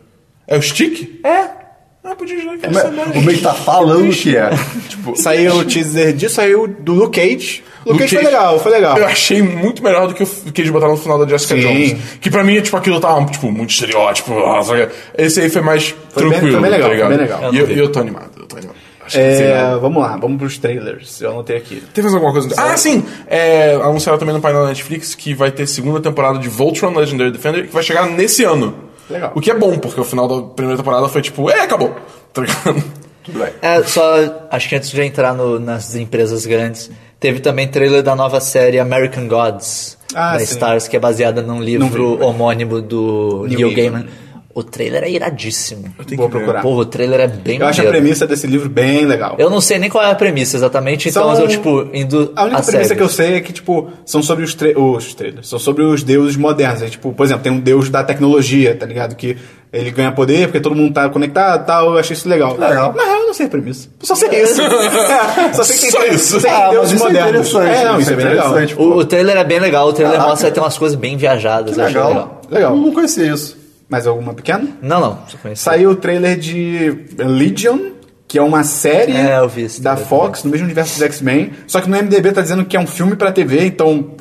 [SPEAKER 3] É o Stick?
[SPEAKER 4] É.
[SPEAKER 3] Ah, podia jogar que
[SPEAKER 2] O
[SPEAKER 3] era Sam
[SPEAKER 2] meio-
[SPEAKER 3] Elliott.
[SPEAKER 2] O meio tá falando que é.
[SPEAKER 3] Tipo,
[SPEAKER 1] Saiu o teaser disso, saiu do Luke Cage. Luke,
[SPEAKER 3] Luke
[SPEAKER 1] Cage foi
[SPEAKER 3] Cage.
[SPEAKER 1] legal, foi legal.
[SPEAKER 3] Eu achei muito melhor do que o f- que eles botaram no final da Jessica
[SPEAKER 1] Sim.
[SPEAKER 3] Jones. Que pra mim, tipo, aquilo tava, tipo, muito estereótipo. ah, sabe? Esse aí foi mais
[SPEAKER 1] Foi bem-
[SPEAKER 3] tranquilo,
[SPEAKER 1] foi bem legal,
[SPEAKER 3] tá ligado?
[SPEAKER 1] foi bem legal.
[SPEAKER 3] E eu, e eu tô animado, eu tô animado. Acho que sei lá.
[SPEAKER 1] É, vamos lá, vamos pros trailers. Eu anotei aqui.
[SPEAKER 3] Teve mais alguma coisa? Ah, sim! É, anunciaram também no painel da Netflix que vai ter segunda temporada de Voltron Legendary Defender, que vai chegar nesse ano.
[SPEAKER 1] Legal.
[SPEAKER 3] O que é bom, porque o final da primeira temporada foi tipo, é, acabou. Tá ligado?
[SPEAKER 2] Tudo bem.
[SPEAKER 4] É, só acho que antes de eu entrar no- nas empresas grandes, teve também trailer da nova série American Gods
[SPEAKER 1] Ah,
[SPEAKER 4] da
[SPEAKER 1] sim. né?
[SPEAKER 4] Stars, que é baseada num livro homônimo do Neil
[SPEAKER 1] Gaiman.
[SPEAKER 4] Gaiman. O trailer é iradíssimo.
[SPEAKER 1] Vou
[SPEAKER 3] que ver.
[SPEAKER 1] procurar.
[SPEAKER 4] Pô, o trailer é bem
[SPEAKER 1] Eu acho a
[SPEAKER 4] maneiro.
[SPEAKER 1] premissa desse livro bem legal.
[SPEAKER 4] Eu não sei nem qual é a premissa exatamente, então
[SPEAKER 1] São-
[SPEAKER 4] mas eu, tipo, indo
[SPEAKER 1] A única
[SPEAKER 4] a
[SPEAKER 1] premissa
[SPEAKER 4] sério.
[SPEAKER 1] que eu sei é que, tipo, são sobre os, tra os trailers, são sobre os deuses modernos. É, tipo, por exemplo, tem um deus da tecnologia, tá ligado? Que ele ganha poder porque todo mundo tá conectado e tal. Eu achei isso legal.
[SPEAKER 2] Legal.
[SPEAKER 1] Na real, eu não sei a premissa. Só sei isso. É, só sei que tem,
[SPEAKER 3] Só
[SPEAKER 1] tre-
[SPEAKER 3] isso.
[SPEAKER 1] sei que tem
[SPEAKER 2] Ah, mas
[SPEAKER 1] deuses
[SPEAKER 2] isso é
[SPEAKER 1] modernos.
[SPEAKER 2] interessante.
[SPEAKER 1] não, isso é bem legal.
[SPEAKER 2] interessante, pô.
[SPEAKER 4] o, o trailer é bem legal, o trailer
[SPEAKER 2] Caraca.
[SPEAKER 4] mostra que tem umas coisas bem viajadas, eu achei
[SPEAKER 2] legal.
[SPEAKER 4] legal.
[SPEAKER 1] Legal.
[SPEAKER 2] Não conhecia isso.
[SPEAKER 1] Mais alguma pequena?
[SPEAKER 4] Não, não, só conheci.
[SPEAKER 1] Saiu o trailer de Legion, que é uma série
[SPEAKER 4] É, eu vi esse
[SPEAKER 1] da
[SPEAKER 4] trailer
[SPEAKER 1] Fox, no mesmo universo dos X-Men. Só que no MDB tá dizendo que é um filme pra TV, então.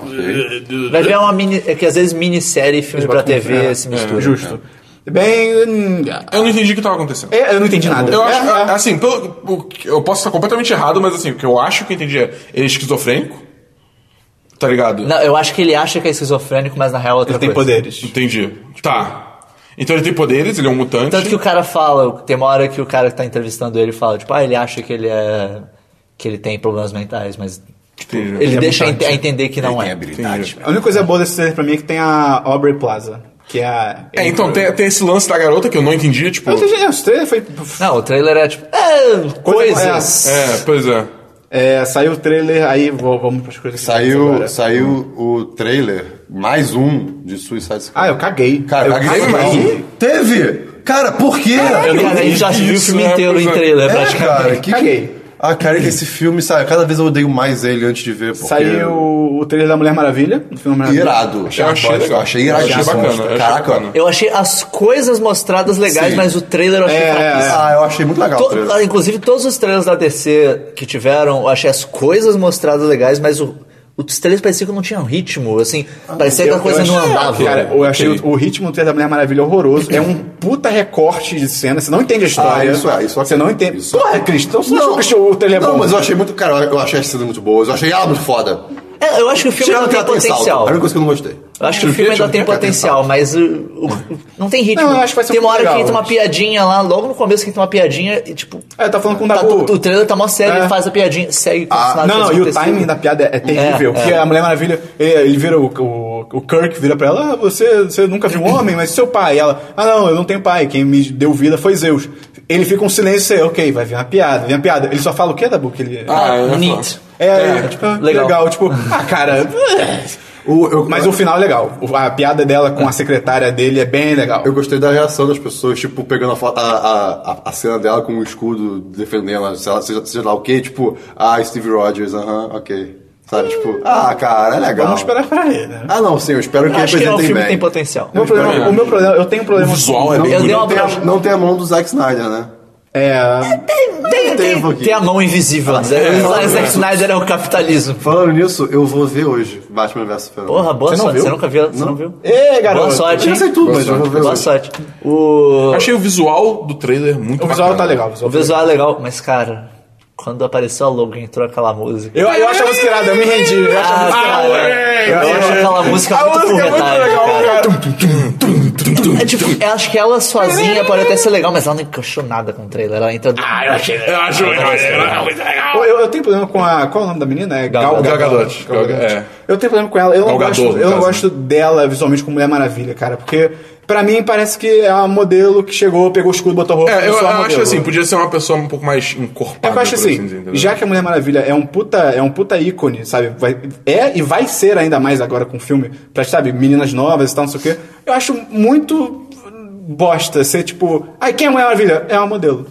[SPEAKER 4] Vai ver uma mini. É que às vezes minissérie e filme pra TV se misturam.
[SPEAKER 1] É, Justo. Bem. hum,
[SPEAKER 3] Eu não entendi o que tava acontecendo.
[SPEAKER 1] é, eu não
[SPEAKER 4] Tá
[SPEAKER 1] entendi nada.
[SPEAKER 3] Eu acho,
[SPEAKER 1] É, é.
[SPEAKER 3] assim, pelo, o que- eu posso estar completamente errado, mas assim, o que eu acho que eu entendi é ele é esquizofrênico, tá ligado?
[SPEAKER 4] Não, eu acho que ele acha que é esquizofrênico, mas na real é outra
[SPEAKER 1] Ele tem
[SPEAKER 4] coisa.
[SPEAKER 1] poderes.
[SPEAKER 3] Entendi. Tá. Então ele tem poderes, ele é um mutante.
[SPEAKER 4] Tanto que o cara fala, tem uma hora que o cara que tá entrevistando ele fala, tipo, ah, ele acha que ele é. que ele tem problemas mentais, mas. Tipo,
[SPEAKER 3] Entendi.
[SPEAKER 4] ele,
[SPEAKER 3] Ele é
[SPEAKER 4] deixa
[SPEAKER 3] mutante.
[SPEAKER 4] a entender que não é.
[SPEAKER 2] habilidade.
[SPEAKER 1] A única coisa boa desse trailer pra mim é que tem a Aubrey Plaza, que é a.
[SPEAKER 3] É, então tem, tem esse lance da garota que eu não entendi, tipo.
[SPEAKER 1] Eu não entendi, esse trailer foi.
[SPEAKER 4] Não, o trailer é tipo. É, coisas.
[SPEAKER 3] É, pois é.
[SPEAKER 1] É, saiu o trailer, aí vou- vamos pras coisas que
[SPEAKER 2] Saiu,
[SPEAKER 1] agora.
[SPEAKER 2] saiu o trailer, mais um, de Suicide Squad.
[SPEAKER 1] Ah, eu caguei.
[SPEAKER 2] Cara,
[SPEAKER 1] eu
[SPEAKER 2] caguei
[SPEAKER 3] caguei
[SPEAKER 2] mais
[SPEAKER 3] mais
[SPEAKER 2] um. Teve! Cara, por quê?
[SPEAKER 4] Ah, Eu não-
[SPEAKER 3] não
[SPEAKER 4] a gente
[SPEAKER 3] vi
[SPEAKER 4] já viu o
[SPEAKER 3] isso,
[SPEAKER 4] filme
[SPEAKER 3] né,
[SPEAKER 4] inteiro
[SPEAKER 3] pois
[SPEAKER 4] em
[SPEAKER 3] é.
[SPEAKER 4] trailer,
[SPEAKER 2] É,
[SPEAKER 4] praticamente.
[SPEAKER 2] cara, que...
[SPEAKER 1] Caguei.
[SPEAKER 2] Ah, cara, é que esse filme, sabe, cada vez eu odeio mais ele antes de ver, porque... é
[SPEAKER 1] Saiu o trailer da Mulher Maravilha, do filme Maravilha.
[SPEAKER 2] Irado.
[SPEAKER 3] Eu achei
[SPEAKER 2] bosta,
[SPEAKER 3] legal.
[SPEAKER 2] Achei
[SPEAKER 3] Eu achei
[SPEAKER 2] iradíssimo.
[SPEAKER 3] bacana, eu achei
[SPEAKER 2] Caraca.
[SPEAKER 3] bacana.
[SPEAKER 4] Eu achei as coisas mostradas legais,
[SPEAKER 2] Sim.
[SPEAKER 4] mas o trailer eu achei
[SPEAKER 1] É,
[SPEAKER 4] fraquíssimo.
[SPEAKER 2] Ah, eu achei muito legal. o
[SPEAKER 4] To-
[SPEAKER 2] trailer.
[SPEAKER 4] ah, inclusive, todos os trailers da DC que tiveram, eu achei as coisas mostradas legais, mas o, os trailers pareciam que não tinham ritmo, assim, parecia que a
[SPEAKER 1] eu-
[SPEAKER 4] coisa
[SPEAKER 1] eu
[SPEAKER 4] não
[SPEAKER 1] achei-
[SPEAKER 4] andava.
[SPEAKER 1] Cara, eu achei
[SPEAKER 3] Ok.
[SPEAKER 1] o, o ritmo do trailer da Mulher Maravilha horroroso. É um puta recorte de cena, você não entende a história.
[SPEAKER 2] Ah, isso é, isso é.
[SPEAKER 1] Você não entende.
[SPEAKER 2] Isso.
[SPEAKER 1] Porra, Cristo, então você não, achou que o trailer é
[SPEAKER 2] Não,
[SPEAKER 1] bom?
[SPEAKER 2] mas eu achei ah, muito. Cara, eu achei as cenas muito boas, eu achei ela muito foda.
[SPEAKER 4] É, eu acho que o filme ainda tem potencial.
[SPEAKER 2] A única coisa que eu não gostei.
[SPEAKER 4] Eu acho que o
[SPEAKER 3] Tira o
[SPEAKER 4] filme
[SPEAKER 3] quê?
[SPEAKER 4] ainda
[SPEAKER 3] Tira
[SPEAKER 4] tem
[SPEAKER 3] o quê?
[SPEAKER 4] potencial, mas uh, o- não tem ritmo.
[SPEAKER 1] É. Não, eu acho que vai ser um
[SPEAKER 4] tem uma hora
[SPEAKER 1] filme
[SPEAKER 4] que
[SPEAKER 1] legal,
[SPEAKER 4] entra uma
[SPEAKER 1] acho.
[SPEAKER 4] piadinha lá, logo no começo que entra uma piadinha e tipo.
[SPEAKER 1] É, tá falando com o
[SPEAKER 4] tá
[SPEAKER 1] Dabu.
[SPEAKER 4] tudo- o trailer tá mó sério,
[SPEAKER 1] É.
[SPEAKER 4] ele faz a piadinha, segue com
[SPEAKER 1] Ah, não, não, e o timing da piada é, é terrível.
[SPEAKER 4] É,
[SPEAKER 1] porque
[SPEAKER 4] é.
[SPEAKER 1] a Mulher Maravilha, ele, ele vira o, o, o Kirk, vira pra ela, ah, você, você nunca viu um homem, mas seu pai. E ela, ah não, eu não tenho pai, quem me deu vida foi Zeus. Ele fica um silêncio, você, ok, vai vir uma piada, vem uma piada. Ele só fala o que da boca? Ele,
[SPEAKER 3] Ah, eu ia falar.
[SPEAKER 4] Neat.
[SPEAKER 1] é, é, tipo, ah,
[SPEAKER 4] legal.
[SPEAKER 1] legal. tipo, ah cara.
[SPEAKER 2] O- eu-
[SPEAKER 1] Mas o final é legal. O- A piada dela com a secretária dele é bem legal.
[SPEAKER 2] Eu gostei da reação das pessoas, tipo, pegando a, fo- a, a, a- a cena dela com o escudo defendendo ela, sei lá, seja, seja lá o quê, tipo, ah, Steve Rogers, aham, ok. Sabe, tipo, ah, cara, é legal.
[SPEAKER 1] Vamos esperar pra ele, né?
[SPEAKER 2] Ah, não, sim, eu espero que
[SPEAKER 4] Acho que é um
[SPEAKER 2] representem
[SPEAKER 4] filme
[SPEAKER 2] bem.
[SPEAKER 4] que tem potencial.
[SPEAKER 1] O meu problema, o meu problema, eu tenho um
[SPEAKER 3] O
[SPEAKER 1] problema.
[SPEAKER 3] visual é
[SPEAKER 2] Não,
[SPEAKER 3] bem
[SPEAKER 4] Eu dei
[SPEAKER 3] bonito.
[SPEAKER 4] uma
[SPEAKER 2] não, tem a,
[SPEAKER 4] brocha.
[SPEAKER 2] não tem a mão do Zack Snyder, né?
[SPEAKER 1] É.
[SPEAKER 4] Tem,
[SPEAKER 2] Tem um
[SPEAKER 4] tem,
[SPEAKER 2] pouquinho.
[SPEAKER 4] tem a mão invisível. né?
[SPEAKER 1] um
[SPEAKER 2] é.
[SPEAKER 4] Zack Snyder é o capitalismo.
[SPEAKER 2] Falando nisso, eu vou ver hoje Batman vs Superman.
[SPEAKER 4] Porra, boa
[SPEAKER 1] Você não
[SPEAKER 4] sorte.
[SPEAKER 1] viu?
[SPEAKER 4] Você nunca viu? Você não viu?
[SPEAKER 1] Ê, é, garoto!
[SPEAKER 4] Boa sorte,
[SPEAKER 2] eu
[SPEAKER 4] hein?
[SPEAKER 2] já sei tudo,
[SPEAKER 3] Boa
[SPEAKER 2] mas eu
[SPEAKER 3] sorte.
[SPEAKER 2] vou ver
[SPEAKER 4] Boa
[SPEAKER 2] hoje.
[SPEAKER 4] sorte. O,
[SPEAKER 3] Achei o visual do trailer muito
[SPEAKER 1] O visual tá
[SPEAKER 3] bacana.
[SPEAKER 1] legal. o visual tá
[SPEAKER 4] o
[SPEAKER 1] legal.
[SPEAKER 4] visual é legal, mas cara, quando apareceu a logo e entrou aquela música.
[SPEAKER 1] Eu, eu achava inspirado, eu me rendi. Eu
[SPEAKER 4] Ah,
[SPEAKER 1] achava
[SPEAKER 4] cara,
[SPEAKER 1] inspirado.
[SPEAKER 4] eu acho aquela música
[SPEAKER 1] A
[SPEAKER 4] muito
[SPEAKER 1] música é muito
[SPEAKER 4] porretada,
[SPEAKER 1] legal,
[SPEAKER 4] cara.
[SPEAKER 1] cara.
[SPEAKER 4] É tipo, eu acho que ela sozinha pode até ser legal, mas ela não encaixou nada com o trailer. Ela entra. Ah, eu achei.
[SPEAKER 3] Eu acho é. muito legal.
[SPEAKER 1] Eu, eu- eu tenho problema com a. Qual é o nome da menina? É
[SPEAKER 4] Gal-
[SPEAKER 3] Gal Gadot.
[SPEAKER 1] Gal Gadot.
[SPEAKER 3] Gal- é.
[SPEAKER 1] Eu tenho problema com ela. Eu não,
[SPEAKER 3] Gal Gadot,
[SPEAKER 1] gosto,
[SPEAKER 3] no
[SPEAKER 1] eu não
[SPEAKER 3] caso,
[SPEAKER 1] gosto dela visualmente como Mulher Maravilha, cara. Porque pra mim parece que é uma modelo que chegou, pegou o escudo, botou roupa.
[SPEAKER 3] É, eu,
[SPEAKER 1] sou
[SPEAKER 3] eu
[SPEAKER 1] a
[SPEAKER 3] acho
[SPEAKER 1] modelo.
[SPEAKER 3] assim, podia ser uma pessoa um pouco mais encorpada.
[SPEAKER 1] É que eu acho
[SPEAKER 3] por
[SPEAKER 1] assim,
[SPEAKER 3] dizer, entendeu?
[SPEAKER 1] já que a Mulher Maravilha é um puta, é um puta ícone, sabe? Vai- é e vai ser ainda mais agora com o filme, pra, sabe, meninas novas e tal, não sei o quê. Eu acho muito bosta ser tipo, ai, quem é a Mulher Maravilha? É uma modelo.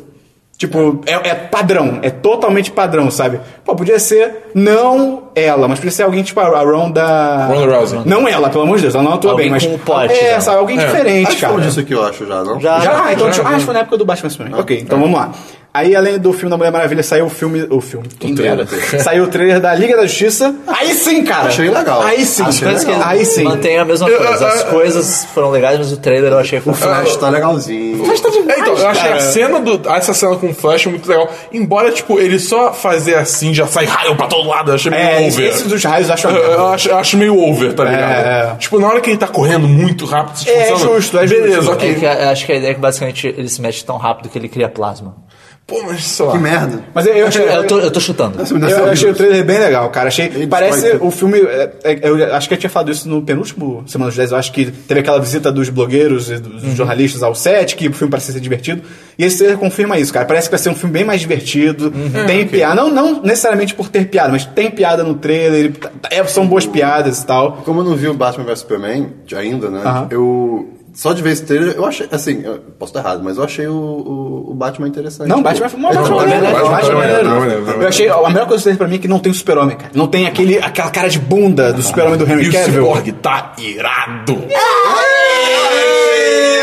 [SPEAKER 1] Tipo, é, é padrão, é totalmente padrão, sabe? Pô, podia ser não ela, mas podia ser alguém tipo a, a Ronda.
[SPEAKER 3] Ronda Rousey.
[SPEAKER 1] Não ela, pelo amor de Deus, ela não atua
[SPEAKER 4] Alguém
[SPEAKER 1] bem, mas.
[SPEAKER 4] com o pote,
[SPEAKER 1] é,
[SPEAKER 4] né?
[SPEAKER 1] sabe, alguém
[SPEAKER 3] É.
[SPEAKER 1] diferente,
[SPEAKER 2] Acho que
[SPEAKER 1] cara.
[SPEAKER 2] foi disso aqui, eu acho, já, não?
[SPEAKER 4] Já,
[SPEAKER 1] Já, ah, então,
[SPEAKER 3] já,
[SPEAKER 1] tipo,
[SPEAKER 3] já.
[SPEAKER 1] ah, acho que foi na época do Batman Superman. ok, então vamos lá. Aí, além do filme da Mulher Maravilha, saiu o filme. O filme. Quem dera. Saiu o trailer da Liga da Justiça. Aí sim, cara.
[SPEAKER 2] Achei legal.
[SPEAKER 1] Aí sim.
[SPEAKER 4] As coisas que eles
[SPEAKER 1] Aí sim.
[SPEAKER 4] mantêm a mesma coisa. As coisas foram legais, mas o trailer eu achei
[SPEAKER 2] O
[SPEAKER 4] com
[SPEAKER 2] Flash tá legalzinho.
[SPEAKER 3] É, então, eu achei a
[SPEAKER 1] cara.
[SPEAKER 3] cena do. Essa cena com o Flash muito legal. Embora, tipo, ele só fazer assim já sai raio pra todo lado. Eu achei meio
[SPEAKER 1] É,
[SPEAKER 3] over.
[SPEAKER 1] esse dos raios eu acho.
[SPEAKER 3] Eu, eu acho, eu acho meio over, tá ligado?
[SPEAKER 1] É, é.
[SPEAKER 3] Tipo, na hora que ele tá correndo muito rápido, vocês
[SPEAKER 1] É,
[SPEAKER 3] funcionam?
[SPEAKER 1] justo, é justo.
[SPEAKER 3] Beleza,
[SPEAKER 4] É
[SPEAKER 3] ok.
[SPEAKER 4] que a- acho que a ideia é que basicamente ele se mexe tão rápido que ele cria plasma.
[SPEAKER 3] Pô, mas sei lá.
[SPEAKER 2] Que merda.
[SPEAKER 1] Mas eu, eu achei.
[SPEAKER 4] é, Eu tô, eu tô chutando.
[SPEAKER 2] Isso me dá
[SPEAKER 1] Eu, eu
[SPEAKER 2] sorriso.
[SPEAKER 1] achei o trailer bem legal, cara. Achei,
[SPEAKER 2] Ele
[SPEAKER 1] parece
[SPEAKER 2] destrói tudo.
[SPEAKER 1] o filme. é, é, Eu acho que eu tinha falado isso no penúltimo Semana dos 10. Eu acho que teve aquela visita dos blogueiros e dos jornalistas ao set, que o filme parecia ser divertido. E esse trailer confirma isso, cara. Parece que vai ser um filme bem mais divertido. Tem piada. Não, não necessariamente por ter piada, mas tem piada no trailer. ele- é, são boas piadas e tal.
[SPEAKER 2] Como eu não vi o Batman vs Superman de ainda, né?
[SPEAKER 1] Aham.
[SPEAKER 2] Eu. Só de ver esse trailer, eu achei. Assim, eu posso estar errado, mas eu achei o, o, o Batman interessante.
[SPEAKER 1] Não, Batman é
[SPEAKER 2] É,
[SPEAKER 1] uma
[SPEAKER 2] tipo,
[SPEAKER 1] Batman,
[SPEAKER 2] é
[SPEAKER 1] é
[SPEAKER 2] legal.
[SPEAKER 3] Batman
[SPEAKER 1] Batman,
[SPEAKER 3] tá
[SPEAKER 1] maneiro.
[SPEAKER 3] maneiro, tá maneiro, tá maneiro.
[SPEAKER 1] Eu achei, ó, a melhor coisa do trailer pra mim é que não tem o super-homem, cara. Não tem aquele, aquela cara de bunda do super-homem do
[SPEAKER 3] E
[SPEAKER 1] Henry
[SPEAKER 3] o
[SPEAKER 1] Cavill.
[SPEAKER 3] Cyborg tá irado.
[SPEAKER 1] É,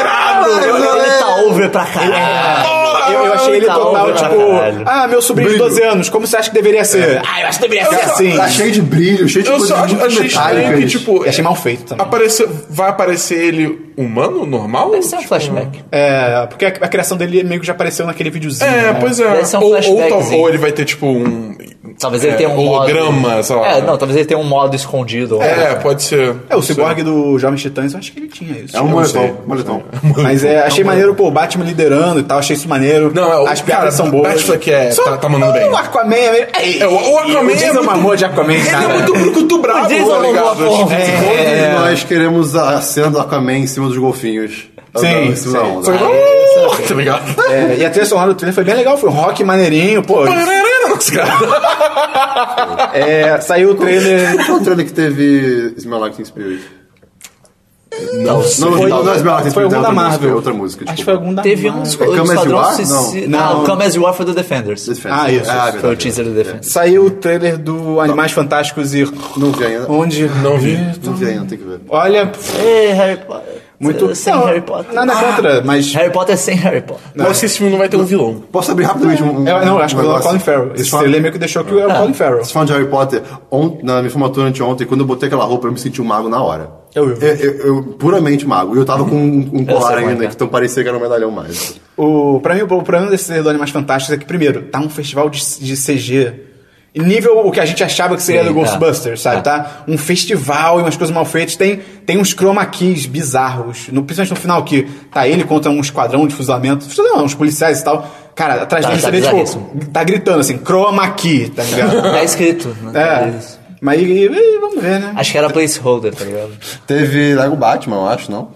[SPEAKER 1] Ah,
[SPEAKER 4] Ele tá over pra caralho.
[SPEAKER 1] Eu, eu achei ele
[SPEAKER 4] Tá
[SPEAKER 1] total,
[SPEAKER 4] over pra
[SPEAKER 1] tipo,
[SPEAKER 4] caralho.
[SPEAKER 1] ah, meu sobrinho de 12 anos, como você acha que deveria ser? Ah, eu acho que deveria ser
[SPEAKER 3] só-
[SPEAKER 1] assim.
[SPEAKER 2] Tá cheio de brilho, cheio de
[SPEAKER 3] Eu
[SPEAKER 2] coisas
[SPEAKER 3] só acho,
[SPEAKER 2] muito
[SPEAKER 3] achei estranho que,
[SPEAKER 2] metálicas.
[SPEAKER 3] tipo.
[SPEAKER 1] E achei mal feito também.
[SPEAKER 3] apareceu- vai aparecer ele humano, normal? Tipo,
[SPEAKER 4] Deve ser um flashback.
[SPEAKER 1] É, porque a, a criação dele meio que já apareceu naquele videozinho.
[SPEAKER 3] É,
[SPEAKER 1] né?
[SPEAKER 3] pois é.
[SPEAKER 4] Deve ser um
[SPEAKER 3] ou, ou,
[SPEAKER 4] flashbackzinho.
[SPEAKER 3] tal- ou ele vai ter, tipo, um.
[SPEAKER 4] Talvez ele
[SPEAKER 3] é,
[SPEAKER 4] tenha um
[SPEAKER 3] holograma,
[SPEAKER 4] modo...
[SPEAKER 3] sei lá.
[SPEAKER 4] É, não, talvez ele tenha um modo escondido.
[SPEAKER 3] É, pode ser.
[SPEAKER 1] É, o ciborgue do Jovem Titãs, eu acho que ele tinha isso.
[SPEAKER 2] É um
[SPEAKER 1] Eu não sei.
[SPEAKER 2] moletom, moletom.
[SPEAKER 1] Mas é, achei maneiro, pô, o Batman liderando e tal, achei isso maneiro.
[SPEAKER 3] Não, é, o-
[SPEAKER 1] As piadas
[SPEAKER 3] cara,
[SPEAKER 1] são boas.
[SPEAKER 3] Batman que é- tá- tá mandando bem.
[SPEAKER 1] O Aquaman é meio. Ei,
[SPEAKER 3] É, o- o Aquaman
[SPEAKER 1] o Jason
[SPEAKER 3] é muito-
[SPEAKER 1] Momoa de Aquaman, cara.
[SPEAKER 3] Ele é muito brucutu bravo,
[SPEAKER 4] Jason
[SPEAKER 3] tá
[SPEAKER 4] Momoa,
[SPEAKER 3] ligado?
[SPEAKER 4] porra.
[SPEAKER 3] Tipo,
[SPEAKER 1] É.
[SPEAKER 2] Todos nós queremos a cena do Aquaman em cima dos golfinhos. Andando em
[SPEAKER 1] sim.
[SPEAKER 2] cima da onda.
[SPEAKER 3] Só que- Uh, Tá ligado?
[SPEAKER 1] É, e a trilha sonora do trailer foi bem legal, foi um rock maneirinho, pô. É, saiu o trailer.
[SPEAKER 2] Qual é o trailer que teve Smell Like Teen Spirit?
[SPEAKER 4] Não,
[SPEAKER 2] Não,
[SPEAKER 1] Foi-
[SPEAKER 2] não, não é Smell Like Teen Spirit.
[SPEAKER 1] foi
[SPEAKER 2] é
[SPEAKER 1] algum da
[SPEAKER 2] outra música,
[SPEAKER 1] Marvel.
[SPEAKER 2] é Outra música,
[SPEAKER 1] Acho que foi
[SPEAKER 2] desculpa.
[SPEAKER 1] algum da
[SPEAKER 4] Teve
[SPEAKER 1] Marvel.
[SPEAKER 4] uns...
[SPEAKER 2] É Come As You
[SPEAKER 4] Esquadrão
[SPEAKER 2] Are?
[SPEAKER 4] Suicida-
[SPEAKER 1] Não.
[SPEAKER 4] Não,
[SPEAKER 1] Não.
[SPEAKER 4] Come As You Are foi do Defenders.
[SPEAKER 2] Defense.
[SPEAKER 1] Ah, isso.
[SPEAKER 2] Ah,
[SPEAKER 4] Foi o
[SPEAKER 2] verdade.
[SPEAKER 4] teaser do Defenders.
[SPEAKER 1] Saiu o trailer do Animais Fantásticos e.
[SPEAKER 2] Não vi ainda.
[SPEAKER 1] Onde.
[SPEAKER 3] É, Não vi.
[SPEAKER 2] Não
[SPEAKER 1] Uhum.
[SPEAKER 2] vi ainda, tem que ver.
[SPEAKER 1] Olha,
[SPEAKER 4] Ei, Harry Potter.
[SPEAKER 1] muito.
[SPEAKER 4] Sem
[SPEAKER 1] Não,
[SPEAKER 4] Harry Potter. Ah.
[SPEAKER 1] Nada contra, mas.
[SPEAKER 4] Harry Potter é sem Harry Potter.
[SPEAKER 3] Mas esse filme não vai ter um vilão.
[SPEAKER 2] Posso abrir rapidamente um. um
[SPEAKER 1] É, não, acho
[SPEAKER 2] um
[SPEAKER 1] que foi o
[SPEAKER 2] negócio?
[SPEAKER 1] Colin Farrell.
[SPEAKER 2] Vocês
[SPEAKER 1] Esse é
[SPEAKER 2] falam-
[SPEAKER 1] trailer meio que deixou que era o Colin Farrell.
[SPEAKER 2] Vocês falam de Harry Potter, ont- na minha formatura anteontem, quando eu botei aquela roupa, eu me senti um mago na hora.
[SPEAKER 1] Eu, eu.
[SPEAKER 2] eu, eu puramente mago. E eu tava com um, um colar
[SPEAKER 4] sei como é
[SPEAKER 2] ainda,
[SPEAKER 1] né?
[SPEAKER 4] que é.
[SPEAKER 2] que então parecia que era um medalhão mais.
[SPEAKER 1] O, pra mim, o problema desse trailer do Animais Fantásticos é que, primeiro, tá um festival de, de CG nível o que a gente achava que seria
[SPEAKER 4] Sim,
[SPEAKER 1] do
[SPEAKER 4] tá.
[SPEAKER 1] Ghostbusters, sabe? Tá. Um festival e umas coisas mal feitas. Tem, tem uns chroma keys bizarros, no, principalmente no final, que tá ele contra um esquadrão de fuzilamento, não, uns policiais e tal. Cara, atrás
[SPEAKER 4] Tá,
[SPEAKER 1] dele
[SPEAKER 4] tá
[SPEAKER 1] você vê, tipo,
[SPEAKER 4] bizarríssimo.
[SPEAKER 1] tá gritando assim, chroma key, tá ligado?
[SPEAKER 4] Tá escrito. Né?
[SPEAKER 1] é. Mas e- e- vamos ver, né?
[SPEAKER 4] Acho que era placeholder, tá ligado?
[SPEAKER 2] Teve Lego Batman, eu acho, não?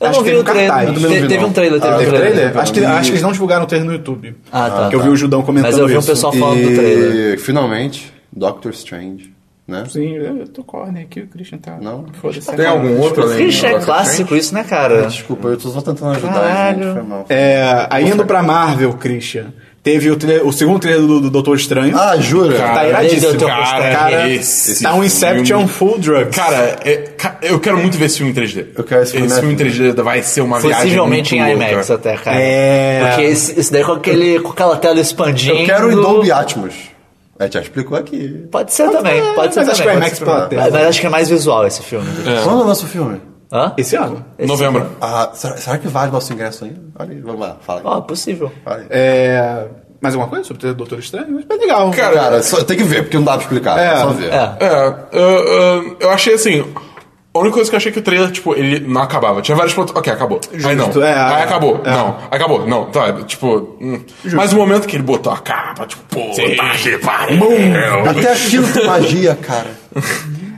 [SPEAKER 4] Eu
[SPEAKER 1] Acho
[SPEAKER 4] não
[SPEAKER 1] que teve
[SPEAKER 4] vi o
[SPEAKER 1] um
[SPEAKER 4] trailer.
[SPEAKER 1] cartaz. Eu também
[SPEAKER 2] não
[SPEAKER 4] Te-
[SPEAKER 2] vi,
[SPEAKER 4] teve
[SPEAKER 2] não.
[SPEAKER 4] um trailer, teve
[SPEAKER 2] Ah,
[SPEAKER 4] um
[SPEAKER 1] Teve
[SPEAKER 4] trailer.
[SPEAKER 1] trailer? Acho que,
[SPEAKER 2] E-
[SPEAKER 1] acho que eles não divulgaram o trailer no YouTube.
[SPEAKER 4] Ah, tá.
[SPEAKER 1] Que eu vi o Judão comentando
[SPEAKER 4] Mas eu vi um
[SPEAKER 1] isso.
[SPEAKER 4] pessoal falando
[SPEAKER 2] e
[SPEAKER 4] do trailer.
[SPEAKER 2] finalmente, Doctor Strange, né?
[SPEAKER 1] Sim, eu tô corne aqui, o Christian tá...
[SPEAKER 2] Não?
[SPEAKER 1] Foda-se.
[SPEAKER 3] Tem algum outro além do
[SPEAKER 4] Ixi, é
[SPEAKER 3] Doctor
[SPEAKER 4] clássico isso, né, cara?
[SPEAKER 2] Desculpa, eu tô só tentando ajudar,
[SPEAKER 4] Caralho.
[SPEAKER 2] gente, foi mal.
[SPEAKER 1] É, aí indo pra Marvel, Christian, teve o, trailer- o segundo trailer do, do Doutor Estranho.
[SPEAKER 2] Ah, jura?
[SPEAKER 3] Cara, é
[SPEAKER 1] tá iradíssimo.
[SPEAKER 4] Doutor
[SPEAKER 1] Cara,
[SPEAKER 3] Estranho.
[SPEAKER 1] cara,
[SPEAKER 3] Esse
[SPEAKER 1] tá um Inception
[SPEAKER 3] filme. é
[SPEAKER 1] full drugs.
[SPEAKER 3] Cara, é- ca- eu quero muito ver esse filme em 3D.
[SPEAKER 2] Eu quero esse filme
[SPEAKER 3] esse filme em
[SPEAKER 2] mesmo.
[SPEAKER 3] 3D vai ser uma viagem.
[SPEAKER 4] Possivelmente
[SPEAKER 3] muito
[SPEAKER 4] em IMAX
[SPEAKER 3] louca.
[SPEAKER 4] até, cara.
[SPEAKER 1] É.
[SPEAKER 4] Porque esse, esse daí com, aquele, com aquela tela expandindo...
[SPEAKER 2] eu quero o Dolby Atmos. É, já explicou aqui.
[SPEAKER 4] Pode ser também, pode ser
[SPEAKER 1] mas acho que o
[SPEAKER 4] também.
[SPEAKER 1] IMAX pela
[SPEAKER 4] Mas,
[SPEAKER 1] tela.
[SPEAKER 4] mas acho que é mais visual esse filme.
[SPEAKER 1] É.
[SPEAKER 2] Quando lança o filme?
[SPEAKER 4] Hã?
[SPEAKER 1] Esse ano.
[SPEAKER 4] Esse-
[SPEAKER 3] Novembro.
[SPEAKER 2] Ah, será, será que vale nosso ingresso ainda? Olha aí, vamos lá, fala aí.
[SPEAKER 4] Ó, possível.
[SPEAKER 2] Fala aí.
[SPEAKER 1] É, mais alguma coisa sobre o trailer do Doutor Estranho? Mas é legal.
[SPEAKER 3] Cara,
[SPEAKER 2] Cara, só- tem que ver, porque não dá pra explicar.
[SPEAKER 1] É,
[SPEAKER 2] É, só ver.
[SPEAKER 4] É.
[SPEAKER 3] É, eu- eu- eu achei assim. A única coisa que eu achei que o trailer, tipo, ele não acabava. Tinha vários pontos. Ok, acabou. Aí não.
[SPEAKER 1] é,
[SPEAKER 3] aí
[SPEAKER 1] é.
[SPEAKER 3] acabou. Não. Acabou. Não. Tá, tipo. hum. Mas o momento que ele botou a capa, tipo, pô, tá É, aqui, pá, eu-
[SPEAKER 2] Até aquilo tem magia, cara.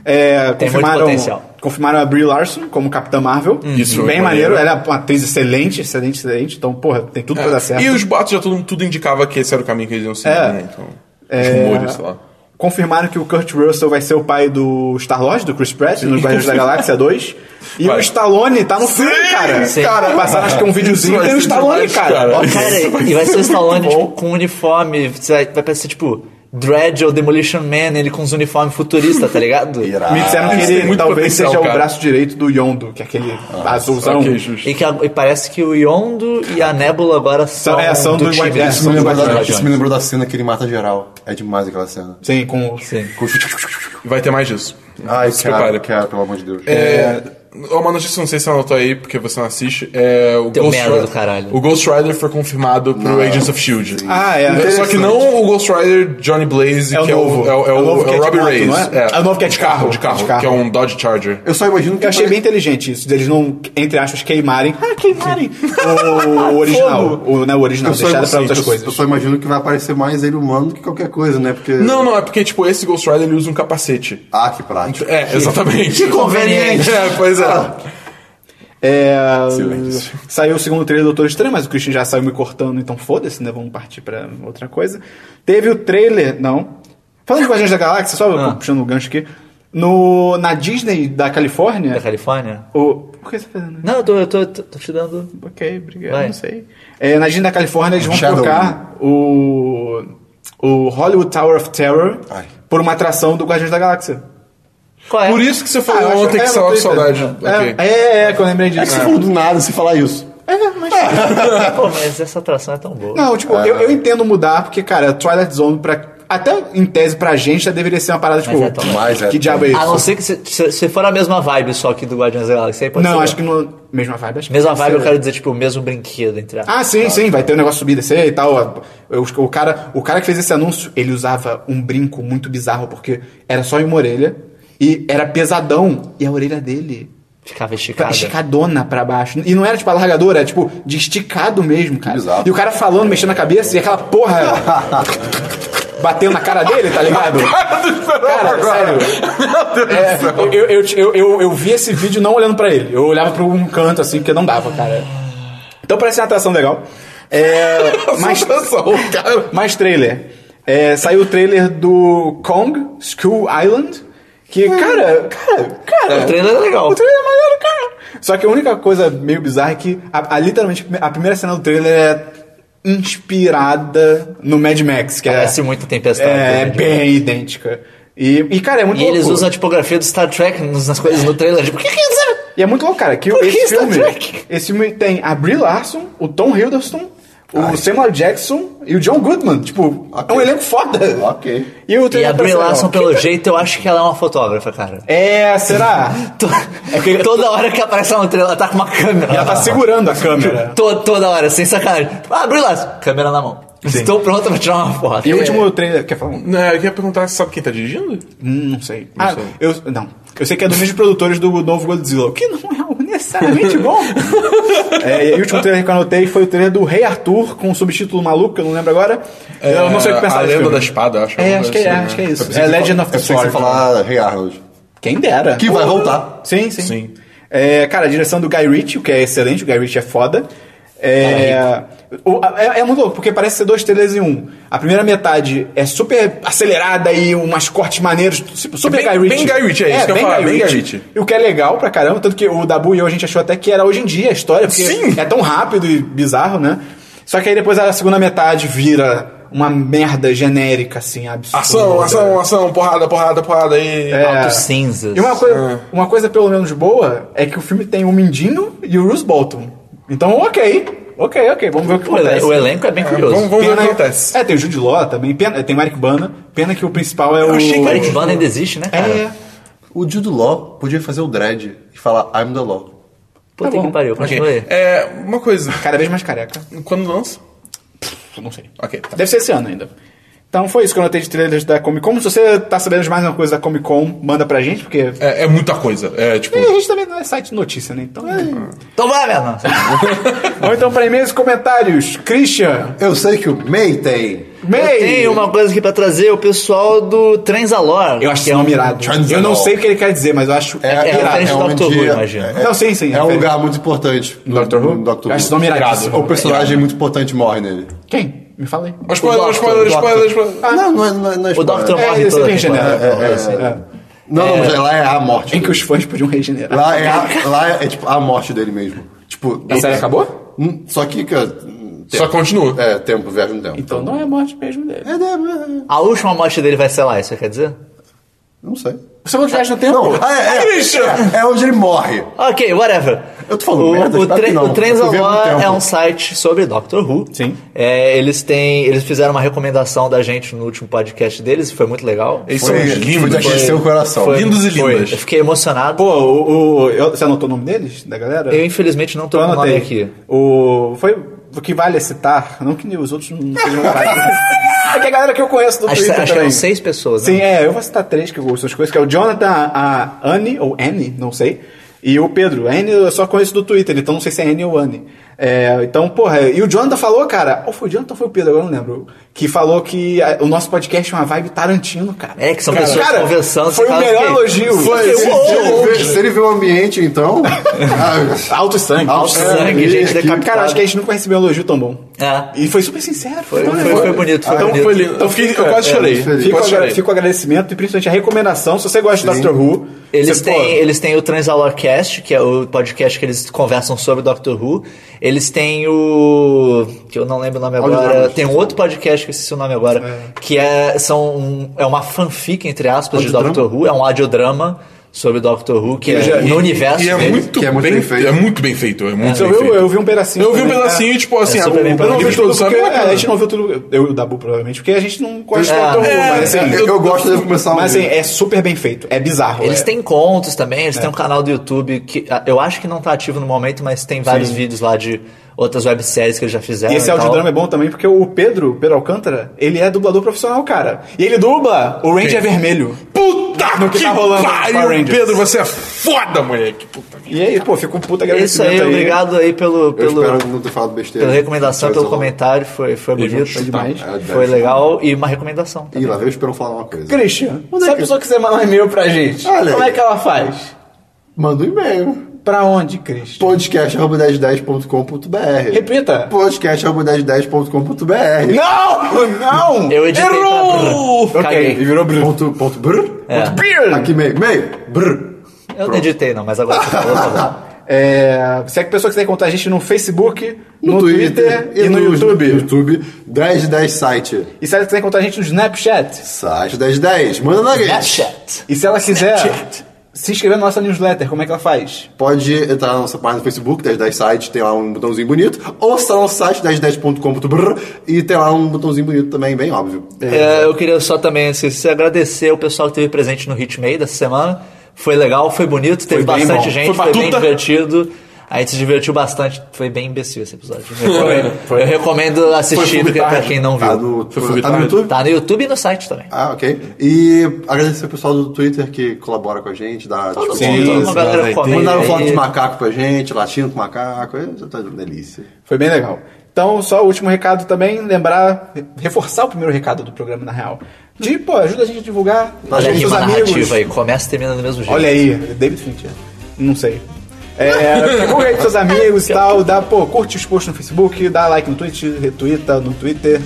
[SPEAKER 1] É,
[SPEAKER 4] Tem
[SPEAKER 1] confirmaram,
[SPEAKER 4] muito potencial.
[SPEAKER 1] confirmaram a Brie Larson como Capitã Marvel.
[SPEAKER 3] Isso,
[SPEAKER 1] Bem
[SPEAKER 3] é
[SPEAKER 1] maneiro.
[SPEAKER 3] maneiro. É.
[SPEAKER 1] Ela é uma atriz excelente, excelente, excelente. Então, porra, tem tudo pra dar certo.
[SPEAKER 3] E os boatos já tudo, tudo indicava que esse era o caminho que eles iam seguir,
[SPEAKER 1] É.
[SPEAKER 3] né? Então.
[SPEAKER 1] É.
[SPEAKER 3] Os rumores, sei lá.
[SPEAKER 1] Confirmaram que o Kurt Russell vai ser o pai do Star-Lord, do Chris Pratt, no Guardiões da Galáxia 2. E
[SPEAKER 3] Vai.
[SPEAKER 1] o Stallone tá no filme, cara.
[SPEAKER 4] Sim.
[SPEAKER 1] Cara, passaram acho que um videozinho
[SPEAKER 3] Isso
[SPEAKER 1] tem o
[SPEAKER 3] vai ser
[SPEAKER 1] Stallone,
[SPEAKER 3] demais,
[SPEAKER 1] cara.
[SPEAKER 3] cara.
[SPEAKER 1] Ó,
[SPEAKER 4] Cara,
[SPEAKER 3] Isso vai
[SPEAKER 4] e vai ser o Stallone,
[SPEAKER 3] muito
[SPEAKER 4] tipo,
[SPEAKER 3] bom.
[SPEAKER 4] com uniforme. Vai vai parecer, tipo, Dread ou Demolition Man, ele com os uniformes futuristas, tá ligado?
[SPEAKER 2] Irado.
[SPEAKER 1] Me disseram que
[SPEAKER 3] isso tem
[SPEAKER 1] ele
[SPEAKER 3] muito
[SPEAKER 1] talvez
[SPEAKER 3] potencial,
[SPEAKER 1] seja o
[SPEAKER 3] cara.
[SPEAKER 1] braço direito do Yondo, que é aquele azulzão.
[SPEAKER 3] Ok, justo.
[SPEAKER 4] Então, E, que, a- e parece que o Yondo e a Nebula agora são,
[SPEAKER 1] é, são
[SPEAKER 4] do
[SPEAKER 1] dos
[SPEAKER 4] time.
[SPEAKER 1] Guardiões.
[SPEAKER 2] Isso me, lembrou da,
[SPEAKER 4] Guardiões.
[SPEAKER 2] isso me lembrou da cena que ele mata geral. É demais aquela cena.
[SPEAKER 1] Sim, com...
[SPEAKER 4] Sim.
[SPEAKER 3] E vai ter mais disso.
[SPEAKER 2] Ai,
[SPEAKER 3] Se
[SPEAKER 2] cara,
[SPEAKER 3] prepare.
[SPEAKER 2] cara, é, pelo amor de Deus.
[SPEAKER 3] É, uma notícia, não sei se você anotou aí, porque você não assiste, é o
[SPEAKER 4] Teu
[SPEAKER 3] Ghost
[SPEAKER 4] merda
[SPEAKER 3] Rider.
[SPEAKER 4] do caralho.
[SPEAKER 3] O Ghost Rider foi confirmado pro Agents of S.H.I.E.L.D.
[SPEAKER 1] Ah, é,
[SPEAKER 3] Só
[SPEAKER 1] interessante.
[SPEAKER 3] que não o Ghost Rider Johnny Blaze,
[SPEAKER 1] É o
[SPEAKER 3] que é
[SPEAKER 1] novo.
[SPEAKER 3] o, é, o- é
[SPEAKER 1] É o novo
[SPEAKER 3] o,
[SPEAKER 1] que é
[SPEAKER 3] é
[SPEAKER 1] de
[SPEAKER 3] o Robbie
[SPEAKER 1] moto,
[SPEAKER 3] Reyes.
[SPEAKER 1] não é? É o novo que é de carro.
[SPEAKER 3] De carro,
[SPEAKER 1] De carro.
[SPEAKER 3] que é um Dodge Charger.
[SPEAKER 2] Eu só imagino que.
[SPEAKER 1] Eu achei bem inteligente isso, deles não, entre aspas, queimarem. Ah, queimarem! o, o original. o, né, o original,
[SPEAKER 2] Eu só,
[SPEAKER 1] deixado pra
[SPEAKER 2] eu-
[SPEAKER 1] outras
[SPEAKER 2] eu- eu
[SPEAKER 1] coisas.
[SPEAKER 2] só imagino que vai aparecer mais ele humano do que qualquer coisa, né? Porque.
[SPEAKER 3] Não, não, é porque, tipo, esse Ghost Rider ele usa um capacete.
[SPEAKER 2] Ah, que prático.
[SPEAKER 3] É, exatamente.
[SPEAKER 2] que conveniente.
[SPEAKER 3] É, pois é.
[SPEAKER 1] É,
[SPEAKER 2] Silêncio.
[SPEAKER 1] Saiu o segundo trailer do Doutor Estranho, mas o Christian já saiu me cortando, então foda-se, né? Vamos partir pra outra coisa. Teve o trailer. Não. Falando de Guardiões da Galáxia, só
[SPEAKER 4] Ah.
[SPEAKER 1] puxando o gancho aqui. No, na Disney da Califórnia.
[SPEAKER 4] Da Califórnia?
[SPEAKER 1] o, por que você tá fazendo isso?
[SPEAKER 4] Não, eu tô, eu tô, tô, tô te dando.
[SPEAKER 1] Ok, obrigado,
[SPEAKER 4] Vai.
[SPEAKER 1] não sei. É, na Disney da Califórnia, eles vão
[SPEAKER 2] Shadow.
[SPEAKER 1] trocar o, o Hollywood Tower of Terror
[SPEAKER 2] Ai.
[SPEAKER 1] por uma atração do Guardiões da Galáxia.
[SPEAKER 4] Qual é?
[SPEAKER 3] Por isso que você
[SPEAKER 1] Ah,
[SPEAKER 3] falou
[SPEAKER 1] eu acho-
[SPEAKER 3] ontem
[SPEAKER 1] é, no
[SPEAKER 3] que saiu com
[SPEAKER 1] Twitter.
[SPEAKER 3] saudade.
[SPEAKER 1] É,
[SPEAKER 3] Ok.
[SPEAKER 1] é, é, que eu lembrei
[SPEAKER 2] É que
[SPEAKER 1] disso.
[SPEAKER 2] você falou do nada se falar isso.
[SPEAKER 1] É, mas...
[SPEAKER 4] Pô, mas essa atração é tão boa.
[SPEAKER 1] né? Não, tipo,
[SPEAKER 2] Ah,
[SPEAKER 1] eu, eu entendo mudar, porque, cara, Twilight Zone, pra, até em tese pra gente, já deveria ser uma parada, tipo,
[SPEAKER 4] é tão-
[SPEAKER 2] Mas é
[SPEAKER 1] que
[SPEAKER 2] tão-
[SPEAKER 1] diabo é isso?
[SPEAKER 4] A não ser que se, se, se for a mesma vibe só que do Guardiões da Galáxia, aí pode
[SPEAKER 1] não,
[SPEAKER 4] ser.
[SPEAKER 1] acho que não... Mesma vibe, acho que
[SPEAKER 4] Mesma
[SPEAKER 1] não
[SPEAKER 4] vibe, eu
[SPEAKER 1] sei.
[SPEAKER 4] quero dizer, tipo, o mesmo brinquedo entre aspas.
[SPEAKER 1] Ah, sim, sim, vai ter um negócio subir e descer e tal. Eu- o, cara, o cara que fez esse anúncio, ele usava um brinco muito bizarro, porque era só em uma orelha, e era pesadão, e a orelha dele...
[SPEAKER 4] Ficava
[SPEAKER 1] Pra,
[SPEAKER 4] esticado.
[SPEAKER 1] esticadona pra baixo. E não era tipo alargadora, era tipo de esticado mesmo, cara.
[SPEAKER 2] bizarro.
[SPEAKER 1] E o cara falando, mexendo a cabeça e aquela porra batendo na cara dele, tá ligado? Cara, sério. É, eu, eu, eu, eu, eu vi esse vídeo não olhando pra ele. Eu olhava pra um canto assim, porque não dava, cara. Então parece uma atração legal. É, mais, mais trailer. É, saiu o trailer do Kong, School Island. Que, cara, cara, cara.
[SPEAKER 4] O trailer é legal.
[SPEAKER 1] O trailer é maneiro, cara. Só que a única coisa meio bizarra é que, a, a- literalmente, a primeira cena do trailer é inspirada no Mad Max, que é-
[SPEAKER 4] Parece muito Tempestade.
[SPEAKER 1] É, é
[SPEAKER 4] né,
[SPEAKER 1] bem idêntica. E, e, cara, é muito
[SPEAKER 4] E
[SPEAKER 1] louco.
[SPEAKER 4] eles usam a tipografia do Star Trek nos- nas coisas no trailer. Tipo, o que que é isso?
[SPEAKER 1] E é muito louco, cara, que
[SPEAKER 4] Por que
[SPEAKER 1] esse
[SPEAKER 4] Star
[SPEAKER 1] filme,
[SPEAKER 4] Trek?
[SPEAKER 1] esse filme tem a Brie Larson, o Tom Hiddleston, o Samuel Jackson e o John Goodman. Tipo, é um
[SPEAKER 2] Ok.
[SPEAKER 1] elenco foda.
[SPEAKER 2] Ok.
[SPEAKER 1] E, o
[SPEAKER 4] E
[SPEAKER 1] trailer
[SPEAKER 4] a Brie
[SPEAKER 1] tá sendo-
[SPEAKER 4] Larson, pelo jeito, eu acho que ela é uma fotógrafa, cara.
[SPEAKER 1] É, será?
[SPEAKER 4] To-
[SPEAKER 1] que-
[SPEAKER 4] Toda hora que aparece ela no trailer, ela tá com uma câmera.
[SPEAKER 1] Ela tá segurando a câmera.
[SPEAKER 4] Tipo, To- Toda hora, sem sacanagem. Ah, Brie Larson, câmera na mão.
[SPEAKER 1] Sim.
[SPEAKER 4] Estou pronta pra tirar uma foto. É,
[SPEAKER 1] E o último trailer. Quer falar um?
[SPEAKER 3] Não, eu queria perguntar, sabe quem tá dirigindo?
[SPEAKER 1] Hum, Não sei. ah, eu. Não. Eu sei que é dos mesmos produtores do novo Godzilla, o que não é algo necessariamente bom. É, e o último trailer que eu anotei foi o trailer do Rei Arthur, com um subtítulo maluco, que eu não lembro agora. eu não sei o que pensar desse
[SPEAKER 3] É, A Lenda
[SPEAKER 1] filme.
[SPEAKER 3] da Espada, acho.
[SPEAKER 1] É,
[SPEAKER 3] alguma
[SPEAKER 1] acho que
[SPEAKER 3] coisa
[SPEAKER 1] é,
[SPEAKER 3] assim,
[SPEAKER 1] acho que
[SPEAKER 3] né?
[SPEAKER 1] é isso. É Legend of the
[SPEAKER 2] Eu pensei que você
[SPEAKER 1] Sword.
[SPEAKER 2] ia falar Rei Arnold.
[SPEAKER 1] Quem dera.
[SPEAKER 2] Que vai voltar.
[SPEAKER 1] Sim, sim. É, cara, a direção do Guy Ritchie, o que é excelente, o Guy Ritchie é foda. É, o- a- é, é muito louco, porque parece ser dois trailers em um. A primeira metade é super acelerada e umas cortes maneiros, tipo, super
[SPEAKER 3] É bem-
[SPEAKER 1] Guy Ritchie.
[SPEAKER 3] bem Guy Ritchie, é isso que eu ia falar, bem Guy Ritchie.
[SPEAKER 1] E o que é legal pra caramba, tanto que o Dabu e eu a gente achou até que era hoje em dia a história, porque
[SPEAKER 3] Sim.
[SPEAKER 1] é tão rápido e bizarro, né? Só que aí depois a segunda metade vira uma merda genérica, assim, absurda.
[SPEAKER 3] Ação, ação, ação, porrada, porrada, porrada aí.
[SPEAKER 4] Autos cinzas.
[SPEAKER 1] é, E uma coisa, uma coisa pelo menos boa é que o filme tem o Mindinho e o Bruce Bolton. Então, ok. Ok, ok. Vamos ver o que
[SPEAKER 4] O, ele-
[SPEAKER 1] acontece.
[SPEAKER 4] o elenco é bem curioso.
[SPEAKER 3] vamos- vamos- ver o que
[SPEAKER 1] Pena-
[SPEAKER 3] acontece.
[SPEAKER 1] É, tem o Jude Law também. Pena, tem o Eric Bana. Pena que o principal é o...
[SPEAKER 3] achei que
[SPEAKER 4] Cara, que banda ainda existe, né, cara?
[SPEAKER 1] É,
[SPEAKER 2] O Jude Law podia fazer o dread e falar I'm the Law.
[SPEAKER 4] Puta
[SPEAKER 1] Tá bom.
[SPEAKER 4] que pariu,
[SPEAKER 3] Ok.
[SPEAKER 4] continua aí.
[SPEAKER 3] É, uma coisa.
[SPEAKER 1] cada vez mais careca.
[SPEAKER 3] Quando lança?
[SPEAKER 1] Pff, Não sei.
[SPEAKER 3] Ok, tá.
[SPEAKER 1] Deve ser esse ano ainda. Então foi isso que eu notei de trailers da Comic Con. Se você tá sabendo de mais uma coisa da Comic Con, manda pra gente, porque...
[SPEAKER 3] É, é muita coisa. É, tipo...
[SPEAKER 1] E a gente também não é site de notícia, né? Então... É.
[SPEAKER 4] Então vai, Bernardo.
[SPEAKER 1] Ou então pra e-mails e comentários. Christian,
[SPEAKER 2] Eu sei que o May tem.
[SPEAKER 1] May.
[SPEAKER 4] Eu tenho uma coisa aqui pra trazer, o pessoal do Transalor.
[SPEAKER 1] Eu acho que é um irado.
[SPEAKER 2] Transalol.
[SPEAKER 1] Eu não sei o que ele quer dizer, mas eu acho
[SPEAKER 2] É,
[SPEAKER 1] irado.
[SPEAKER 2] é,
[SPEAKER 4] o
[SPEAKER 2] é,
[SPEAKER 4] trecho do
[SPEAKER 2] onde-
[SPEAKER 4] Doctor Who,
[SPEAKER 2] é-
[SPEAKER 4] imagino.
[SPEAKER 2] é-
[SPEAKER 1] Não, sim, sim.
[SPEAKER 2] É um lugar muito importante. no-
[SPEAKER 1] Doctor Who?
[SPEAKER 2] no Doctor
[SPEAKER 1] Eu acho é. esse nome iradíssimo.
[SPEAKER 2] O personagem muito importante morre nele.
[SPEAKER 1] Quem? Me fala aí.
[SPEAKER 3] Ó, Spoiler, spoiler, spoiler, spoiler.
[SPEAKER 2] Ah, não, não é, não é, não é
[SPEAKER 4] O
[SPEAKER 2] spoiler.
[SPEAKER 4] Doctor
[SPEAKER 1] É,
[SPEAKER 4] morre
[SPEAKER 1] ele
[SPEAKER 4] toda
[SPEAKER 1] sempre regenera.
[SPEAKER 4] temporada.
[SPEAKER 1] É, é, é.
[SPEAKER 2] Não, não, mas lá é a morte.
[SPEAKER 1] Em que os
[SPEAKER 2] dele.
[SPEAKER 1] fãs podiam regenerar.
[SPEAKER 2] Lá é, a, lá é, é, tipo a morte dele mesmo. Tipo.
[SPEAKER 1] A série acabou?
[SPEAKER 2] Hum, Só que. cara,
[SPEAKER 3] Só
[SPEAKER 2] tempo.
[SPEAKER 3] continua.
[SPEAKER 2] É, tempo, viagem no tempo.
[SPEAKER 1] Então não é morte mesmo dele.
[SPEAKER 2] É, é, é,
[SPEAKER 4] A última morte dele vai ser lá, isso quer dizer?
[SPEAKER 2] não sei.
[SPEAKER 1] Você não viaja no tempo?
[SPEAKER 2] Não, ah, é, é,
[SPEAKER 3] Christian!
[SPEAKER 2] é onde ele morre.
[SPEAKER 4] Ok, whatever.
[SPEAKER 2] Eu tô falando
[SPEAKER 4] o,
[SPEAKER 2] merda,
[SPEAKER 4] o,
[SPEAKER 1] tá
[SPEAKER 2] espero
[SPEAKER 4] tre
[SPEAKER 2] que não.
[SPEAKER 4] o
[SPEAKER 2] Eu tô vendo
[SPEAKER 4] Transalor
[SPEAKER 2] tempo.
[SPEAKER 4] é um site sobre Doctor Who.
[SPEAKER 1] Sim.
[SPEAKER 4] É, eles têm, eles fizeram uma recomendação da gente no último podcast deles e foi muito legal.
[SPEAKER 3] Eles são
[SPEAKER 2] Foi,
[SPEAKER 3] uns
[SPEAKER 2] tipo,
[SPEAKER 3] lindos.
[SPEAKER 2] de aquecer o coração.
[SPEAKER 4] Foi-
[SPEAKER 3] Lindos e
[SPEAKER 4] foi.
[SPEAKER 3] lindas.
[SPEAKER 4] Eu fiquei emocionado.
[SPEAKER 1] Pô, o, o- eu- você anotou o nome deles? Da galera?
[SPEAKER 4] eu infelizmente não tô
[SPEAKER 1] Eu
[SPEAKER 4] com o nome
[SPEAKER 1] anotei.
[SPEAKER 4] aqui.
[SPEAKER 1] O, foi o que vale é citar. Não que os outros não sejam válidos. É que a galera que eu conheço do
[SPEAKER 4] Acho,
[SPEAKER 1] Twitter
[SPEAKER 4] acho que
[SPEAKER 1] também.
[SPEAKER 4] eram seis pessoas, né?
[SPEAKER 1] Sim, é, eu vou citar três que eu gosto das coisas, que é o Jonathan, a Anne, ou Anne, não sei, e o Pedro. A Anne eu só conheço do Twitter, então não sei se é Anne ou Anne. É, então, porra, e o Jonathan falou, cara, ou foi o Jonathan ou foi o Pedro, agora eu não lembro, que falou que ah, o nosso podcast é uma vibe Tarantino, cara.
[SPEAKER 4] É, que são pessoas conversando,
[SPEAKER 1] Foi
[SPEAKER 4] você
[SPEAKER 1] o
[SPEAKER 4] fala,
[SPEAKER 1] melhor
[SPEAKER 4] ok.
[SPEAKER 1] elogio.
[SPEAKER 2] Se,
[SPEAKER 1] Foi,
[SPEAKER 2] se ele vê, se ele vê o ambiente, então. ah,
[SPEAKER 1] Alto sangue.
[SPEAKER 2] Alto
[SPEAKER 4] sangue, gente decapitada.
[SPEAKER 1] Cara, acho que a gente nunca recebeu um elogio tão bom.
[SPEAKER 4] É.
[SPEAKER 1] E foi super sincero. Então, Foi,
[SPEAKER 4] foi- foi bonito, foi
[SPEAKER 1] então
[SPEAKER 4] bonito.
[SPEAKER 1] foi lindo.
[SPEAKER 3] Eu,
[SPEAKER 1] Então
[SPEAKER 3] fiquei, eu
[SPEAKER 1] fica-
[SPEAKER 3] quase
[SPEAKER 1] é,
[SPEAKER 3] chorei.
[SPEAKER 1] Fica, o
[SPEAKER 3] quase
[SPEAKER 1] agra
[SPEAKER 3] chorei.
[SPEAKER 1] fica o agradecimento e principalmente a recomendação. Se você gosta de Doctor Who,
[SPEAKER 4] Eles
[SPEAKER 1] você, pô,
[SPEAKER 4] têm, eles têm o Transalorcast, que é o podcast que eles conversam sobre Doctor Who. Eles têm o. que eu não lembro o nome agora.
[SPEAKER 2] Audiodramas.
[SPEAKER 4] Tem um outro podcast que eu esqueci o nome agora. Que é, são um- é uma fanfic, entre aspas, de Doctor Who. É um audiodrama sobre Doctor Who, que é
[SPEAKER 1] já-
[SPEAKER 4] no universo.
[SPEAKER 3] E é
[SPEAKER 4] dele.
[SPEAKER 3] muito,
[SPEAKER 2] que é muito
[SPEAKER 3] bem
[SPEAKER 2] bem feito.
[SPEAKER 3] feito. É muito bem feito. É muito
[SPEAKER 1] eu,
[SPEAKER 3] bem
[SPEAKER 1] vi-
[SPEAKER 3] feito.
[SPEAKER 1] eu vi um pedacinho.
[SPEAKER 3] Eu vi um
[SPEAKER 1] também.
[SPEAKER 3] pedacinho, e tipo assim,
[SPEAKER 4] É
[SPEAKER 3] ah, o
[SPEAKER 4] super bem
[SPEAKER 3] o
[SPEAKER 4] produzido.
[SPEAKER 3] nível de
[SPEAKER 1] Tudo
[SPEAKER 3] produção é
[SPEAKER 1] porque,
[SPEAKER 3] bem
[SPEAKER 1] é, a
[SPEAKER 3] bacana.
[SPEAKER 1] gente não viu tudo. Eu e o Dabu, provavelmente, porque a gente não gosta de
[SPEAKER 4] É.
[SPEAKER 1] Doctor Who,
[SPEAKER 3] É.
[SPEAKER 1] mas assim.
[SPEAKER 2] eu, eu gosto, devo começar um.
[SPEAKER 1] Mas assim, é super bem feito. É bizarro.
[SPEAKER 4] Eles
[SPEAKER 1] é.
[SPEAKER 4] têm contos também, eles têm um canal do YouTube que ah, eu acho que não tá ativo no momento, mas tem vários vídeos lá de outras webséries que eles já fizeram.
[SPEAKER 1] E esse
[SPEAKER 4] e tal.
[SPEAKER 1] audiodrama é bom também porque o Pedro, Pedro Alcântara, ele é dublador profissional, cara. E ele dubla o Ranger Vermelho.
[SPEAKER 3] Puta
[SPEAKER 1] No que
[SPEAKER 3] que
[SPEAKER 1] tá rolando no Power
[SPEAKER 3] pariu,
[SPEAKER 1] Rangers.
[SPEAKER 3] Pedro, você é foda, moleque. Puta que
[SPEAKER 1] E aí, pô, fico um puta
[SPEAKER 4] É isso
[SPEAKER 1] agradecimento
[SPEAKER 4] aí, obrigado aí pelo,
[SPEAKER 2] Eu
[SPEAKER 4] pelo,
[SPEAKER 2] espero não ter falado besteira.
[SPEAKER 4] pela recomendação, pelo
[SPEAKER 2] Mas eu-
[SPEAKER 4] comentário, foi, foi
[SPEAKER 3] Eles vão
[SPEAKER 4] bonito.
[SPEAKER 3] chutar.
[SPEAKER 1] demais.
[SPEAKER 2] É,
[SPEAKER 4] Foi legal e uma recomendação.
[SPEAKER 2] Ih, lá veio, eu espero falar uma coisa.
[SPEAKER 1] Christian, se a pessoa quiser mandar um e-mail pra gente,
[SPEAKER 2] Olha
[SPEAKER 1] como
[SPEAKER 2] aí.
[SPEAKER 1] é que ela faz?
[SPEAKER 2] Manda um e-mail.
[SPEAKER 1] Pra onde, Christian?
[SPEAKER 2] podcast.1010.com.br
[SPEAKER 1] Repita.
[SPEAKER 2] podcast.1010.com.br
[SPEAKER 1] Não! Não!
[SPEAKER 4] Eu editei
[SPEAKER 1] Errou!
[SPEAKER 4] pra-
[SPEAKER 1] Ok,
[SPEAKER 4] Caguei.
[SPEAKER 1] e virou Bruno.
[SPEAKER 2] Ponto, ponto, brr?
[SPEAKER 4] É.
[SPEAKER 1] Brr.
[SPEAKER 2] Aqui, meio, meio, brr.
[SPEAKER 4] Eu não editei não, mas agora você falou, tá bom.
[SPEAKER 1] É, se a pessoa quiser encontrar a gente no Facebook, no,
[SPEAKER 2] No,
[SPEAKER 1] Twitter, e no, YouTube.
[SPEAKER 2] YouTube, 1010 site.
[SPEAKER 1] E se ela quiser encontrar a gente no Snapchat.
[SPEAKER 2] Site 1010. Manda na gente.
[SPEAKER 4] Snapchat.
[SPEAKER 1] E se ela quiser se inscrever na nossa newsletter, como é que ela faz?
[SPEAKER 2] Pode entrar na nossa página do Facebook, 1010 site, tem lá um botãozinho bonito. Ou está no nosso site, 1010.com.br e tem lá um botãozinho bonito também, bem óbvio.
[SPEAKER 4] É, eu queria só também assim, se agradecer o pessoal que esteve presente no Hitmade dessa semana. Foi legal, foi bonito, teve
[SPEAKER 1] bem
[SPEAKER 4] bastante
[SPEAKER 1] bom.
[SPEAKER 4] gente,
[SPEAKER 3] Foi
[SPEAKER 4] foi, bem
[SPEAKER 3] batuta.
[SPEAKER 4] divertido. A gente se divertiu bastante. Foi bem imbecil esse episódio. Eu recomendo, eu recomendo assistir porque- pra quem não viu.
[SPEAKER 2] Tá no, tá no
[SPEAKER 3] Fugitário.
[SPEAKER 2] YouTube?
[SPEAKER 4] Tá no YouTube e no site também.
[SPEAKER 2] Ah, ok. E agradecer o pessoal do Twitter que colabora com a gente, dá
[SPEAKER 4] Todo
[SPEAKER 2] tipo,
[SPEAKER 4] mundo, É,
[SPEAKER 1] sim,
[SPEAKER 4] uma galera
[SPEAKER 1] sim.
[SPEAKER 4] comenta
[SPEAKER 2] mandaram
[SPEAKER 4] aí.
[SPEAKER 2] foto de macaco pra gente, latino com macaco, é tá uma delícia.
[SPEAKER 1] Foi bem legal. Então, só o último recado também, lembrar, reforçar o primeiro recado do programa, na real. De, pô, ajuda a gente a divulgar,
[SPEAKER 4] Olha
[SPEAKER 1] ajuda
[SPEAKER 4] aqui
[SPEAKER 1] os
[SPEAKER 4] uma
[SPEAKER 1] amigos.
[SPEAKER 4] narrativa aí. Começa e termina do mesmo jeito.
[SPEAKER 1] Olha aí, David Fincher. Não sei. É, divulga aí com seus amigos e tal, dá, pô, curte os posts no Facebook, dá like no Twitch, retuita no Twitter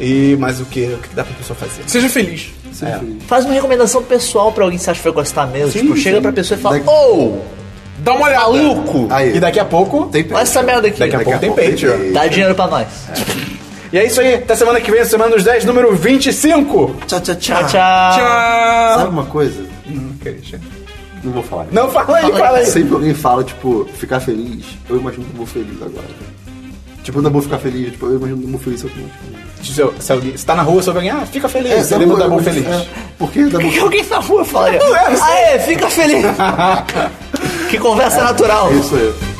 [SPEAKER 1] e mais o que, o que dá pra pessoa fazer.
[SPEAKER 3] Seja feliz.
[SPEAKER 1] É.
[SPEAKER 4] Faz uma recomendação pessoal pra alguém que você acha que vai gostar mesmo.
[SPEAKER 1] Sim,
[SPEAKER 4] tipo, chega
[SPEAKER 1] sim.
[SPEAKER 4] pra pessoa e fala,
[SPEAKER 2] Daqui-
[SPEAKER 4] ô,
[SPEAKER 3] Dá uma olhada.
[SPEAKER 4] maluco!
[SPEAKER 2] Aí,
[SPEAKER 1] E daqui a pouco,
[SPEAKER 2] tem
[SPEAKER 4] Olha essa merda aqui.
[SPEAKER 1] Daqui a pouco tem Patreon.
[SPEAKER 4] Dá dinheiro pra nós.
[SPEAKER 1] E é isso aí, até semana que vem, semana dos 10, número 25.
[SPEAKER 2] Tchau, tchau,
[SPEAKER 4] Tchau,
[SPEAKER 2] tchau.
[SPEAKER 4] tchau.
[SPEAKER 3] Tchau.
[SPEAKER 2] Sabe uma coisa?
[SPEAKER 1] Hum, Christian.
[SPEAKER 2] Não vou falar.
[SPEAKER 1] Não, fala aí, fala aí.
[SPEAKER 2] Sempre alguém fala, tipo, ficar feliz. Eu imagino que eu vou feliz agora. Tipo, eu não vou ficar feliz. Tipo, eu imagino que eu vou feliz só que eu não fico feliz.
[SPEAKER 1] Se, se alguém, se tá na rua, se alguém, ah, fica feliz, você
[SPEAKER 2] eu
[SPEAKER 1] lembra da
[SPEAKER 2] vou- eu
[SPEAKER 1] Bom
[SPEAKER 2] vou-
[SPEAKER 1] Feliz.
[SPEAKER 2] é, Por que da
[SPEAKER 4] Por que
[SPEAKER 2] boa
[SPEAKER 4] alguém na rua falaria? Ah, é, fica feliz. que conversa natural.
[SPEAKER 2] É isso aí.